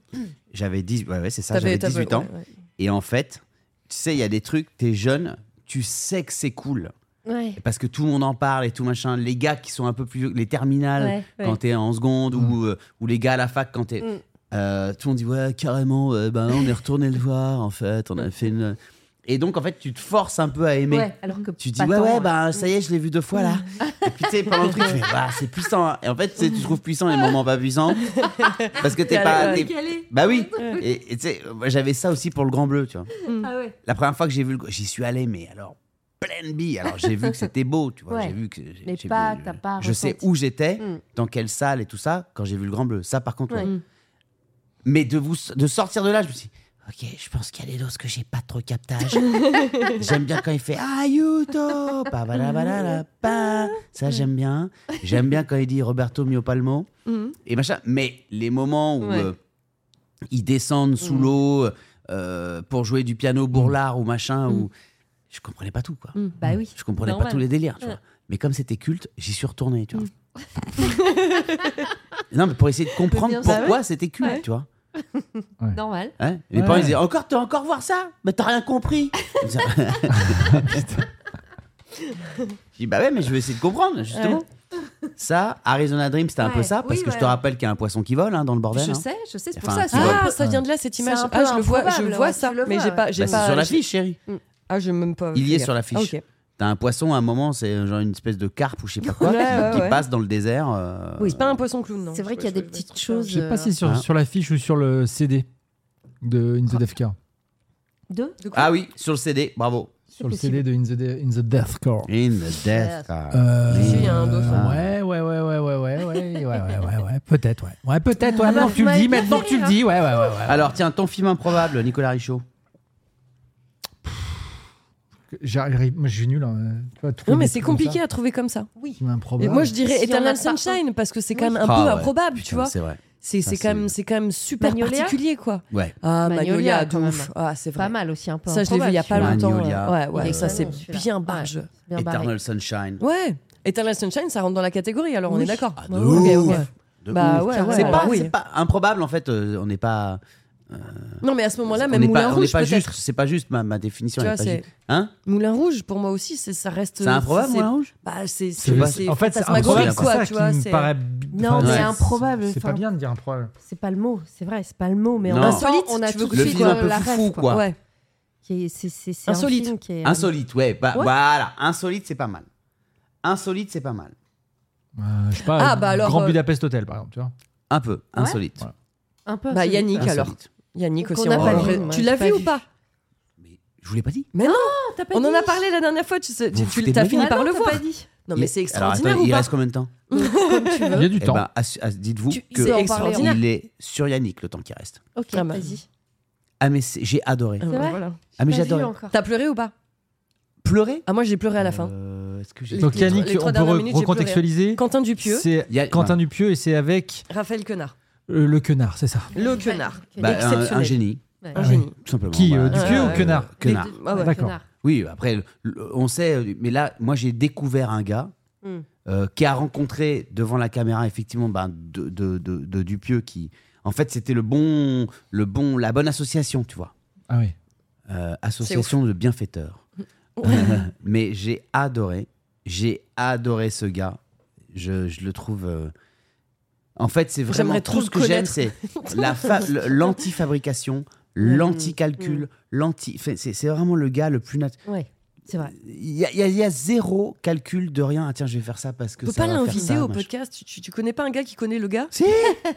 Speaker 3: J'avais 10 ouais, ouais, c'est ça,
Speaker 2: T'avais-
Speaker 3: j'avais
Speaker 2: t'avais-
Speaker 3: 18 ans.
Speaker 2: ouais, ouais.
Speaker 3: Et en fait, tu sais, il y a des trucs, t'es jeune, tu sais que c'est cool.
Speaker 6: Ouais.
Speaker 3: Parce que tout le monde en parle et tout machin. Les gars qui sont un peu plus vieux, les terminales,
Speaker 6: Ouais, ouais.
Speaker 3: quand t'es en seconde, ou, euh, ou les gars à la fac quand t'es.
Speaker 6: Mm.
Speaker 3: Euh, tout le monde dit, ouais, carrément, euh, ben, on est retourné le voir, en fait, on a fait une. Et donc, en fait, tu te forces un peu à aimer.
Speaker 6: Mm. Ouais, alors que
Speaker 3: Tu dis,
Speaker 6: pas
Speaker 3: ouais,
Speaker 6: tant,
Speaker 3: ouais,
Speaker 6: hein. Mm.
Speaker 3: bah, ça y est, je l'ai vu deux fois là. Et puis, tu sais, pendant le truc, tu fais, Waouh, c'est puissant. hein. Et en fait, tu sais, tu trouves puissant les moments pas puissants. Parce que t'es
Speaker 2: T'es
Speaker 3: pas.
Speaker 2: allé-
Speaker 3: t'es-
Speaker 6: Quel est
Speaker 3: Bah oui. Et et tu sais, moi, j'avais ça aussi pour le grand bleu, tu vois.
Speaker 6: Ah ouais.
Speaker 3: La première fois que j'ai vu le. J'y suis allé, mais alors. pleine bille. Alors j'ai vu que c'était beau, tu vois.
Speaker 6: Ouais.
Speaker 3: J'ai vu que. j'ai-
Speaker 6: Mais
Speaker 3: j'ai
Speaker 6: pas,
Speaker 3: vu-
Speaker 6: t'as pas
Speaker 3: Je sais
Speaker 6: ressenti.
Speaker 3: où j'étais,
Speaker 6: Mm.
Speaker 3: dans quelle salle et tout ça, quand j'ai vu le Grand Bleu. Ça, par contre,
Speaker 6: Ouais.
Speaker 3: ouais. Mais de, vous, de sortir de là, je me suis dit, ok, je pense qu'il y a des doses que j'ai pas trop captage. j'aime bien quand il fait Ayuto, pa ba la ba la la pa. Ça, j'aime bien. J'aime bien quand il dit Roberto Mio Palmo
Speaker 6: Hmm.
Speaker 7: Mhm.
Speaker 3: et machin. Mais les moments où
Speaker 7: Ouais.
Speaker 3: euh, ils descendent sous
Speaker 6: Hmm.
Speaker 3: l'eau euh, pour jouer du piano bourlard ou machin, ou
Speaker 6: Hmm.
Speaker 3: je comprenais pas tout, quoi.
Speaker 6: Mm, Bah oui.
Speaker 3: Je comprenais pas
Speaker 6: Normal.
Speaker 3: tous les délires, tu
Speaker 6: Ouais. Mm.
Speaker 3: vois. Mais comme c'était culte, j'y suis retourné, tu vois. non, mais pour essayer de comprendre
Speaker 6: bien sûr.
Speaker 3: pourquoi
Speaker 6: Ah ouais.
Speaker 3: c'était culte,
Speaker 6: Ouais.
Speaker 3: tu vois.
Speaker 6: Normal.
Speaker 3: Hein Les
Speaker 6: Ouais.
Speaker 3: parents ils disaient encore, t'as encore voir ça Mais t'as rien compris. Ils disaient, Je dis bah ouais, mais je vais essayer de comprendre justement. Ça, Arizona Dream, c'était un peu
Speaker 6: Ouais.
Speaker 3: ça parce
Speaker 6: Oui,
Speaker 3: que je te
Speaker 6: ouais.
Speaker 3: rappelle qu'il y a un poisson qui vole hein, dans le bordel.
Speaker 6: Je
Speaker 3: hein.
Speaker 6: sais, je sais, c'est pour
Speaker 3: Enfin,
Speaker 6: ça.
Speaker 3: tu vois.
Speaker 2: Ah, ça vient de là cette
Speaker 6: C'est
Speaker 2: image.
Speaker 6: un peu
Speaker 2: Ah, je le vois, je
Speaker 6: improbable,
Speaker 2: vois
Speaker 6: ouais,
Speaker 2: ça,
Speaker 6: tu le
Speaker 2: mais
Speaker 6: vois,
Speaker 2: j'ai pas,
Speaker 6: ouais.
Speaker 2: j'ai
Speaker 3: Bah, c'est
Speaker 2: pas.
Speaker 3: sur
Speaker 2: j'ai-
Speaker 3: l'affiche, chérie.
Speaker 2: Ah, je même pas.
Speaker 3: Il y est
Speaker 2: fait
Speaker 3: sur
Speaker 2: gaffe.
Speaker 3: l'affiche.
Speaker 2: Ah, ok.
Speaker 3: T'as un poisson à un moment, c'est genre une espèce de carpe ou je sais pas quoi
Speaker 2: Ouais,
Speaker 3: qui,
Speaker 2: ouais,
Speaker 3: qui
Speaker 2: ouais.
Speaker 3: passe dans le désert. euh,
Speaker 2: Oui, c'est pas un poisson clown, non.
Speaker 6: C'est vrai qu'il y a des petites choses.
Speaker 1: Je sais pas si sur,
Speaker 2: Hein
Speaker 3: Ah.
Speaker 1: sur l'affiche ou sur le CD de In the Death Car.
Speaker 6: Deux
Speaker 3: Ah oui, sur le CD, bravo.
Speaker 1: Sur le CD de In the, De- In the Death Car.
Speaker 3: In the death car.
Speaker 1: Euh,
Speaker 2: Si, il y a un dauphin.
Speaker 1: ouais, ouais, ouais, ouais, ouais, ouais, ouais, ouais, ouais, ouais, ouais, ouais, peut-être, ouais. Ouais, peut-être, ouais,
Speaker 6: Ah bah,
Speaker 1: maintenant que tu le
Speaker 6: vous
Speaker 1: dis,
Speaker 6: m'avez
Speaker 1: maintenant que tu le dis, ouais, ouais, ouais. ouais.
Speaker 3: Alors tiens, ton film improbable, Nicolas Richaud.
Speaker 1: J'arrive, moi, je suis nul. hein, tu vois, trouver
Speaker 2: Non, mais
Speaker 1: des
Speaker 2: c'est
Speaker 1: trucs comme
Speaker 2: compliqué
Speaker 1: ça,
Speaker 2: à trouver comme ça.
Speaker 1: qui m'improbable.
Speaker 2: Et moi, je dirais
Speaker 6: Si on a
Speaker 2: Eternal
Speaker 6: le parfum.
Speaker 2: Sunshine parce que c'est quand
Speaker 6: Oui.
Speaker 2: même un
Speaker 3: Ah
Speaker 2: peu
Speaker 3: ouais,
Speaker 2: improbable, tu
Speaker 3: Putain,
Speaker 2: vois.
Speaker 3: C'est vrai.
Speaker 2: C'est
Speaker 3: Ça,
Speaker 2: c'est quand même,
Speaker 3: c'est-
Speaker 2: c'est quand même super
Speaker 6: Magnolia
Speaker 2: particulier, quoi.
Speaker 3: Ouais.
Speaker 2: Ah, Magnolia,
Speaker 6: Magnolia,
Speaker 2: de
Speaker 6: quand
Speaker 2: ouf.
Speaker 6: même.
Speaker 2: Ah, c'est
Speaker 6: Pas
Speaker 2: vrai.
Speaker 6: mal aussi, un peu.
Speaker 2: Ça, je l'ai vu il y a pas
Speaker 3: celui-là.
Speaker 2: longtemps.
Speaker 3: Magnolia.
Speaker 2: ouais. Ouais, ouais,
Speaker 3: Il est
Speaker 2: ça, c'est
Speaker 6: excellent, celui-là.
Speaker 2: bien barge.
Speaker 6: Bien barré.
Speaker 3: Eternal Sunshine.
Speaker 2: bah Ouais. Eternal Sunshine, ça rentre dans la catégorie, alors on
Speaker 6: Oui.
Speaker 2: est d'accord.
Speaker 3: Ah, de
Speaker 2: Ouais,
Speaker 3: ouf.
Speaker 2: ouais, ouais.
Speaker 3: De
Speaker 2: Bah
Speaker 3: ouf.
Speaker 2: ouais, ouais,
Speaker 3: c'est
Speaker 2: ouais,
Speaker 3: pas,
Speaker 2: oui.
Speaker 3: c'est pas improbable en fait. euh, on n'est pas.
Speaker 2: Non, mais à ce moment-là,
Speaker 3: on
Speaker 2: même
Speaker 3: n'est
Speaker 2: Moulin
Speaker 3: pas, on n'est
Speaker 2: Rouge,
Speaker 3: pas
Speaker 2: peut-être.
Speaker 3: juste. C'est pas juste ma, ma définition.
Speaker 2: Tu
Speaker 3: elle est
Speaker 2: vois,
Speaker 3: pas
Speaker 2: c'est-
Speaker 3: juste. Hein
Speaker 2: Moulin Rouge, pour moi aussi, c'est- ça reste.
Speaker 3: C'est improbable,
Speaker 2: c'est-
Speaker 3: Moulin Rouge
Speaker 2: Bah, c'est.
Speaker 1: C'est-
Speaker 3: pas-
Speaker 2: c'est
Speaker 1: en fait, c'est
Speaker 2: fantasmagorique,
Speaker 1: improbable, c'est
Speaker 2: quoi,
Speaker 1: ça qui
Speaker 2: tu vois.
Speaker 1: me
Speaker 2: c'est-
Speaker 1: paraît.
Speaker 6: Non,
Speaker 1: enfin,
Speaker 3: mais
Speaker 1: c'est-
Speaker 6: improbable,
Speaker 1: C'est pas
Speaker 6: enfin.
Speaker 1: bien de dire improbable.
Speaker 6: C'est pas le mot, c'est vrai, c'est pas le mot, mais en
Speaker 3: Non.
Speaker 6: même temps,
Speaker 2: Insolite,
Speaker 6: on a
Speaker 2: tu veux
Speaker 6: tout
Speaker 2: que
Speaker 6: de
Speaker 3: le
Speaker 6: suite,
Speaker 3: film un
Speaker 6: euh,
Speaker 3: peu
Speaker 6: la
Speaker 3: foufou,
Speaker 6: ref,
Speaker 3: quoi.
Speaker 2: Ouais.
Speaker 6: Qui est- C'est c'est- c'est un
Speaker 2: Insolite.
Speaker 6: film qui est-
Speaker 3: Insolite, ouais, bah,
Speaker 2: Ouais.
Speaker 3: Voilà, insolite, c'est pas mal. Insolite, c'est pas mal.
Speaker 1: Euh, je sais pas.
Speaker 2: Ah, bah alors,
Speaker 1: Grand
Speaker 2: euh,
Speaker 1: Budapest Hotel, par exemple, tu vois.
Speaker 3: Un peu, insolite.
Speaker 1: Ouais.
Speaker 6: Un peu.
Speaker 2: Bah,
Speaker 6: insolite.
Speaker 2: Yannick,
Speaker 3: Insolite.
Speaker 2: alors. Yannick
Speaker 6: Qu'on
Speaker 2: aussi.
Speaker 6: n'a
Speaker 2: on
Speaker 3: pas
Speaker 2: va-
Speaker 6: vu, moi,
Speaker 2: Tu l'as
Speaker 6: j'ai
Speaker 2: vu
Speaker 6: pas
Speaker 2: ou
Speaker 6: vu.
Speaker 2: pas
Speaker 3: Mais je vous l'ai pas dit.
Speaker 2: Mais non,
Speaker 6: Ah, t'as pas
Speaker 2: on en
Speaker 6: dit.
Speaker 2: a parlé la dernière fois. Tu sais- tu-
Speaker 3: Vous
Speaker 2: tu-
Speaker 3: foutez de
Speaker 2: t'as
Speaker 3: ma
Speaker 2: fini
Speaker 3: gueule.
Speaker 2: par
Speaker 6: Ah
Speaker 2: le
Speaker 6: non, t'as
Speaker 2: voir.
Speaker 6: pas dit.
Speaker 2: Non, mais
Speaker 3: Il-
Speaker 2: c'est
Speaker 3: alors,
Speaker 2: extraordinaire
Speaker 3: attends,
Speaker 2: ou
Speaker 3: il
Speaker 2: pas
Speaker 3: reste combien de temps
Speaker 2: Ah bah
Speaker 1: Il y a du
Speaker 3: Eh
Speaker 1: temps.
Speaker 3: ben, ass- ass- dites-vous
Speaker 6: Tu-
Speaker 3: que
Speaker 6: c'est
Speaker 2: extraordinaire.
Speaker 3: il est sur Yannick le temps qui reste.
Speaker 6: Ok,
Speaker 2: Ah bah.
Speaker 6: vas-y.
Speaker 3: Ah mais c'est- j'ai adoré.
Speaker 2: Ah,
Speaker 6: vrai
Speaker 2: voilà.
Speaker 3: Ah mais
Speaker 6: Pas
Speaker 3: j'ai
Speaker 6: vu
Speaker 3: adoré.
Speaker 6: encore.
Speaker 2: T'as pleuré ou pas
Speaker 3: Pleurer
Speaker 2: Ah, moi, j'ai pleuré à la fin.
Speaker 3: Euh, Est-ce que j'ai
Speaker 1: Donc,
Speaker 2: bah, les trois-
Speaker 1: Yannick,
Speaker 2: les trois
Speaker 1: on peut
Speaker 2: dernières
Speaker 1: re-
Speaker 2: minutes, j'ai
Speaker 1: recontextualiser.
Speaker 2: Quentin Dupieux,
Speaker 1: C'est
Speaker 3: Il y a-
Speaker 1: Quentin Dupieux et c'est avec
Speaker 2: Raphaël Quenard.
Speaker 1: euh, le quenard, c'est ça.
Speaker 2: Le Quenard.
Speaker 6: Ok.
Speaker 3: Bah, un, un
Speaker 2: exceptionnel.
Speaker 3: génie,
Speaker 6: Ouais.
Speaker 2: Un génie.
Speaker 3: tout simplement.
Speaker 1: Qui, euh,
Speaker 3: Bah,
Speaker 1: Dupieux
Speaker 3: euh,
Speaker 1: ou Quenard
Speaker 3: Quenard.
Speaker 2: Les deux- ah ouais.
Speaker 1: D'accord.
Speaker 6: Connard.
Speaker 3: Oui, après, le- le- on sait, euh, mais là, moi, j'ai découvert un gars
Speaker 2: Mm.
Speaker 3: euh, qui a rencontré devant la caméra, effectivement, ben, de, de, de- de Dupieux, qui, en fait, c'était le bon, le bon, la bonne association, tu vois.
Speaker 1: Ah oui.
Speaker 3: Euh, association de bienfaiteurs. Euh, mais j'ai adoré, j'ai adoré ce gars. Je, je le trouve. euh, En fait, c'est vraiment
Speaker 2: J'aimerais trop
Speaker 3: tout
Speaker 2: le
Speaker 3: ce que j'aime,
Speaker 2: connaître.
Speaker 3: c'est la fa- le- l'anti-fabrication,
Speaker 2: Mm,
Speaker 3: l'anti-calcul, l'anti. enfin, C'est c'est vraiment le gars le plus nat-
Speaker 6: Ouais, c'est vrai.
Speaker 3: il y, a- il y a- il y a zéro calcul de rien. Ah tiens, je vais faire ça parce que
Speaker 2: On peut
Speaker 3: ça
Speaker 2: pas
Speaker 3: va faire
Speaker 2: l'inviter
Speaker 3: ça,
Speaker 2: au
Speaker 3: machin.
Speaker 2: podcast. Tu- Tu, tu connais pas un gars qui connaît le gars
Speaker 3: Si.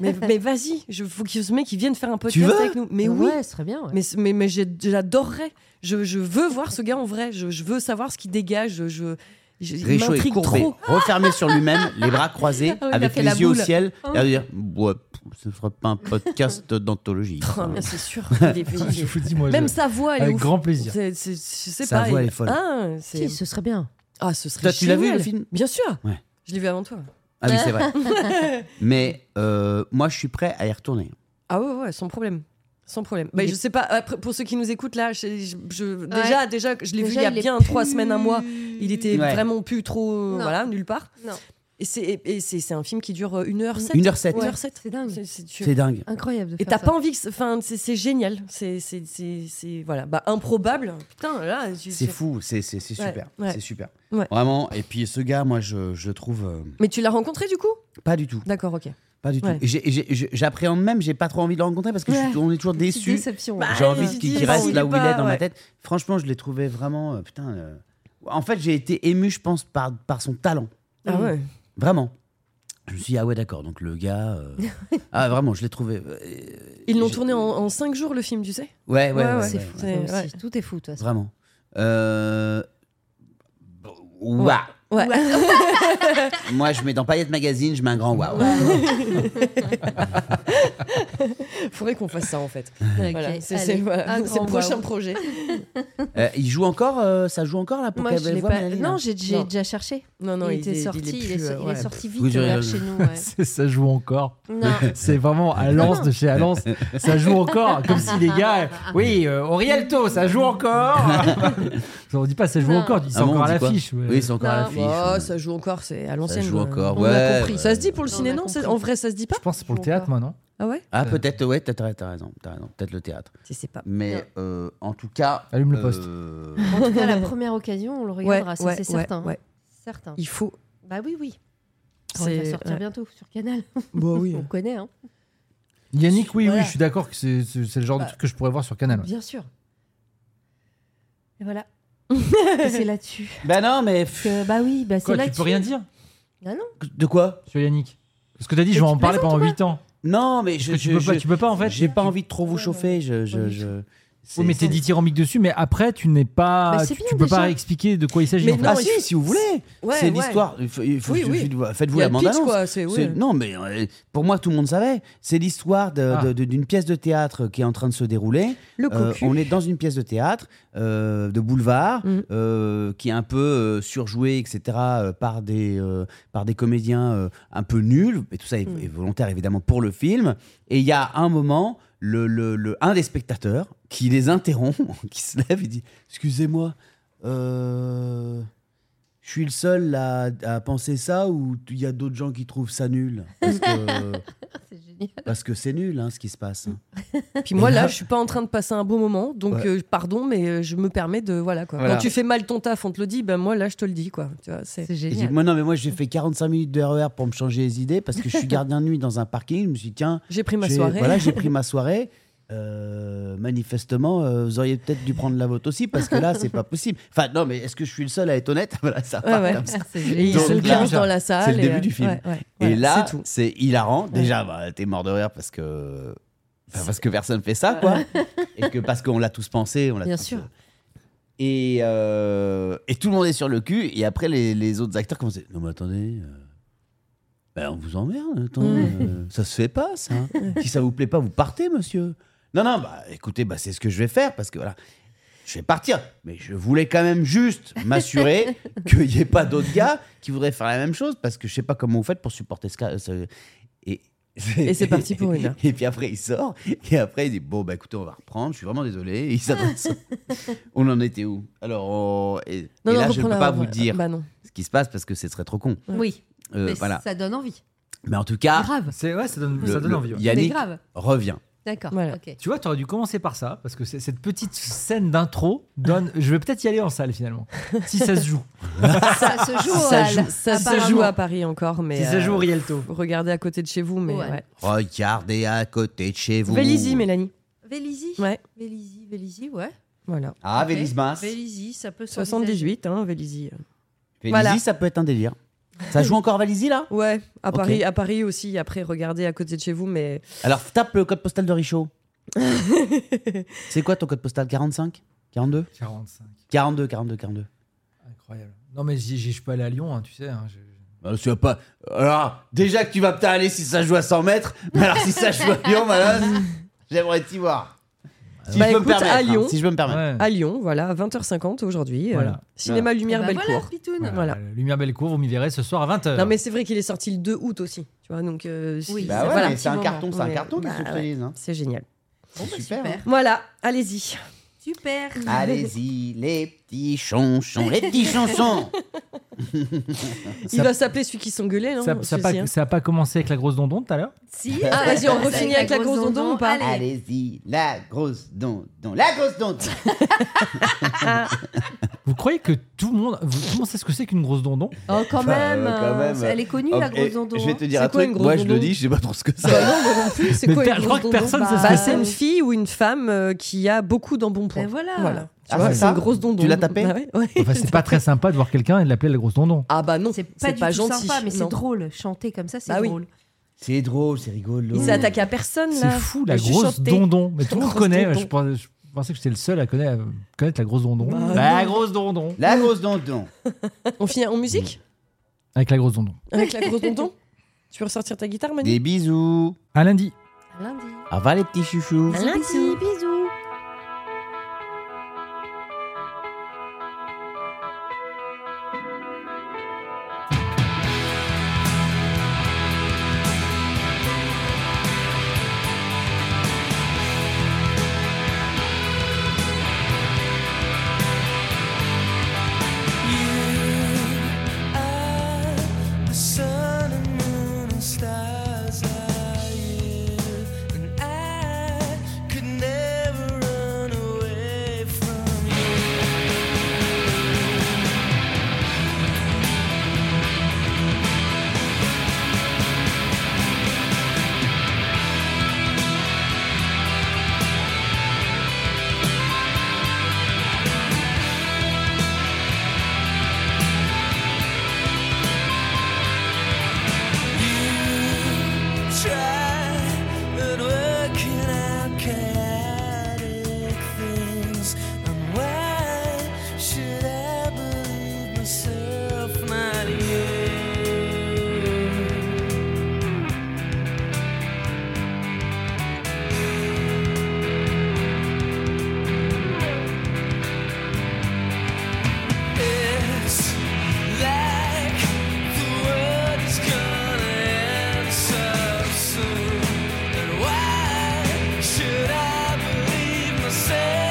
Speaker 2: Mais, mais vas-y, je faut que ce mec il vienne faire un podcast
Speaker 3: Tu veux
Speaker 2: avec nous. Mais oui.
Speaker 6: Ouais, ce serait bien. ouais.
Speaker 2: Mais, mais, mais j'ai- j'adorerais. Je, je veux voir ce gars en vrai. Je, je veux savoir ce qu'il dégage. Je, je, je- il
Speaker 3: Réchaud est
Speaker 2: m'intrigue
Speaker 3: courbé,
Speaker 2: trop.
Speaker 3: refermé sur lui-même, les bras croisés,
Speaker 2: Ah oui, il a
Speaker 3: avec
Speaker 2: fait
Speaker 3: les
Speaker 2: la
Speaker 3: yeux au
Speaker 2: boule. Oh.
Speaker 3: ciel, et à dire ouais, pff, ce ne sera pas un podcast d'anthologie.
Speaker 6: Ah,
Speaker 2: Oh, mais
Speaker 3: Hein.
Speaker 2: c'est sûr. il est- il
Speaker 1: Je
Speaker 2: est-
Speaker 1: vous dis, moi,
Speaker 2: Même
Speaker 1: je-
Speaker 2: sa voix, elle est
Speaker 1: avec
Speaker 2: ouf.
Speaker 1: grand plaisir.
Speaker 2: C'est- c'est- je sais
Speaker 3: Sa
Speaker 2: pas,
Speaker 3: voix,
Speaker 2: il-
Speaker 3: elle est folle.
Speaker 2: Hein, c'est-
Speaker 6: Si, ce serait bien.
Speaker 2: Ah, ce serait
Speaker 3: Toi, tu l'as vu,
Speaker 2: génial.
Speaker 3: le film
Speaker 2: Bien sûr.
Speaker 3: Ouais.
Speaker 2: Je l'ai vu avant toi.
Speaker 3: Ah oui, c'est vrai. Mais euh, moi, je suis prêt à y retourner.
Speaker 2: Ah ouais, ouais, sans problème. Sans problème. Bah,
Speaker 6: Il est-
Speaker 2: je sais pas, après, pour ceux qui nous écoutent là, je, je- je- déjà, déjà, je l'ai vu il
Speaker 6: Déjà,
Speaker 2: y a
Speaker 6: il est
Speaker 2: bien
Speaker 6: plus-
Speaker 2: trois semaines, un mois. Il était
Speaker 3: Ouais.
Speaker 2: vraiment plus trop, euh,
Speaker 6: Non.
Speaker 2: voilà, nulle part.
Speaker 6: Non.
Speaker 2: Et c'est et- et c'est- c'est un film qui dure euh, 1h07.
Speaker 3: 1h07,
Speaker 6: Ouais.
Speaker 2: 1h07.
Speaker 6: C'est dingue.
Speaker 3: c'est
Speaker 2: Ah,
Speaker 3: dingue.
Speaker 6: Incroyable de
Speaker 2: Et t'as
Speaker 6: faire ça.
Speaker 2: pas envie que. ce- Enfin, c'est c'est génial. C'est. c'est- c'est- c'est- Voilà. Bah, improbable. Putain, là. tu-
Speaker 3: C'est
Speaker 2: tu-
Speaker 3: fou, c'est c'est- c'est
Speaker 2: Ouais,
Speaker 3: super.
Speaker 2: ouais.
Speaker 3: C'est super.
Speaker 2: Ouais.
Speaker 3: Vraiment. Et puis, ce gars, moi, je, je le trouve euh,
Speaker 2: Mais tu l'as rencontré du coup
Speaker 3: pas du tout.
Speaker 2: D'accord, ok.
Speaker 3: Pas du tout.
Speaker 2: Ouais.
Speaker 3: Et j'ai- j'ai- j'ai- J'appréhende même, j'ai pas trop envie de le rencontrer parce que je suis-
Speaker 6: Ouais.
Speaker 3: on est toujours
Speaker 6: Petite
Speaker 3: déçus.
Speaker 6: déception.
Speaker 2: Bah,
Speaker 3: J'ai
Speaker 2: Ouais,
Speaker 3: envie
Speaker 2: tu
Speaker 3: qu'il
Speaker 2: dis,
Speaker 3: qu'il
Speaker 2: bah,
Speaker 3: reste
Speaker 2: il
Speaker 3: là
Speaker 2: est
Speaker 3: où il
Speaker 2: pas,
Speaker 3: est dans ma
Speaker 2: ouais.
Speaker 3: tête. Franchement, je l'ai trouvé vraiment. euh, putain. euh, En fait, j'ai été ému, je pense, par, par son talent.
Speaker 2: Ah ouais.
Speaker 3: Vraiment. Je me suis dit, ah ouais, d'accord. Donc le gars. euh, ah, vraiment, je l'ai trouvé. euh,
Speaker 2: Ils l'ont
Speaker 3: j'ai-
Speaker 2: tourné en, en 5 jours le film, tu sais
Speaker 3: Ouais, ouais, ouais.
Speaker 2: Ouais, ouais,
Speaker 3: ouais,
Speaker 2: c'est
Speaker 3: ouais,
Speaker 2: fou.
Speaker 6: Ça
Speaker 2: Ouais,
Speaker 6: aussi,
Speaker 2: ouais.
Speaker 6: Tout est fou, toi.
Speaker 3: Vraiment. Euh, Ouah.
Speaker 2: Ouais.
Speaker 3: Moi, je mets dans Paillette Magazine, je mets un grand waouh.
Speaker 2: Faudrait qu'on fasse ça en fait. Voilà, c'est
Speaker 8: allez,
Speaker 2: c'est- voilà,
Speaker 8: un
Speaker 2: c'est
Speaker 8: grand
Speaker 2: le prochain
Speaker 8: wow.
Speaker 2: projet.
Speaker 3: Euh, il joue encore, euh, ça joue encore là pour
Speaker 8: Moi,
Speaker 3: qu'elle
Speaker 8: je l'ai
Speaker 3: voie
Speaker 8: pas.
Speaker 3: Mélanie,
Speaker 8: Non,
Speaker 3: là
Speaker 8: j'ai j'ai
Speaker 2: Non.
Speaker 8: déjà cherché.
Speaker 2: Non, non,
Speaker 8: il,
Speaker 2: il
Speaker 8: était
Speaker 2: est- il est
Speaker 8: sorti, il est,
Speaker 2: plus,
Speaker 8: so-
Speaker 2: euh,
Speaker 8: il
Speaker 2: ouais.
Speaker 8: est sorti
Speaker 3: Vous
Speaker 8: vite vers
Speaker 3: auriez-
Speaker 8: chez nous. ouais.
Speaker 1: C'est- ça joue encore.
Speaker 8: Non.
Speaker 1: C'est vraiment à Lens de chez Lens, ça joue encore. Comme si les gars, oui, euh, Orielto, ça joue encore. on dit pas ça joue
Speaker 8: Non.
Speaker 1: encore, ils sont
Speaker 3: Ah bon,
Speaker 1: encore
Speaker 3: on
Speaker 1: à
Speaker 3: dit quoi
Speaker 1: l'affiche. mais-
Speaker 3: Oui, ils sont encore à
Speaker 8: Non.
Speaker 3: l'affiche.
Speaker 2: Oh,
Speaker 3: ouais.
Speaker 2: ça joue encore, c'est à l'ancienne.
Speaker 3: joue
Speaker 2: euh,
Speaker 3: encore,
Speaker 2: on
Speaker 3: ouais.
Speaker 2: a compris. Ça se dit pour le
Speaker 8: On
Speaker 2: ciné,
Speaker 8: a
Speaker 2: non c'est-
Speaker 8: compris.
Speaker 2: En vrai, ça se dit pas
Speaker 1: Je pense que c'est pour le
Speaker 8: Joue
Speaker 1: théâtre,
Speaker 8: encore.
Speaker 1: moi, non
Speaker 2: Ah ouais
Speaker 3: Ah, peut-être, ouais, t'as t'as- t'as raison, t'as raison, peut-être le théâtre.
Speaker 2: Je sais pas.
Speaker 3: Mais euh, en tout cas.
Speaker 1: Allume le poste.
Speaker 3: euh,
Speaker 8: En tout cas, la première occasion, on le regardera, ça
Speaker 2: ouais,
Speaker 8: c'est
Speaker 2: ouais,
Speaker 8: certain. hein.
Speaker 2: ouais.
Speaker 8: Certain.
Speaker 2: Il faut.
Speaker 8: Bah oui, oui. Ça
Speaker 2: C'est-
Speaker 8: va sortir
Speaker 2: ouais.
Speaker 8: bientôt sur Canal.
Speaker 2: Bah oui.
Speaker 8: On connaît, hein.
Speaker 1: Yannick, oui,
Speaker 2: Voilà.
Speaker 1: oui, je suis d'accord que c'est c'est- c'est le
Speaker 8: Bah,
Speaker 1: genre de truc que je pourrais voir sur Canal. ouais.
Speaker 8: Bien sûr. Et voilà. Et c'est là-dessus.
Speaker 3: Bah non, mais. pff,
Speaker 8: que- bah oui, bah c'est
Speaker 1: Quoi, tu
Speaker 8: là-dessus.
Speaker 1: peux rien dire
Speaker 3: De quoi
Speaker 1: sur Yannick Parce que t'as dit, je
Speaker 8: Mais
Speaker 1: vais
Speaker 8: tu
Speaker 1: en parler pendant
Speaker 8: plaisantes ou
Speaker 1: 8 ans.
Speaker 3: Non, mais je.
Speaker 1: Parce que
Speaker 3: je-
Speaker 1: tu, peux pas,
Speaker 3: je-
Speaker 1: tu peux pas, en fait.
Speaker 3: J'ai pas envie de trop vous chauffer. Je, je,
Speaker 8: Pas du
Speaker 3: je- c'est-
Speaker 1: Oui, mais t'es dithyrambique dessus, mais après, tu n'es pas.
Speaker 8: Bah,
Speaker 1: tu
Speaker 8: c'est
Speaker 1: tu
Speaker 8: bien,
Speaker 1: peux pas
Speaker 8: déjà.
Speaker 1: expliquer de quoi il s'agit.
Speaker 2: Mais
Speaker 1: en fait.
Speaker 2: non,
Speaker 3: Ah
Speaker 2: mais-
Speaker 3: si, si vous voulez.
Speaker 2: Ouais,
Speaker 3: c'est
Speaker 2: ouais.
Speaker 3: l'histoire. Il faut- il faut-
Speaker 2: Oui,
Speaker 3: il suffit de voir- Faites-vous
Speaker 2: Il y a
Speaker 3: la
Speaker 2: le
Speaker 3: bande
Speaker 2: pitch,
Speaker 3: annonce.
Speaker 2: quoi, c'est-
Speaker 3: C'est-
Speaker 2: ouais.
Speaker 3: Non, mais euh, pour moi, tout le monde savait. C'est l'histoire de-
Speaker 1: Ah.
Speaker 3: de- de- d'une pièce de théâtre qui est en train de se dérouler.
Speaker 2: Le
Speaker 3: Euh,
Speaker 2: cocu.
Speaker 3: on est dans une pièce de théâtre euh, de boulevard
Speaker 2: Mhm.
Speaker 3: euh, qui est un peu euh, surjouée, etc., euh, par, des, euh, par des comédiens euh, un peu nuls. Et tout ça est, est volontaire, évidemment, pour le film. Et il y a un moment, le, le- le- un des spectateurs qui les interrompt, qui se lève et dit Excusez-moi, euh, je suis le seul à, à penser ça ou il y a d'autres gens qui trouvent ça nul Parce que-
Speaker 8: Ah, C'est génial.
Speaker 3: Parce que c'est nul hein, ce qui se passe. hein.
Speaker 2: Puis moi là, je suis pas en train de passer un bon moment, donc
Speaker 3: Ouais.
Speaker 2: euh, pardon, mais euh, je me permets de voilà quoi.
Speaker 3: Voilà.
Speaker 2: Quand tu fais mal ton taf, on te le dit, ben moi là, je te le dis quoi. Tu vois, c'est.
Speaker 8: C'est
Speaker 3: Et dit,
Speaker 8: génial.
Speaker 3: moi, non, mais moi, j'ai fait 45 minutes de RER pour me changer les idées parce que je suis gardien de nuit dans un parking. Je me suis dit, tiens,
Speaker 2: J'ai pris ma
Speaker 3: j'ai-
Speaker 2: soirée.
Speaker 3: voilà, j'ai pris ma soirée. Euh, manifestement, euh, vous auriez peut-être dû prendre la vôtre aussi parce que là, c'est pas possible. Enfin, non, mais est-ce que je suis le seul à être honnête Voilà, ça part
Speaker 2: ouais.
Speaker 3: comme ça.
Speaker 8: C'est
Speaker 2: Et ils
Speaker 3: Donc
Speaker 2: se
Speaker 3: là,
Speaker 2: lâchent dans la salle.
Speaker 3: c'est le
Speaker 2: et,
Speaker 3: début
Speaker 2: euh,
Speaker 3: du film.
Speaker 2: ouais, ouais,
Speaker 3: Et
Speaker 2: voilà,
Speaker 3: là,
Speaker 2: c'est tout.
Speaker 3: c'est hilarant. Déjà, bah, t'es mort de rire parce que. enfin, parce que personne fait ça, quoi. et que parce qu'on l'a tous pensé, on l'a
Speaker 8: Bien
Speaker 3: tous- euh,
Speaker 8: sûr.
Speaker 3: Et, euh, et tout le monde est sur le cul. Et après, les, les autres acteurs commencent à dire, Non, mais attendez. euh, ben, on vous emmerde. Attends, euh, ça se fait pas, ça. si ça vous plaît pas, vous partez, monsieur. Non, non, bah écoutez, bah, c'est ce que je vais faire parce que voilà. Je vais partir, mais je voulais quand même juste m'assurer qu'il n'y ait pas d'autres gars qui voudraient faire la même chose parce que je sais pas comment vous faites pour supporter ce cas. ce- Et,
Speaker 2: Et c'est parti pour une heure.
Speaker 3: Et puis après, il sort et après, il dit Bon, bah écoutez, on va reprendre, je suis vraiment désolé. Et il s'avance. on en était où Alors, on- et,
Speaker 2: Non,
Speaker 3: et
Speaker 2: non,
Speaker 3: là, je
Speaker 2: reprends
Speaker 3: ne peux
Speaker 2: la-
Speaker 3: pas vous dire
Speaker 2: Bah non.
Speaker 3: ce qui se passe parce que ce serait trop con.
Speaker 8: Oui.
Speaker 3: Euh,
Speaker 8: mais
Speaker 3: voilà.
Speaker 8: Ça donne envie.
Speaker 3: Mais en tout cas,
Speaker 8: Grave.
Speaker 1: C'est- ouais, ça donne,
Speaker 3: le-
Speaker 1: Ah, ça donne
Speaker 3: le-
Speaker 1: envie. ouais.
Speaker 8: C'est
Speaker 3: Yannick
Speaker 8: grave.
Speaker 3: revient.
Speaker 8: D'accord.
Speaker 2: Voilà.
Speaker 8: Ok.
Speaker 1: Tu vois, tu aurais dû commencer par ça, parce que c'est- cette petite scène d'intro donne. Je vais peut-être y aller en salle finalement, si ça se joue.
Speaker 8: Ça se joue. à
Speaker 2: Ça, joue,
Speaker 8: la-
Speaker 2: ça se
Speaker 8: apparemment.
Speaker 2: joue à Paris encore, mais.
Speaker 1: si ça
Speaker 2: euh,
Speaker 1: joue au Rialto.
Speaker 2: Regardez à côté de chez vous, mais.
Speaker 8: Ouais.
Speaker 2: Ouais.
Speaker 3: Regardez à côté de chez vous.
Speaker 2: Vélizy, Mélanie.
Speaker 8: Vélizy.
Speaker 2: Ouais.
Speaker 8: Vélizy, Vélizy, ouais.
Speaker 2: Voilà.
Speaker 3: Ah,
Speaker 8: Ok.
Speaker 3: Vélismas.
Speaker 8: Vélizy, ça peut
Speaker 2: 78, hein, Vélizy.
Speaker 3: Vélizy,
Speaker 2: Voilà.
Speaker 3: ça peut être un délire. Ça joue encore Vélizy, là
Speaker 2: Ouais, à
Speaker 3: Ok.
Speaker 2: Paris, à Paris aussi. Après, regardez à côté de chez vous, mais
Speaker 3: Alors tape le code postal de Richaud. c'est quoi ton code postal 45 42
Speaker 1: 45,
Speaker 3: 42, 42, 42.
Speaker 1: incroyable. Non, mais j'y- j'y- je peux aller à Lyon, hein, tu sais. hein, je-
Speaker 3: Alors, tu vas pas. Alors, déjà que tu vas peut-être aller si ça joue à 100 mètres, mais alors si ça joue à Lyon, Manos, j'aimerais t'y voir. Si
Speaker 2: Bah,
Speaker 3: je peux
Speaker 2: écoute,
Speaker 3: me permettre. hein,
Speaker 2: à Lyon.
Speaker 3: si je peux me permettre.
Speaker 1: Ouais.
Speaker 2: à Lyon, voilà, à 20h50 aujourd'hui. euh,
Speaker 1: Voilà.
Speaker 2: cinéma Lumière
Speaker 8: Bah
Speaker 2: Bellecour.
Speaker 8: voilà, Pitoun.
Speaker 1: Voilà,
Speaker 2: Ah, Voilà.
Speaker 1: Euh, Lumière Bellecour, vous m'y verrez ce soir à 20h.
Speaker 2: Non, mais c'est vrai qu'il est sorti le 2 août aussi. Tu vois, donc. euh,
Speaker 8: Oui.
Speaker 2: c'est-
Speaker 3: Bah ouais,
Speaker 2: voilà.
Speaker 3: mais c'est
Speaker 8: petit
Speaker 3: un
Speaker 8: moment.
Speaker 3: carton, c'est un
Speaker 2: Ouais,
Speaker 3: carton qui
Speaker 2: bah
Speaker 3: se réalise, hein.
Speaker 2: C'est génial.
Speaker 8: Bon, bah,
Speaker 3: Super,
Speaker 8: super.
Speaker 3: hein.
Speaker 2: Voilà, allez-y.
Speaker 8: Super.
Speaker 3: Allez-y, les petits chonchons, les petits chonchons.
Speaker 2: Il va s'appeler celui qui s'engueulait, non
Speaker 1: ça n'a
Speaker 2: celui-ci, hein.
Speaker 1: pas, ça a pas commencé avec la grosse dondon tout à l'heure
Speaker 8: Si.
Speaker 2: Ah, vas-y, on refinit avec la grosse
Speaker 8: dondon,
Speaker 2: dondon ou pas
Speaker 8: allez.
Speaker 3: Allez-y, la grosse dondon, la grosse dondon.
Speaker 1: Vous croyez que tout le monde. Vous, tout le monde sait ce que c'est qu'une grosse dondon
Speaker 8: Oh, quand même.
Speaker 3: euh, quand même.
Speaker 8: euh, Elle est connue,
Speaker 3: Oh,
Speaker 8: la
Speaker 3: et
Speaker 8: grosse dondon.
Speaker 3: Je vais
Speaker 8: hein.
Speaker 3: te dire
Speaker 2: C'est
Speaker 3: un
Speaker 2: quoi
Speaker 3: truc.
Speaker 2: une grosse
Speaker 3: Moi, je le
Speaker 2: dondon
Speaker 3: dis, je sais pas trop ce que Ah, c'est.
Speaker 2: Bah non, moi non plus, c'est
Speaker 1: Mais
Speaker 2: quoi
Speaker 1: per-
Speaker 2: une
Speaker 1: je
Speaker 2: grosse
Speaker 1: crois que
Speaker 2: dondon
Speaker 1: personne ne sait
Speaker 8: Bah,
Speaker 1: ce
Speaker 2: Bah,
Speaker 1: que
Speaker 2: c'est
Speaker 1: c'est.
Speaker 2: une fille ou une femme euh, qui a beaucoup d'embonpoint.
Speaker 8: Ben voilà.
Speaker 2: Voilà. Tu
Speaker 3: Ah,
Speaker 2: vois,
Speaker 3: c'est
Speaker 2: c'est
Speaker 3: ça
Speaker 2: une grosse dondon.
Speaker 3: Tu l'as tapé
Speaker 2: Bah ouais, ouais.
Speaker 1: Enfin, c'est pas très sympa de voir quelqu'un et de l'appeler la grosse dondon.
Speaker 2: Ah bah non,
Speaker 8: C'est pas du tout
Speaker 2: gentil.
Speaker 8: sympa, mais c'est
Speaker 2: Non.
Speaker 8: drôle. Chanter comme ça, c'est
Speaker 2: Bah oui.
Speaker 8: drôle.
Speaker 3: C'est drôle, c'est rigolo.
Speaker 2: Il s'est attaqué à personne
Speaker 1: C'est
Speaker 2: là.
Speaker 1: fou, la
Speaker 2: Il a juste
Speaker 1: grosse
Speaker 2: chanté.
Speaker 1: dondon. Mais tout le monde
Speaker 2: Grosse
Speaker 1: connaît.
Speaker 2: dondon.
Speaker 1: Je pense, je- pensais que j'étais le seul à connaître, à connaître la grosse dondon.
Speaker 2: Bah,
Speaker 1: la
Speaker 2: non.
Speaker 1: grosse dondon.
Speaker 3: La grosse dondon.
Speaker 2: On finit en musique
Speaker 1: Avec la grosse dondon.
Speaker 2: Avec la grosse tonton Tu veux ressortir ta guitare, Manu
Speaker 3: Des bisous.
Speaker 1: À lundi.
Speaker 6: Lundi.
Speaker 3: Au revoir les petits chouchous.
Speaker 6: Lundi, bisous.
Speaker 7: The sun and moon and stars are you, and I could never run away from you. Try but working out chaotic things. And why should I believe myself, not you? It's like the world is gonna end so soon. And why should I believe myself?